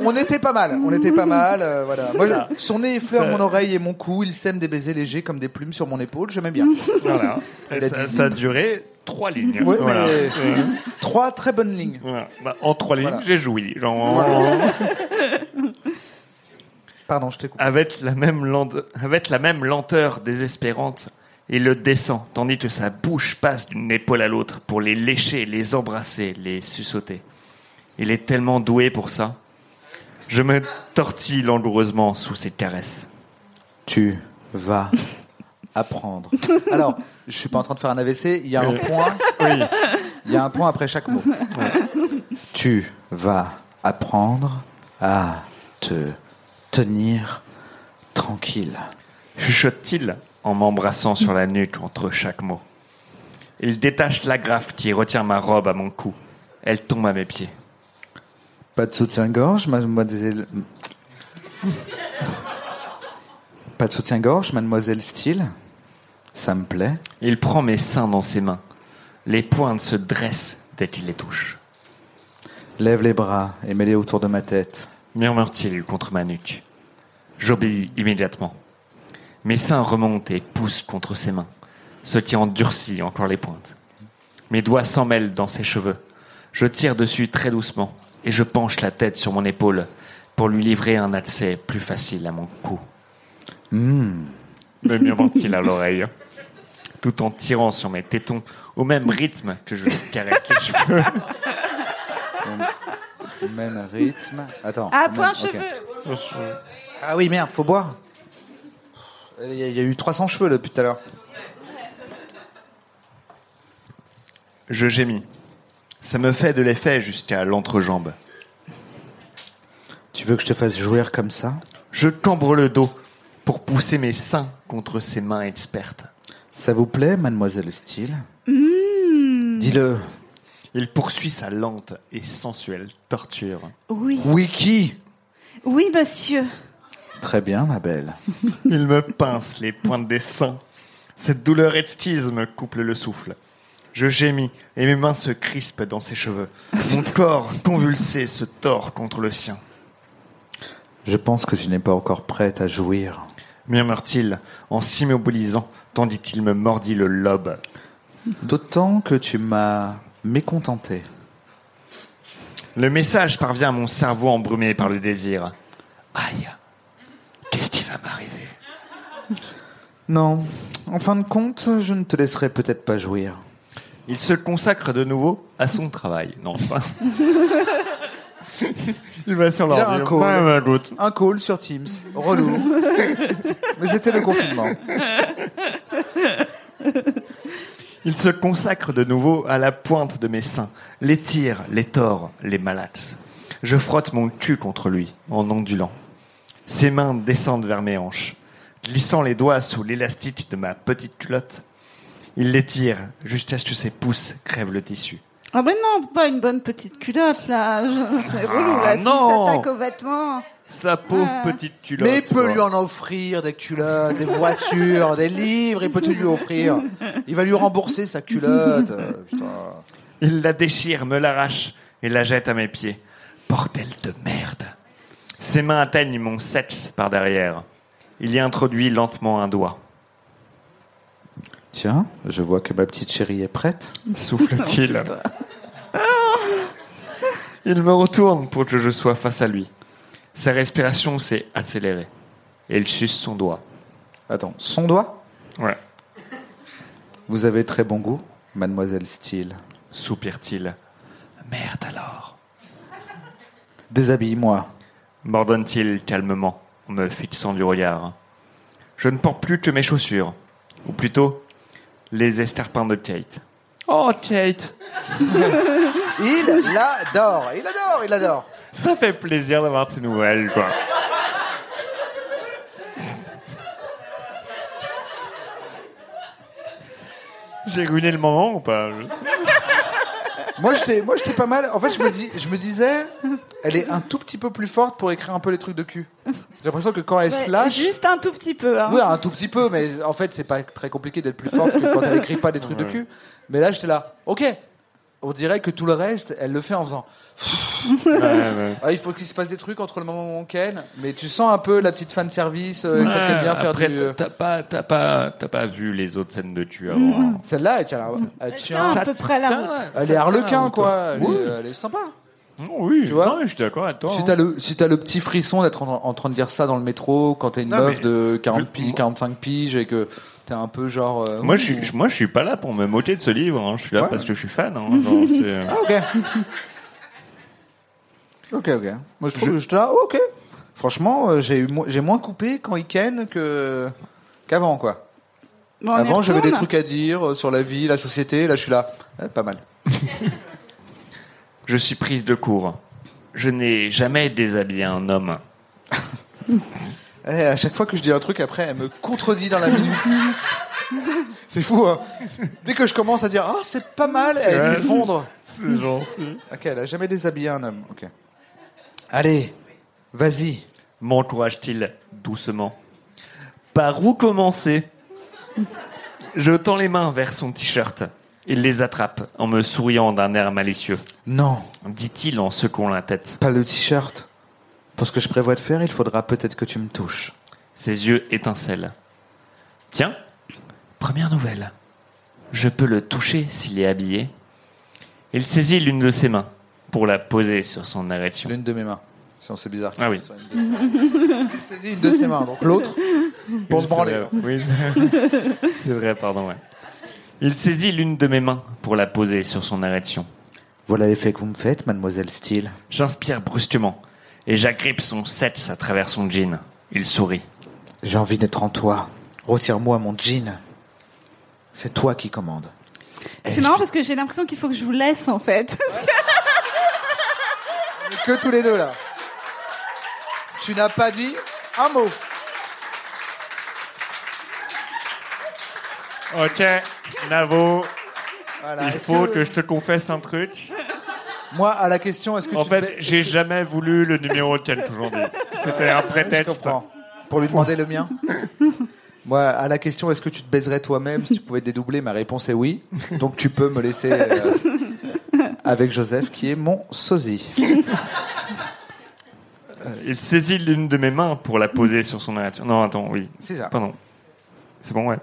On était pas mal, on était pas mal, euh, voilà. Moi, je- son nez effleure Ça- mon oreille et mon cou, il sème des baisers légers comme des plumes sur mon épaule, j'aimais bien. Voilà. Et Elle a ça, dit ça a duré trois lignes. Ouais, Voilà. mais- Euh, Trois très bonnes lignes. voilà. Bah, en trois lignes, Voilà. j'ai joui. Genre, Pardon, je t'ai coupé. avec, la même lente- avec la même lenteur désespérante, il le descend, tandis que sa bouche passe d'une épaule à l'autre pour les lécher, les embrasser, les suçoter. Il est tellement doué pour ça. Je me tortille langoureusement sous ses caresses. Tu vas apprendre. Alors, je suis pas en train de faire un AVC, il y a un point, Oui. il y a un point après chaque mot. Tu vas apprendre à te tenir tranquille. chuchote-t-il en m'embrassant sur la nuque entre chaque mot. Il détache l'agrafe qui retient ma robe à mon cou. Elle tombe à mes pieds. Pas de soutien-gorge, mademoiselle. Pas de soutien-gorge, mademoiselle Steele. Ça me plaît. Il prend mes seins dans ses mains. Les pointes se dressent dès qu'il les touche. Lève les bras et mets-les autour de ma tête. Murmure-t-il contre ma nuque. J'obéis immédiatement. Mes seins remontent et poussent contre ses mains, ce qui endurcit encore les pointes. Mes doigts s'emmêlent dans ses cheveux. Je tire dessus très doucement et je penche la tête sur mon épaule pour lui livrer un accès plus facile à mon cou. Me murmure-t-il à l'oreille, tout en tirant sur mes tétons au même rythme que je lui caresse les cheveux. Même rythme. Attends. Ah, même- point ok. cheveux. Ah oui, merde, faut boire. Il y, a- il y a eu 300 cheveux là, depuis tout à l'heure. Je gémis. Ça me fait de l'effet jusqu'à l'entrejambe. Tu veux que je te fasse jouir comme ça Je cambre le dos pour pousser mes seins contre ses mains expertes. Ça vous plaît, mademoiselle Steele Dis-le. Il poursuit sa lente et sensuelle torture. Oui. Wiki Oui, monsieur. Très bien, ma belle. Il me pince les pointes des seins. Cette douleur exquise me couple le souffle. Je gémis et mes mains se crispent dans ses cheveux. Mon corps convulsé se tord contre le sien. Je pense que tu n'es pas encore prête à jouir. Murmure-t-il en s'immobilisant tandis qu'il me mordit le lobe. D'autant que tu m'as mécontenté. Le message parvient à mon cerveau embrumé par le désir. Aïe, qu'est-ce qui va m'arriver Non. En fin de compte, je ne te laisserai peut-être pas jouir. Il se consacre de nouveau à son travail. Non, pas. Il va sur Il a un l'ordi. call. bah, Ouais, ouais, écoute. Un call sur Teams. Relou. Mais c'était le confinement. Il se consacre de nouveau à la pointe de mes seins, les tire, les tord, les malaxe. Je frotte mon cul contre lui en ondulant. Ses mains descendent vers mes hanches, glissant les doigts sous l'élastique de ma petite culotte. Il les tire jusqu'à ce que ses pouces crèvent le tissu. Ah ben non, pas une bonne petite culotte là. Je- C'est relou là. non. S'il s'attaque aux vêtements. Sa pauvre Ah. petite culotte. Mais il peut toi. lui en offrir des culottes, des voitures, des livres, il peut tout lui offrir. Il va lui rembourser sa culotte. Euh, putain. Il la déchire, me l'arrache et la jette à mes pieds. Bordel de merde. Ses mains atteignent mon sexe par derrière. Il y introduit lentement un doigt. Tiens, je vois que ma petite chérie est prête. souffle-t-il. Il me retourne pour que je sois face à lui. Sa respiration s'est accélérée. Et il suce son doigt. Attends, son doigt Ouais. Vous avez très bon goût, mademoiselle Steele. Soupire-t-il. Merde alors. Déshabille-moi. M'ordonne-t-il calmement, en me fixant du regard. Je ne porte plus que mes chaussures. Ou plutôt, les escarpins de Kate. Oh, Kate Il l'adore, il adore, il adore. Ça fait plaisir d'avoir tes nouvelles, quoi. J'ai ruiné le moment ou pas Je- Moi, j'étais, moi, j'étais pas mal. En fait, je me, dis, je me disais, elle est un tout petit peu plus forte pour écrire un peu les trucs de cul. J'ai l'impression que quand elle Ouais, se lâche. Juste un tout petit peu. hein. Oui, un tout petit peu, mais en fait, c'est pas très compliqué d'être plus forte que quand elle écrit pas des trucs de cul. Mais là, j'étais là, ok. On dirait que tout le reste, elle le fait en faisant. Ouais, ouais. Ah, il faut qu'il se passe des trucs entre le moment où on ken, mais tu sens un peu la petite fan service, euh, que ça Ouais, t'aime bien faire après, du. euh, t'as- T'as pas, t'as pas, t'as pas vu les autres scènes de tu avant. hein. Celle-là, elle tient la- elle tient- tient à peu près la route. Elle est harlequin, quoi. Elle, Oui. est, euh, elle est sympa. oui, Tu vois hein? non, mais je suis d'accord avec toi. Si hein. t'as le, si t'as le petit frisson d'être en, en train de dire ça dans le métro quand t'es une Non, meuf mais- de 40 Moi- piges, 45 piges et que t'es un peu genre. euh, Moi je, suis, je- moi, je suis pas là pour me moquer de ce livre. hein. Je suis là Ouais. parce que je suis fan. hein. Genre, c'est- Ah, ok. ok, ok. Moi, je trouve que je là, ok. Franchement, euh, j'ai eu mo- j'ai moins coupé quand Iken que qu'avant, quoi. Bon, on y Avant, j'avais des retourne. trucs à dire euh, sur la vie, la société. Là, je suis là. Eh, pas mal. Je suis prise de court. Je n'ai jamais déshabillé un homme. Eh, à chaque fois que je dis un truc, après, elle me contredit dans la minute. c'est fou, hein. Dès que je commence à dire, ah, c'est pas mal, elle vrai. s'effondre. C'est gentil. Ok, elle a jamais déshabillé un homme. Ok. Allez, vas-y. M'encourage-t-il doucement. Par où commencer Je tends les mains vers son t-shirt. Il les attrape en me souriant d'un air malicieux. Non, Dit-il en secouant la tête. pas le t-shirt. Pour ce que je prévois de faire, il faudra peut-être que tu me touches. Ses yeux étincellent. Tiens, première nouvelle. Je peux le toucher s'il est habillé. Il saisit l'une de ses mains pour la poser sur son érection. L'une de mes mains. Sinon, c'est bizarre. Ah oui. Il saisit une de ses mains, donc l'autre, pour se Oui, c'est branler. vrai. Oui, c'est vrai. c'est vrai, pardon. ouais. Il saisit l'une de mes mains pour la poser sur son érection. Voilà l'effet que vous me faites, mademoiselle Steele. J'inspire brusquement et j'agrippe son sexe à travers son jean. Il sourit. J'ai envie d'être en toi. Retire-moi mon jean. C'est toi qui commandes. C'est marrant parce que j'ai l'impression qu'il faut que je vous laisse en fait. Bah, Que tous les deux, là. Tu n'as pas dit un mot. Ok, Navo, Voilà. il Est-ce faut Ah, que... que- je te confesse un truc. Moi, à la question, est-ce que En tu fait, fais- j'ai jamais voulu le numéro de Ken aujourd'hui. C'était un Je prétexte. comprends. Pour lui demander le mien Moi, à la question, est-ce que tu te baiserais toi-même si tu pouvais te dédoubler Ma réponse est oui. Donc tu peux me laisser euh, avec Joseph, qui est mon sosie. Il saisit l'une de mes mains pour la poser sur son érection. Non, attends, oui. C'est ça. Pardon. C'est bon, ouais.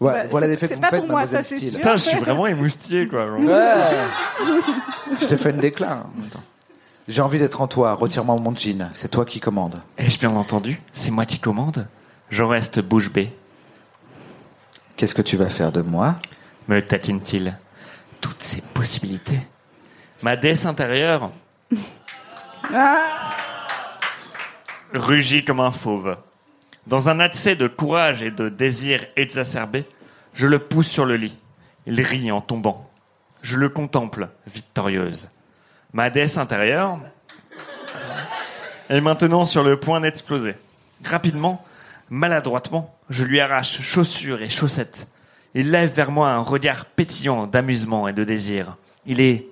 Voilà, Bah, voilà c'est- l'effet que c'est vous pas faites, pour moi, ça, mademoiselle c'est Steele. sûr. Putain, je suis vraiment émoustillé, quoi. genre. Ouais. Je t'ai fait une déclin. en même temps. J'ai envie d'être en toi. Retire-moi mon jean. C'est toi qui commandes. Ai-je bien entendu C'est moi qui commande Je reste bouche bée. Qu'est-ce que tu vas faire de moi Me taquine-t-il. Toutes ces possibilités. Ma déesse intérieure Ah, rugit comme un fauve. Dans un accès de courage et de désir exacerbé, je le pousse sur le lit. Il rit en tombant. Je le contemple, victorieuse. Ma déesse intérieure est maintenant sur le point d'exploser. Rapidement, maladroitement, je lui arrache chaussures et chaussettes. Il lève vers moi un regard pétillant d'amusement et de désir. Il est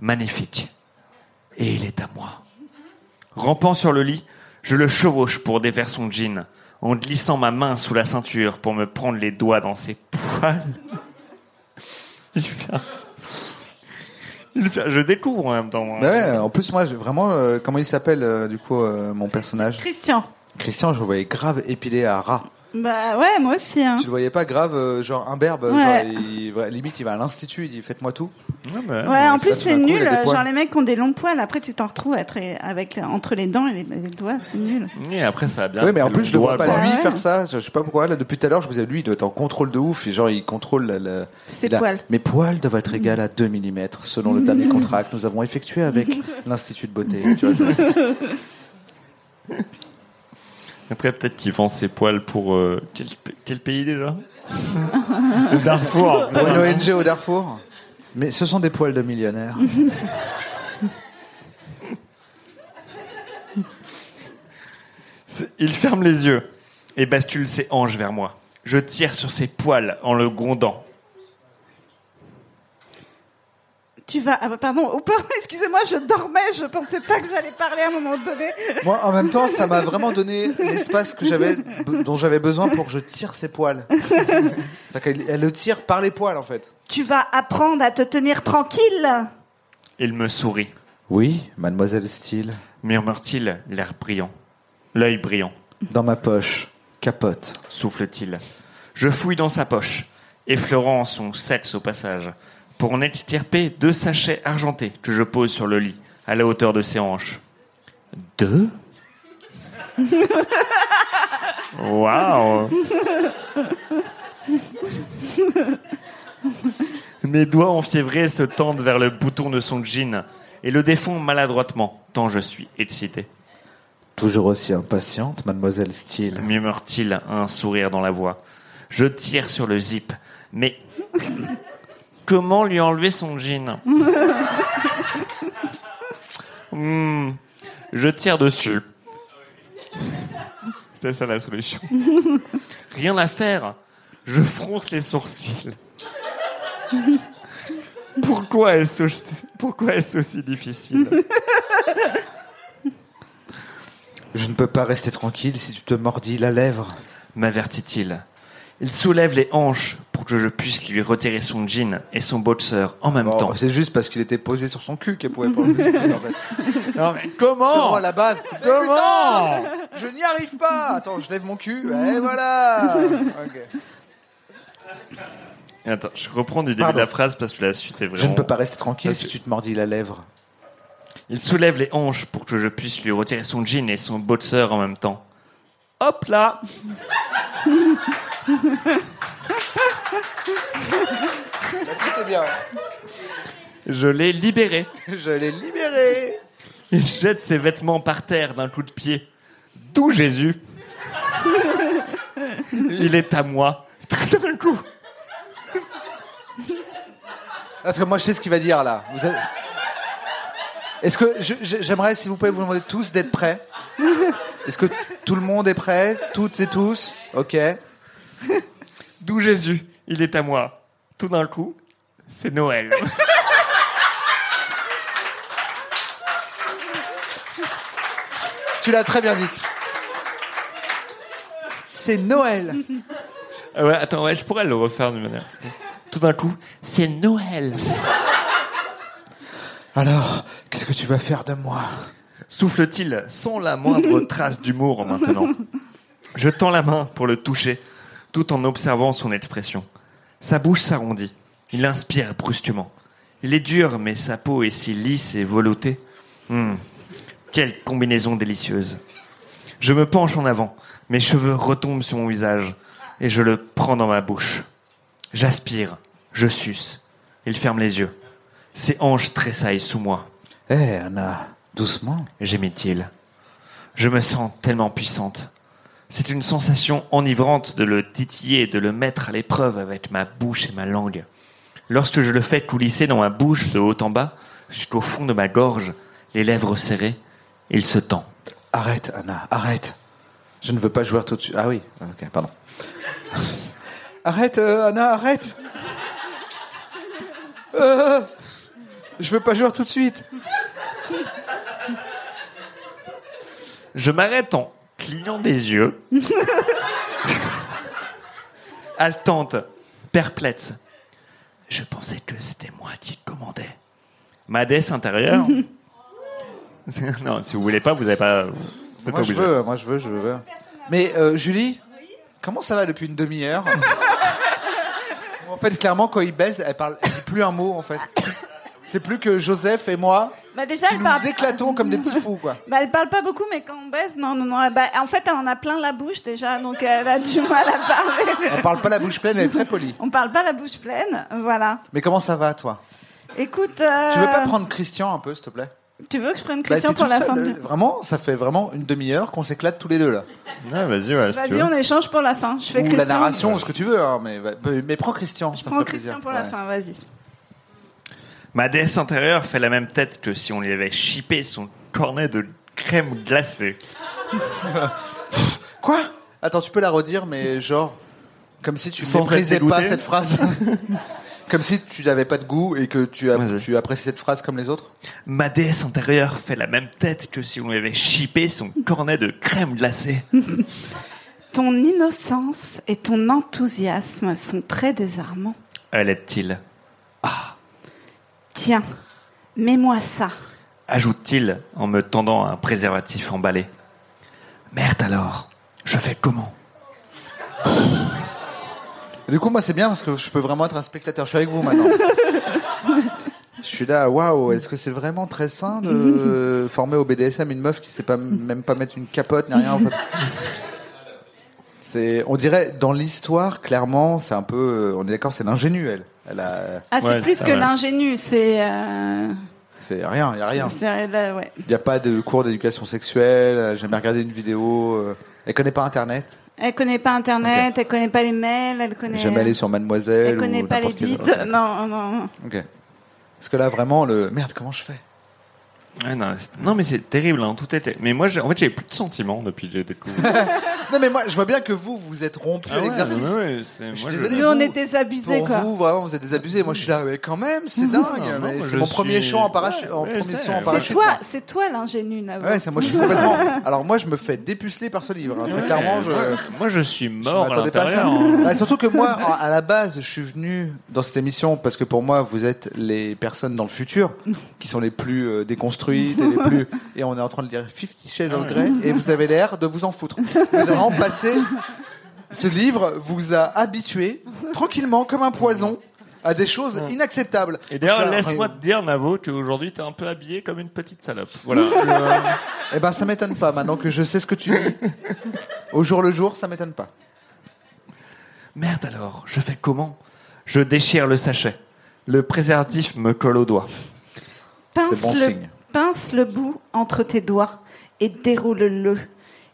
magnifique. Et il est à moi. Rampant sur le lit, je le chevauche pour défaire son jean, en glissant ma main sous la ceinture pour me prendre les doigts dans ses poils. Il fait un- Il fait un- Je découvre en même temps. moi. Bah ouais, En plus, moi, j'ai vraiment, euh, comment il s'appelle euh, du coup euh, mon personnage Christian. Christian, je le voyais grave épilé à rat. Bah ouais, moi aussi. hein. Tu le voyais pas grave, euh, genre imberbe, Ouais. genre, il- ouais, limite il va à l'institut, il dit faites-moi tout. Ouais, bah, Ouais, en tu vois, plus tout c'est d'un coup, il nul. a des poils. Genre les mecs qui ont des longs poils, après tu t'en retrouves à être- avec entre les dents et les, les doigts, c'est nul. Et après, ça va bien. oui, mais en Ah, c'est plus le je le vois doigt, pas quoi. quoi. lui Ah ouais. faire ça. Je je sais pas pourquoi. Là, depuis tout à l'heure, je me disais lui, il doit être en contrôle de ouf. Et genre, il contrôle la, la- Ses la- poils. Mes poils doivent être égales à 2 mm selon le dernier contrat que nous avons effectué avec l'institut de beauté. Tu vois, je- Après, peut-être qu'il vend ses poils pour. euh, quel, quel pays déjà Le Darfour. pour une ONG au Darfour. Mais ce sont des poils de millionnaires. C'est- Il ferme les yeux et bastule ses hanches vers moi. Je tire sur ses poils en le grondant. tu vas. Ah, pardon, oh, pardon, excusez-moi, je dormais, je pensais pas que j'allais parler à un moment donné. Moi, en même temps, ça m'a vraiment donné l'espace que j'avais, be- dont j'avais besoin pour que je tire ses poils. C'est-à-dire qu'elle elle le tire par les poils, en fait. Tu vas apprendre à te tenir tranquille. Il me sourit. Oui, mademoiselle Steele, Murmure-t-il, l'air brillant. L'œil brillant. dans ma poche, capote. Souffle-t-il. Je fouille dans sa poche, effleurant son sexe au passage, pour en extirper deux sachets argentés que je pose sur le lit, à la hauteur de ses hanches. Deux Waouh Mes doigts enfiévrés se tendent vers le bouton de son jean et le défont maladroitement, tant je suis excité. Toujours aussi impatiente, mademoiselle Steele. murmure-t-il, un sourire dans la voix. Je tire sur le zip, mais comment lui enlever son jean Hmm, Je tire dessus. C'était ça la solution. Rien à faire. Je fronce les sourcils. Pourquoi est-ce aussi- pourquoi est-ce aussi difficile Je ne peux pas rester tranquille si tu te mordis la lèvre. m'avertit-il. Il soulève les hanches pour que je puisse lui retirer son jean et son boxer en même Bon, bah, temps. c'est juste parce qu'il était posé sur son cul qu'elle pouvait pas enlever son cul, en fait. Non, mais C'est moi, comment la base. Mais Comment putain, Je n'y arrive pas. Attends, je lève mon cul. Et voilà. Ok. Attends, je reprends du début Pardon. de la phrase parce que la suite est vraiment... Je ne peux pas rester tranquille Parce si que- tu te mordis la lèvre. Il soulève les hanches pour que je puisse lui retirer son jean et son boxer en même temps. Hop là La suite est bien. Je l'ai libéré. Je l'ai libéré. Il jette ses vêtements par terre d'un coup de pied. D'où Jésus Il est à moi. Tout d'un coup Parce que moi, je sais ce qu'il va dire là. Vous êtes- Est-ce que je- je- j'aimerais, si vous pouvez, vous demander tous d'être prêts. Est-ce que tout le monde est prêt, toutes et tous Ok. D'où Jésus, il est à moi. Tout d'un coup, c'est Noël. Tu l'as très bien dit. C'est Noël. Ah ouais, attends, ouais, je pourrais le refaire d'une manière. Tout d'un coup, c'est Noël. Alors, qu'est-ce que tu vas faire de moi Souffle-t-il sans la moindre trace d'humour maintenant. Je tends la main pour le toucher, tout en observant son expression. Sa bouche s'arrondit. Il inspire brusquement. Il est dur, mais sa peau est si lisse et veloutée. Hmm, Quelle combinaison délicieuse. Je me penche en avant. Mes cheveux retombent sur mon visage et je le prends dans ma bouche. J'aspire. Je suce. Il ferme les yeux. Ses hanches tressaillent sous moi Eh, Anna, doucement. gémit-il. Je me sens tellement puissante. C'est une sensation enivrante de le titiller et de le mettre à l'épreuve avec ma bouche et ma langue. Lorsque je le fais coulisser dans ma bouche de haut en bas, jusqu'au fond de ma gorge, les lèvres serrées, il se tend. Arrête, Anna, arrête. Je ne veux pas jouer tout de suite. Ah oui, ok, pardon. arrête, euh, Anna, arrête. Euh, je veux pas jouer tout de suite. Je m'arrête en clignant des yeux, haletante, perplexe. Je pensais que c'était moi qui commandais. Ma déesse intérieure. non, si vous voulez pas, vous n'avez pas. vous êtes pas Moi je obligé. veux, moi je veux, je veux. Mais euh, Julie, comment ça va depuis une demi-heure En fait, clairement, quand il baise, elle parle elle dit plus un mot en fait. C'est plus que Joseph et moi Bah déjà, qui elle nous parle. éclatons comme des petits fous, quoi. Bah, elle parle pas beaucoup, mais quand on baisse, non, non, non. bah, en fait, elle en a plein la bouche déjà, donc euh, elle a du mal à parler. On parle pas la bouche pleine, elle est très polie. On parle pas la bouche pleine, voilà. Mais comment ça va, toi Écoute, euh, Tu veux pas prendre Christian un peu, s'il te plaît tu veux que je prenne Bah, Christian t'es pour toute la seule, fin euh, de... Vraiment, ça fait vraiment une demi-heure qu'on s'éclate tous les deux là. Ouais, vas-y, ouais, si tu Vas-y, veux. on échange pour la fin. Je fais Ou Christian. la narration, ou ce que tu veux, hein, mais, mais prends Christian. Je prends Christian pour la fin, vas-y. Ma déesse intérieure fait la même tête que si on lui avait chipé son cornet de crème glacée. Quoi Attends, tu peux la redire, mais genre comme si tu Sans méprisais être dégoûté. pas cette phrase. Comme si tu n'avais pas de goût et que tu, as- Vas-y. tu apprécies cette phrase comme les autres Ma déesse intérieure fait la même tête que si on lui avait chipé son cornet de crème glacée. Ton innocence et ton enthousiasme sont très désarmants. Elle est-il Tiens, mets-moi ça. ajoute-t-il en me tendant un préservatif emballé. Merde alors, je fais comment Du coup, moi, c'est bien parce que je peux vraiment être un spectateur. Je suis avec vous maintenant. Je suis là, waouh, est-ce que c'est vraiment très sain de former au BDSM une meuf qui sait pas, même pas mettre une capote ni rien en fait C'est, on dirait, dans l'histoire, clairement, c'est un peu, euh, on est d'accord, c'est l'ingénue, elle. Elle a, Ah, c'est Ouais, plus ça, que ouais. l'ingénu, c'est. euh, c'est rien, il y a rien. c'est là, ouais. Il n'y a pas de cours d'éducation sexuelle, euh, j'ai jamais regardé une vidéo, euh, elle connaît pas Internet, Elle connaît pas Internet, elle connaît pas les mails, elle elle connaît. n'est jamais allée sur Mademoiselle Elle connaît ou pas les n'importe quelle- bites. Non, non, non. Ok. Parce que là, vraiment, le, merde, comment je fais? Ouais, Ah non, c'est- non, mais c'est terrible, hein, tout est. ter- Mais moi, j'ai- en fait, j'ai plus de sentiments depuis que j'ai découvert. Non mais moi je vois bien que vous vous êtes rompu à Ah ouais, l'exercice. ouais, ouais, c'est- Je suis moi, je- désolé. Et Nous, on vous, était abusés, Pour quoi. vous vraiment vous êtes désabusé. Moi je suis là mais quand même c'est dingue. mais non, moi, c'est je mon premier suis- show en parachute. Ouais, en ouais, premier c'est- saut en c'est C'est parachute. toi, c'est toi l'ingénu, Navo. Ouais c'est moi je suis complètement. Alors moi je me fais dépuceler par ce livre. hein. Très Ouais, clairement je. moi, moi, je suis je mort à m'attendais pas à ça. l'intérieur. hein. Bah, surtout que moi, en- à la base, je suis venu dans cette émission parce que pour moi, vous êtes les personnes dans le futur qui sont les plus euh, déconstruites et les plus. Et on est en train de lire Fifty Shades Ah of Grey et vous avez l'air de vous en foutre. Vous êtes vraiment passé. Ce livre vous a habitué tranquillement, comme un poison, à des choses inacceptables. Et d'ailleurs, Ça- laisse-moi te dire, Navo, qu'aujourd'hui, t'es un peu habillé comme une petite salope. Voilà. Eh ben, ça m'étonne pas maintenant que je sais ce que tu dis. Au jour le jour, ça m'étonne pas. Merde alors, je fais comment Je déchire le sachet. Le préservatif me colle au doigt. Pince, C'est bon le, signe. pince le bout entre tes doigts et déroule-le.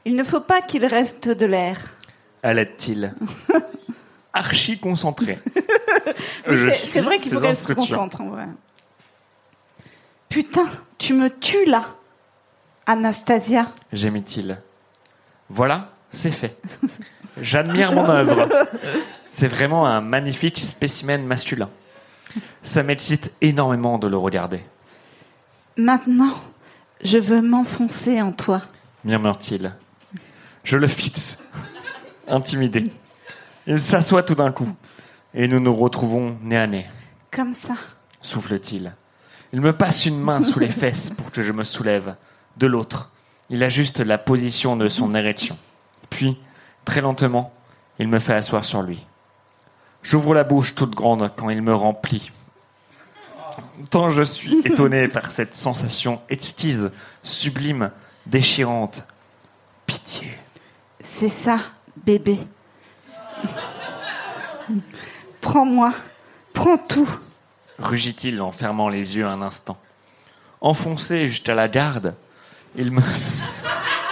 Il ne faut pas qu'il reste de l'air. Allait-il Archi concentré. Oui, Je c'est- suis C'est vrai qu'il ces faut qu'elle se instructions. concentre. en vrai. Putain, tu me tues là, Anastasia. gémit-il. Voilà, c'est fait. J'admire mon œuvre. C'est vraiment un magnifique spécimen masculin. Ça m'excite énormément de le regarder, Maintenant, je veux m'enfoncer en toi. murmure-t-il. Je le fixe, intimidé. Il s'assoit tout d'un coup, et nous nous retrouvons nez à nez, Comme ça. souffle-t-il. Il me passe une main sous les fesses pour que je me soulève. De l'autre, il ajuste la position de son érection. Puis, très lentement, il me fait asseoir sur lui. J'ouvre la bouche toute grande quand il me remplit. Tant je suis étonné par cette sensation exquise, sublime, déchirante. Pitié. C'est ça, bébé. Prends-moi. Prends tout. rugit-il en fermant les yeux un instant. Enfoncé jusqu'à la garde, il me...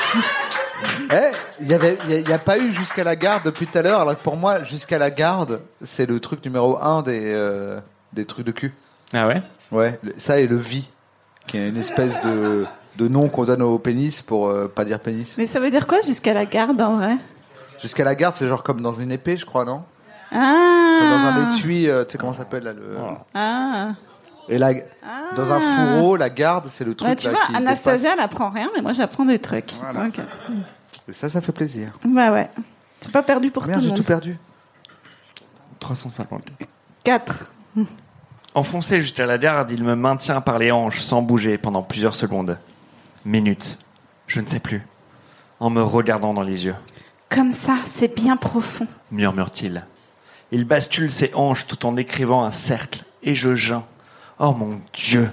Eh, il n'y a, pas eu jusqu'à la garde depuis tout à l'heure, alors que pour moi, jusqu'à la garde, c'est le truc numéro un des, euh, des trucs de cul. Ah ouais Ouais, le- ça et le vie, qui est une espèce de, de nom qu'on donne au pénis pour euh, pas dire pénis. Mais ça veut dire quoi jusqu'à la garde en vrai Jusqu'à la garde, c'est genre comme dans une épée, je crois, non Comme Dans Ah. un étui, euh, tu sais comment ça s'appelle là, le... Ah. Et la, Dans un fourreau, la garde, c'est le truc Ouais, Bah, Ah, tu là, vois, qui Anastasia, dépasse. elle apprend rien, mais moi, j'apprends des trucs. Voilà. Ok. Et Ça, ça fait plaisir. Bah ouais. C'est pas perdu pour Ah, Merde, tout le j'ai tout monde. perdu. 350. 4. Enfoncé jusqu'à la garde, il me maintient par les hanches sans bouger pendant plusieurs secondes. Minutes. Je ne sais plus. En me regardant dans les yeux, Comme ça, c'est bien profond. murmure-t-il. Il bascule ses hanches tout en écrivant un cercle, et je geins. Oh mon Dieu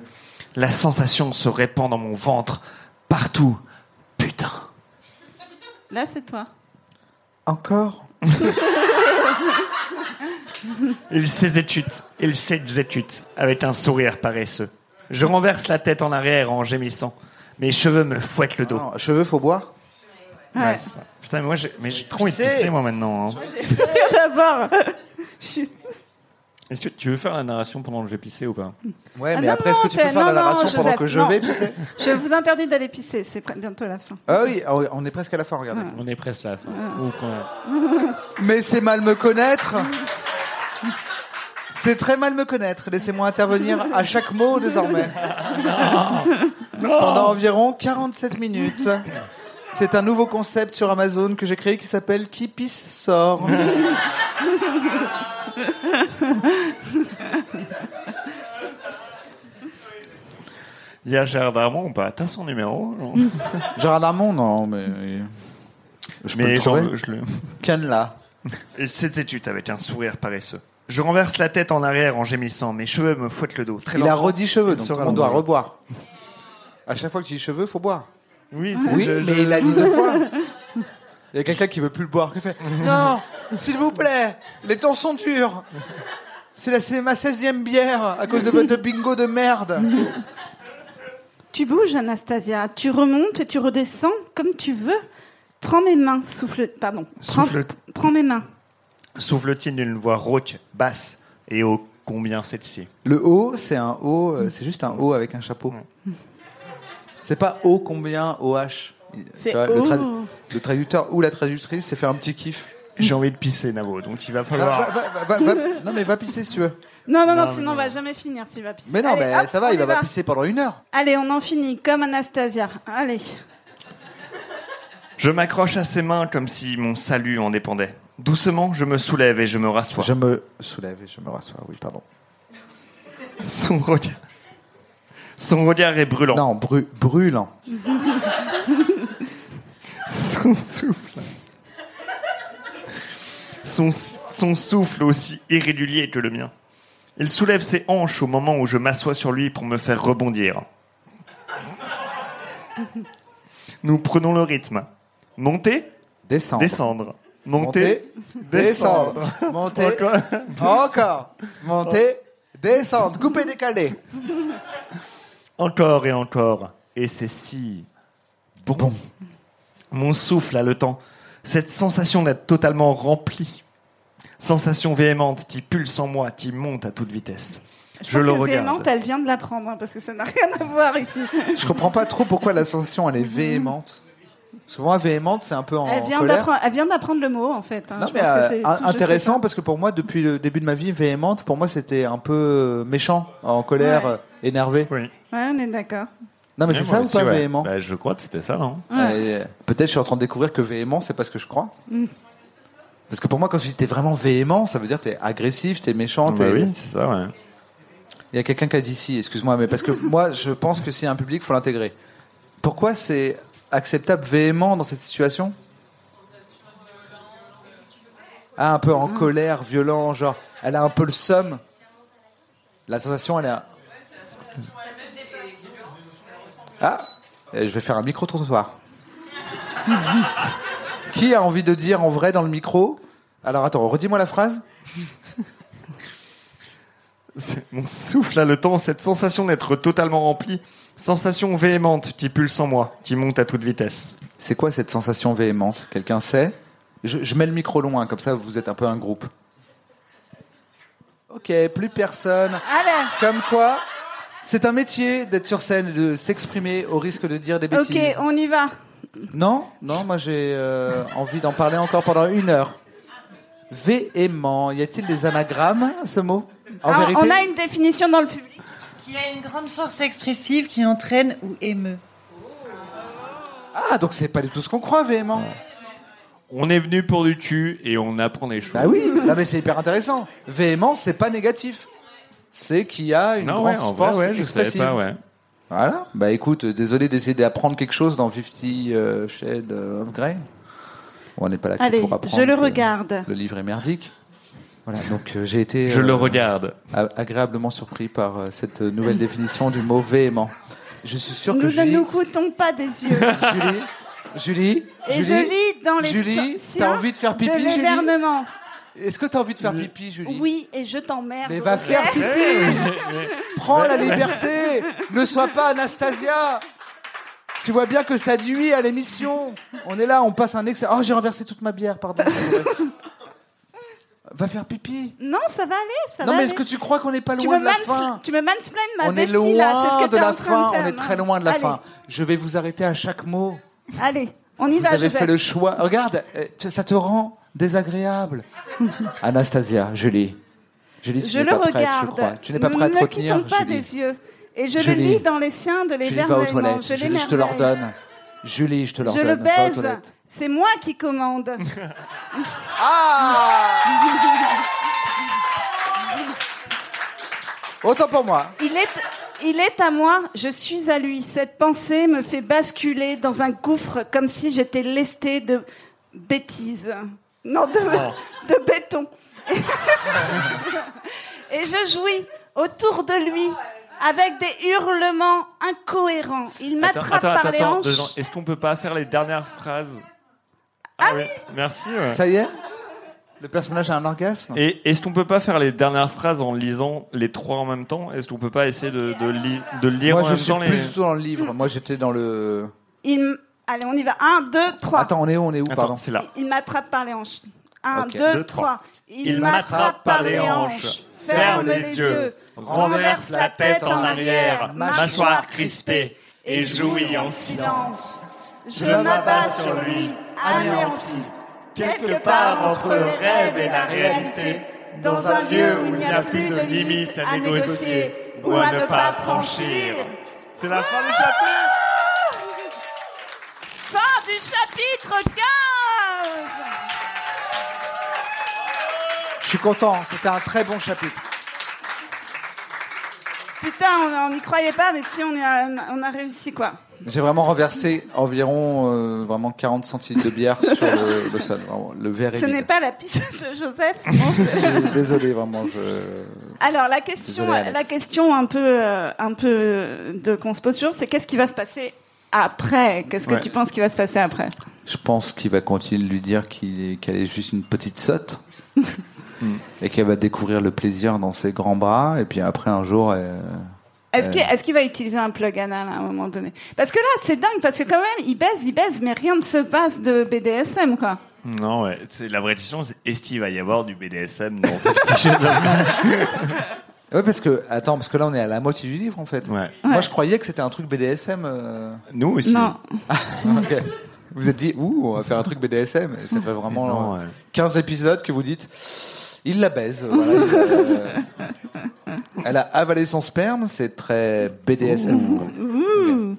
La sensation se répand dans mon ventre, partout. Putain Là, c'est toi. Encore Il s'exécute, il s'exécute, avec un sourire paresseux. Je renverse la tête en arrière en gémissant. Mes cheveux me fouettent le dos. Non, Cheveux, faut boire Ouais. Ouais, c'est ça. Putain, mais moi, j'ai, mais j'ai trop envie de Pisser. pisser, moi, maintenant. hein. D'abord. Chut. Est-ce que tu veux faire la narration pendant que j'ai pissé ou pas Ouais, Ah mais non, après, est-ce non, que tu peux c'est- faire la non, non, narration pendant Joseph, que je non. vais pisser Je vous interdis d'aller pisser. C'est pr- bientôt la fin. Ah oui, on est presque à la fin, regardez. On est presque là. Mais c'est mal me connaître C'est très mal me connaître. Laissez-moi intervenir à chaque mot désormais. Pendant environ 47 minutes. C'est un nouveau concept sur Amazon que j'ai créé qui s'appelle Qui pisse sort. Il y a Gérard Darmon ou pas T'as son numéro non Gérard Darmon, non, mais. Je peux Mais le j'en- trouver. je le- Ken-la. Il s'exécute avec un sourire paresseux. Je renverse la tête en arrière en gémissant, mes cheveux me fouettent le dos. Très Il a lentement. redit cheveux, Il donc sera on doit lendemain. reboire. À chaque fois que tu dis cheveux, faut boire. Oui, c'est- Ah. Oui, je- je- mais il l'a dit deux fois. Il y a quelqu'un qui veut plus le boire, qui fait Non, s'il vous plaît, les temps sont durs. C'est la- c'est ma 16e bière à cause de votre bingo de merde. Tu bouges, Anastasia. Tu remontes et tu redescends comme tu veux. Prends mes mains, souffle. Pardon. Prends, Souffle- prends mes mains. Souffle-t-il d'une voix rauque, basse et ô combien celle-ci. Le haut, c'est un haut, euh, c'est juste un haut avec un chapeau. C'est pas haut combien, OH. Tu C'est vois, le, tra- haut. le traducteur ou la traductrice s'est fait un petit kiff. J'ai envie de pisser, Navo, donc il va Va- falloir. va- va- va- va- non mais va pisser si tu veux. Non, non, non, Non, sinon mais on va non. jamais finir s'il va pisser. Mais non, Allez, mais hop, ça va, on il y va pas pisser pendant une heure. Allez, on en finit, comme Anastasia. Allez. Je m'accroche à ses mains comme si mon salut en dépendait. Doucement, je me soulève et je me rassois. Je me soulève et je me rassois. Oui, pardon. Son regard. Son regard est brûlant. Non, bru- brûlant. Son souffle. Son, son souffle aussi irrégulier que le mien. Il soulève ses hanches au moment où je m'assois sur lui pour me faire rebondir. Nous prenons le rythme. Monter, Descendre. descendre. Monter, descendre. descendre. Monter, Encore. encore. Monter, descendre. Couper, décaler. Encore et encore. Et c'est si bon. Mon souffle a le temps. Cette sensation d'être totalement rempli. Sensation véhémente qui pulse en moi, qui monte à toute vitesse. Je, pense le que regarde. Véhémente, elle vient de l'apprendre, hein, parce que ça n'a rien à voir ici. Je comprends pas trop pourquoi la sensation, elle est véhémente. Parce que moi, véhémente, c'est un peu en Elle vient colère. d'apprendre, elle vient d'apprendre le mot, en fait. hein. Non, Je mais pense que euh, c'est tout in- juste intéressant ça. parce que pour moi, depuis le début de ma vie, véhémente, pour moi, c'était un peu euh, méchant, en colère, Ouais. euh, énervé. Oui. Ouais, on est d'accord. Non, mais Ouais, c'est moi ça ou aussi, pas ouais. véhément Bah, Je crois que c'était ça, non Ouais. Euh, Peut-être je suis en train de découvrir que véhément, c'est pas ce que je crois. Parce que pour moi, quand tu dis t'es vraiment véhément, ça veut dire t'es agressif, t'es méchant. Bah t'es- oui, c'est ça, ouais. Il y a quelqu'un qui a dit si, excuse-moi, mais parce que moi, je pense que s'il y a un public, faut l'intégrer. Pourquoi c'est acceptable véhément dans cette situation Ah, un peu en colère, violent, genre, elle a un peu le seum. La sensation, elle est. Ah, euh, je vais faire un micro-trottoir. Qui a envie de dire en vrai dans le micro Alors attends, redis-moi la phrase. C'est- Mon souffle a le temps, cette sensation d'être totalement rempli. Sensation véhémente qui pulse en moi, qui monte à toute vitesse. C'est quoi cette sensation véhémente Quelqu'un sait je, je mets le micro loin, comme ça vous êtes un peu un groupe. Ok, plus personne. Allez. Comme quoi, c'est un métier d'être sur scène et de s'exprimer au risque de dire des bêtises. Ok, on y va. Non, non, moi j'ai euh, envie d'en parler encore pendant une heure. Véhément, y a-t-il des anagrammes à ce mot En Alors, vérité, Ah, on a une définition dans le public. Qui a une grande force expressive qui entraîne ou émeut. ah donc c'est pas du tout ce qu'on croit véhément. On est venu pour du cul et on apprend des choses. Bah oui, non mais c'est hyper intéressant. Véhément, c'est pas négatif. C'est qu'il y a une non, grande ouais, en vrai, force ouais, je savais expressive. pas, ouais. Voilà. Bah écoute, euh, désolé d'essayer d'apprendre quelque chose dans Fifty euh, Shades of Grey. On n'est pas là que Allez, pour apprendre. je le que regarde. Le livre est merdique. Voilà, donc euh, j'ai été Je euh, le regarde. a- agréablement surpris par euh, cette nouvelle définition du mot véhément. Je suis sûr que Nous ne Julie, nous coûtons pas des yeux. Julie, Julie, Et je Julie, lis dans les so- Julie, t'as siens envie de faire pipi, de Julie l'énervement. est-ce que t'as envie de faire pipi, Julie Oui, et je t'emmerde. Mais va ok faire pipi Prends la liberté Ne sois pas Anastasia Tu vois bien que ça nuit à l'émission. On est là, on passe un excès. Oh, j'ai renversé toute ma bière, pardon. va faire pipi. Non, ça va aller, ça non, va mais aller. est-ce que tu crois qu'on n'est pas tu loin me, de la mans- fin tu me mansplaines ma On est vessie, loin là, c'est ce que de t'es la en train fin, de faire, on est non très loin de la Allez, fin. Je vais vous arrêter à chaque mot. Allez, on y Vous va. avez je vais- fait le choix. Regarde, euh, ça te rend désagréable. Anastasia, Julie, Julie, tu Je n'es le pas prête, regarde. je crois. Tu n'es pas Nous prête ne à retenir. quittons pas Julie. des yeux. Et je le Julie. lis dans les siens de Julie, va aux l'émerveillement. toilettes. Je Julie, je te l'ordonne. Julie, je te Je l'ordonne. le va aux baise. toilettes. C'est moi qui commande. Ah Autant pour moi. Il est, il est à moi, je suis à lui. Cette pensée me fait basculer dans un gouffre comme si j'étais lestée de bêtises. Non, de, Oh. de béton. Et je jouis autour de lui avec des hurlements incohérents. Il m'attrape par les hanches. deux secondes. Est-ce qu'on peut pas faire les dernières phrases Ah oui Merci. ouais. Ça y est Le personnage a un orgasme Et est-ce qu'on peut pas faire les dernières phrases en lisant les trois en même temps Est-ce qu'on peut pas essayer de, de, li- de lire Moi, en je même suis temps plus les... du tout dans le livre. Moi, j'étais dans le. Il m- Allez, on y va. Un, deux, trois. Attends, on est où On est où Pardon. Attends, c'est là. Il m'attrape par les hanches. Un, Ok, deux, deux, trois. trois. Il, m'attrape par les hanches. Ferme les yeux. Renverse la tête en arrière. Mâchoire crispée. Et jouis en silence. Je m'abats sur lui, anéanti. Quelque part entre le rêve et la réalité. Dans un lieu où il n'y a plus de limites à négocier ou à ne pas franchir. C'est la fin du chapitre Fin du chapitre 15 Je suis content. C'était un très bon chapitre. Putain, on n'y croyait pas, mais si, on, y a, on a réussi, quoi. J'ai vraiment renversé environ euh, vraiment 40 centilitres de bière sur le, le sol. Vraiment, le verre est Ce vide. n'est pas la piste de Joseph. Bon, c'est- Je suis Désolé, vraiment. Je... Alors la question, Désolé, Alex. la question un peu, euh, un peu de qu'on se pose toujours, c'est qu'est-ce qui va se passer après Qu'est-ce que Ouais. tu penses qui va se passer après je pense qu'il va continuer de lui dire qu'il est- qu'elle est juste une petite sotte. et qu'elle va découvrir le plaisir dans ses grands bras. Et puis après, un jour, elle- Est-ce Euh. qu'il est-ce qu'il va utiliser un plug anal à un moment donné Parce que là, c'est dingue, parce que quand même, il baise, il baise, mais rien ne se passe de BDSM, quoi. Non, ouais. C'est, la vraie question, c'est est-ce qu'il va y avoir du BDSM dans Fifty Shades of Ouais, parce que attends, parce que là on est à la moitié du livre en fait. Ouais. Moi je croyais que c'était un truc BDSM. euh. Nous aussi. Non. Ok. Vous vous êtes dit ouh, on va faire un truc BDSM. Et ça fait vraiment Non, ouais. euh, 15 épisodes que vous dites. Il la baise. voilà, il, euh, elle a avalé son sperme, c'est très BDSM. Ouh. Hmm.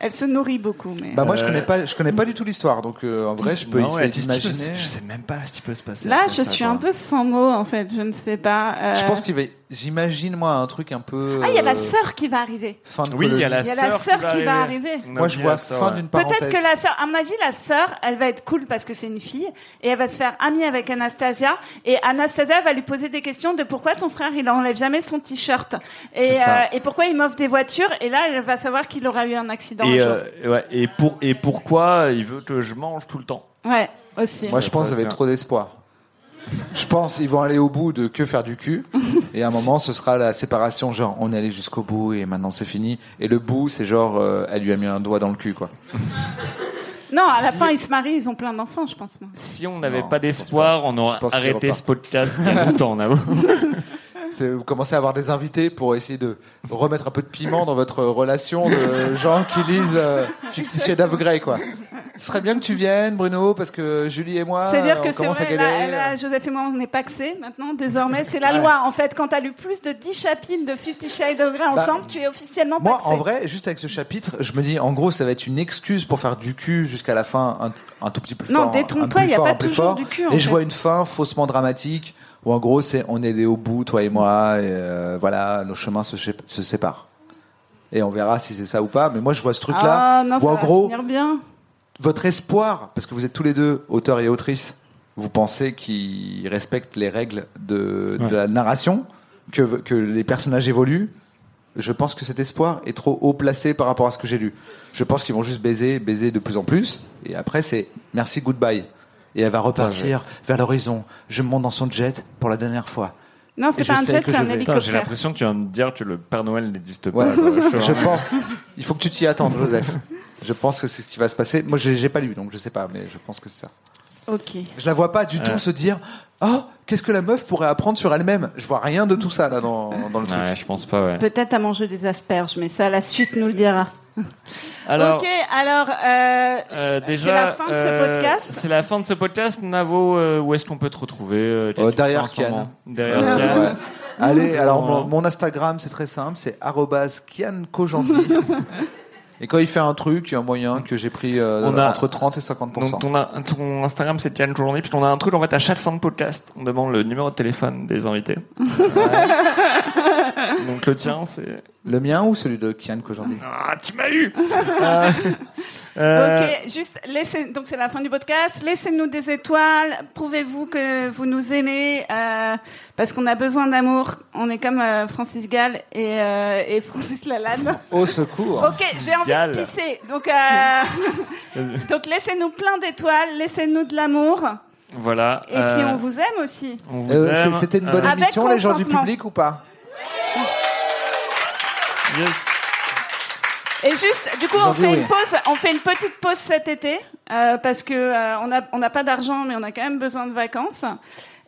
Elle se nourrit beaucoup, mais. Bah moi je connais pas, je connais pas du tout l'histoire, donc euh, en vrai je peux Non, ouais, essayer est-ce qu'il peut- d'imaginer. Je sais même pas ce qui peut se passer. Là, après je ça, suis quoi. un peu sans mots, en fait. Je ne sais pas. euh, Je pense qu'il va, j'imagine moi un truc un peu. Ah, il y a la euh, sœur qui va arriver. Fin de Oui, il y a colonie. la Il y a la sœur sœur qui va arriver. On a Moi je oublié vois la sœur, fin ouais. d'une parenthèse. Peut-être que la sœur, à mon avis, la sœur, elle va être cool parce que c'est une fille et elle va se faire amie avec Anastasia et Anastasia va lui poser des questions de pourquoi ton frère il enlève jamais son t-shirt et, C'est ça. euh, et pourquoi il m'offre des voitures et là elle va savoir qu'il aura eu un accident un Et, jour. euh, ouais, et, pour, et pourquoi il veut que je mange tout le temps Ouais, aussi. Moi, je Ça, pense ça, avec c'est- trop d'espoir. Je pense ils vont aller au bout de que faire du cul. Et à un moment, ce sera la séparation, genre on est allé jusqu'au bout et maintenant c'est fini. Et le bout, c'est genre euh, elle lui a mis un doigt dans le cul, quoi. Non, à la fin ils se marient, ils ont plein d'enfants, je pense moi. Si on n'avait Non, pas je pense d'espoir, on Je aurait pense qu'il arrêté repart. ce podcast il y a longtemps, on avoue. C'est- Vous commencez à avoir des invités pour essayer de remettre un peu de piment dans votre relation de gens qui lisent euh, Fifty Shades of Grey, quoi. Ce serait bien que tu viennes, Bruno, parce que Julie et moi, C'est-à-dire Ah, on que c'est commence à vrai, là, galérer. là, Joseph et moi, on n'est pas axés maintenant, désormais. C'est la loi, en fait. Quand t'as lu plus de 10 chapitres de Fifty Shades of Grey ensemble, tu es officiellement Moi, paxé. en vrai, juste avec ce chapitre, je me dis, en gros, ça va être une excuse pour faire du cul jusqu'à la fin, un, un tout petit peu plus Non, fort. un détrompe-toi, plus il y a fort, pas un plus toujours fort. du cul, en Et je fait. vois une fin faussement dramatique, où en gros, c'est on est allés au bout, toi et moi, et euh, voilà, nos chemins se, sé- se séparent. Et on verra si c'est ça ou pas, mais moi, je vois ce truc-là, Ah, non, où ça en va gros, finir bien. votre espoir, parce que vous êtes tous les deux auteurs et autrices, vous pensez qu'ils respectent les règles de, de la narration, que, que les personnages évoluent. Je pense que cet espoir est trop haut placé par rapport à ce que j'ai lu. Je pense qu'ils vont juste baiser, baiser de plus en plus, et après c'est merci, goodbye. Et elle va repartir vers l'horizon. Je monte dans son jet pour la dernière fois. Non, c'est Et pas je un sais jet, que c'est je un vais. hélicoptère. J'ai l'impression que tu vas me dire que le Père Noël n'existe Ouais, bah, pas. je pense. Il faut que tu t'y attendes, Joseph. Je pense que c'est ce qui va se passer. Moi, j'ai j'ai pas lu, donc je sais pas, mais je pense que c'est ça. Ok. Je la vois pas du tout se dire Oh, qu'est-ce que la meuf pourrait apprendre sur elle-même Je vois rien de tout ça là Ah, dans, dans le truc. Ouais, je pense pas, ouais. Peut-être à manger des asperges, mais ça, la suite nous le dira. Alors, ok, alors, euh, euh, déjà, la fin de ce euh, podcast. C'est la fin de ce podcast. Navo, euh, où est-ce qu'on peut te retrouver euh, qu'est-ce Euh, que tu fais derrière en ce Kian. moment Derrière Kian. Ouais. Allez, alors Voilà. mon, mon Instagram, c'est très simple, c'est arrobase Kian Kojandi. Et quand il fait un truc, il y a un moyen que j'ai pris euh, On a- entre 30 et 50 Donc ton, ton Instagram c'est Tian Journée, puis on a un truc en fait à chaque fin de podcast, on demande le numéro de téléphone des invités. Ouais. Donc le tien c'est Le mien ou celui de Kian Kojandi ah tu m'as eu. Euh, euh, Ok, juste laissez. Donc c'est la fin du podcast. Laissez-nous des étoiles. Prouvez-vous que vous nous aimez, euh, parce qu'on a besoin d'amour. On est comme euh, Francis Gall et, euh, et Francis Lalanne. Au secours Ok, j'ai envie Gall. de pisser. Donc euh, Vas-y. donc laissez-nous plein d'étoiles. Laissez-nous de l'amour. Voilà. Et euh, puis on vous aime aussi. on vous Euh, aime. c'est- C'était une bonne Euh, Avec émission, les gens du consentement. public ou pas yes. Et juste, du coup, on Aujourd'hui, fait oui. une pause. On fait une petite pause cet été euh, parce que euh, on a on n'a pas d'argent, mais on a quand même besoin de vacances.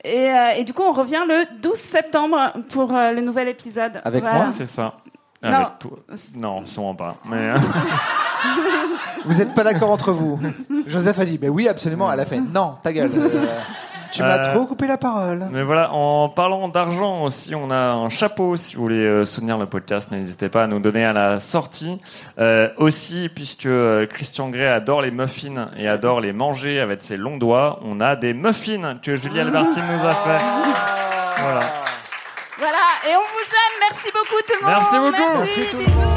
Et, euh, et du coup, on revient le 12 septembre pour euh, le nouvel épisode. Avec Voilà. moi C'est ça. Non. Avec toi. Non, sûrement pas. hein. Mais Vous n'êtes pas d'accord entre vous Joseph a dit, mais oui, absolument. Elle a fait, non, ta gueule. Euh, tu m'as Euh, trop coupé la parole. Mais voilà, en parlant d'argent aussi, on a un chapeau. Si vous voulez euh, soutenir le podcast, n'hésitez pas à nous donner à la sortie. Euh, aussi, puisque euh, Christian Grey adore les muffins et adore les manger avec ses longs doigts, on a des muffins que Julie Albertine nous a fait. Ah. Voilà. Voilà. Et on vous aime. Merci beaucoup tout le monde. Merci beaucoup. Merci, Merci tout le bisous. monde.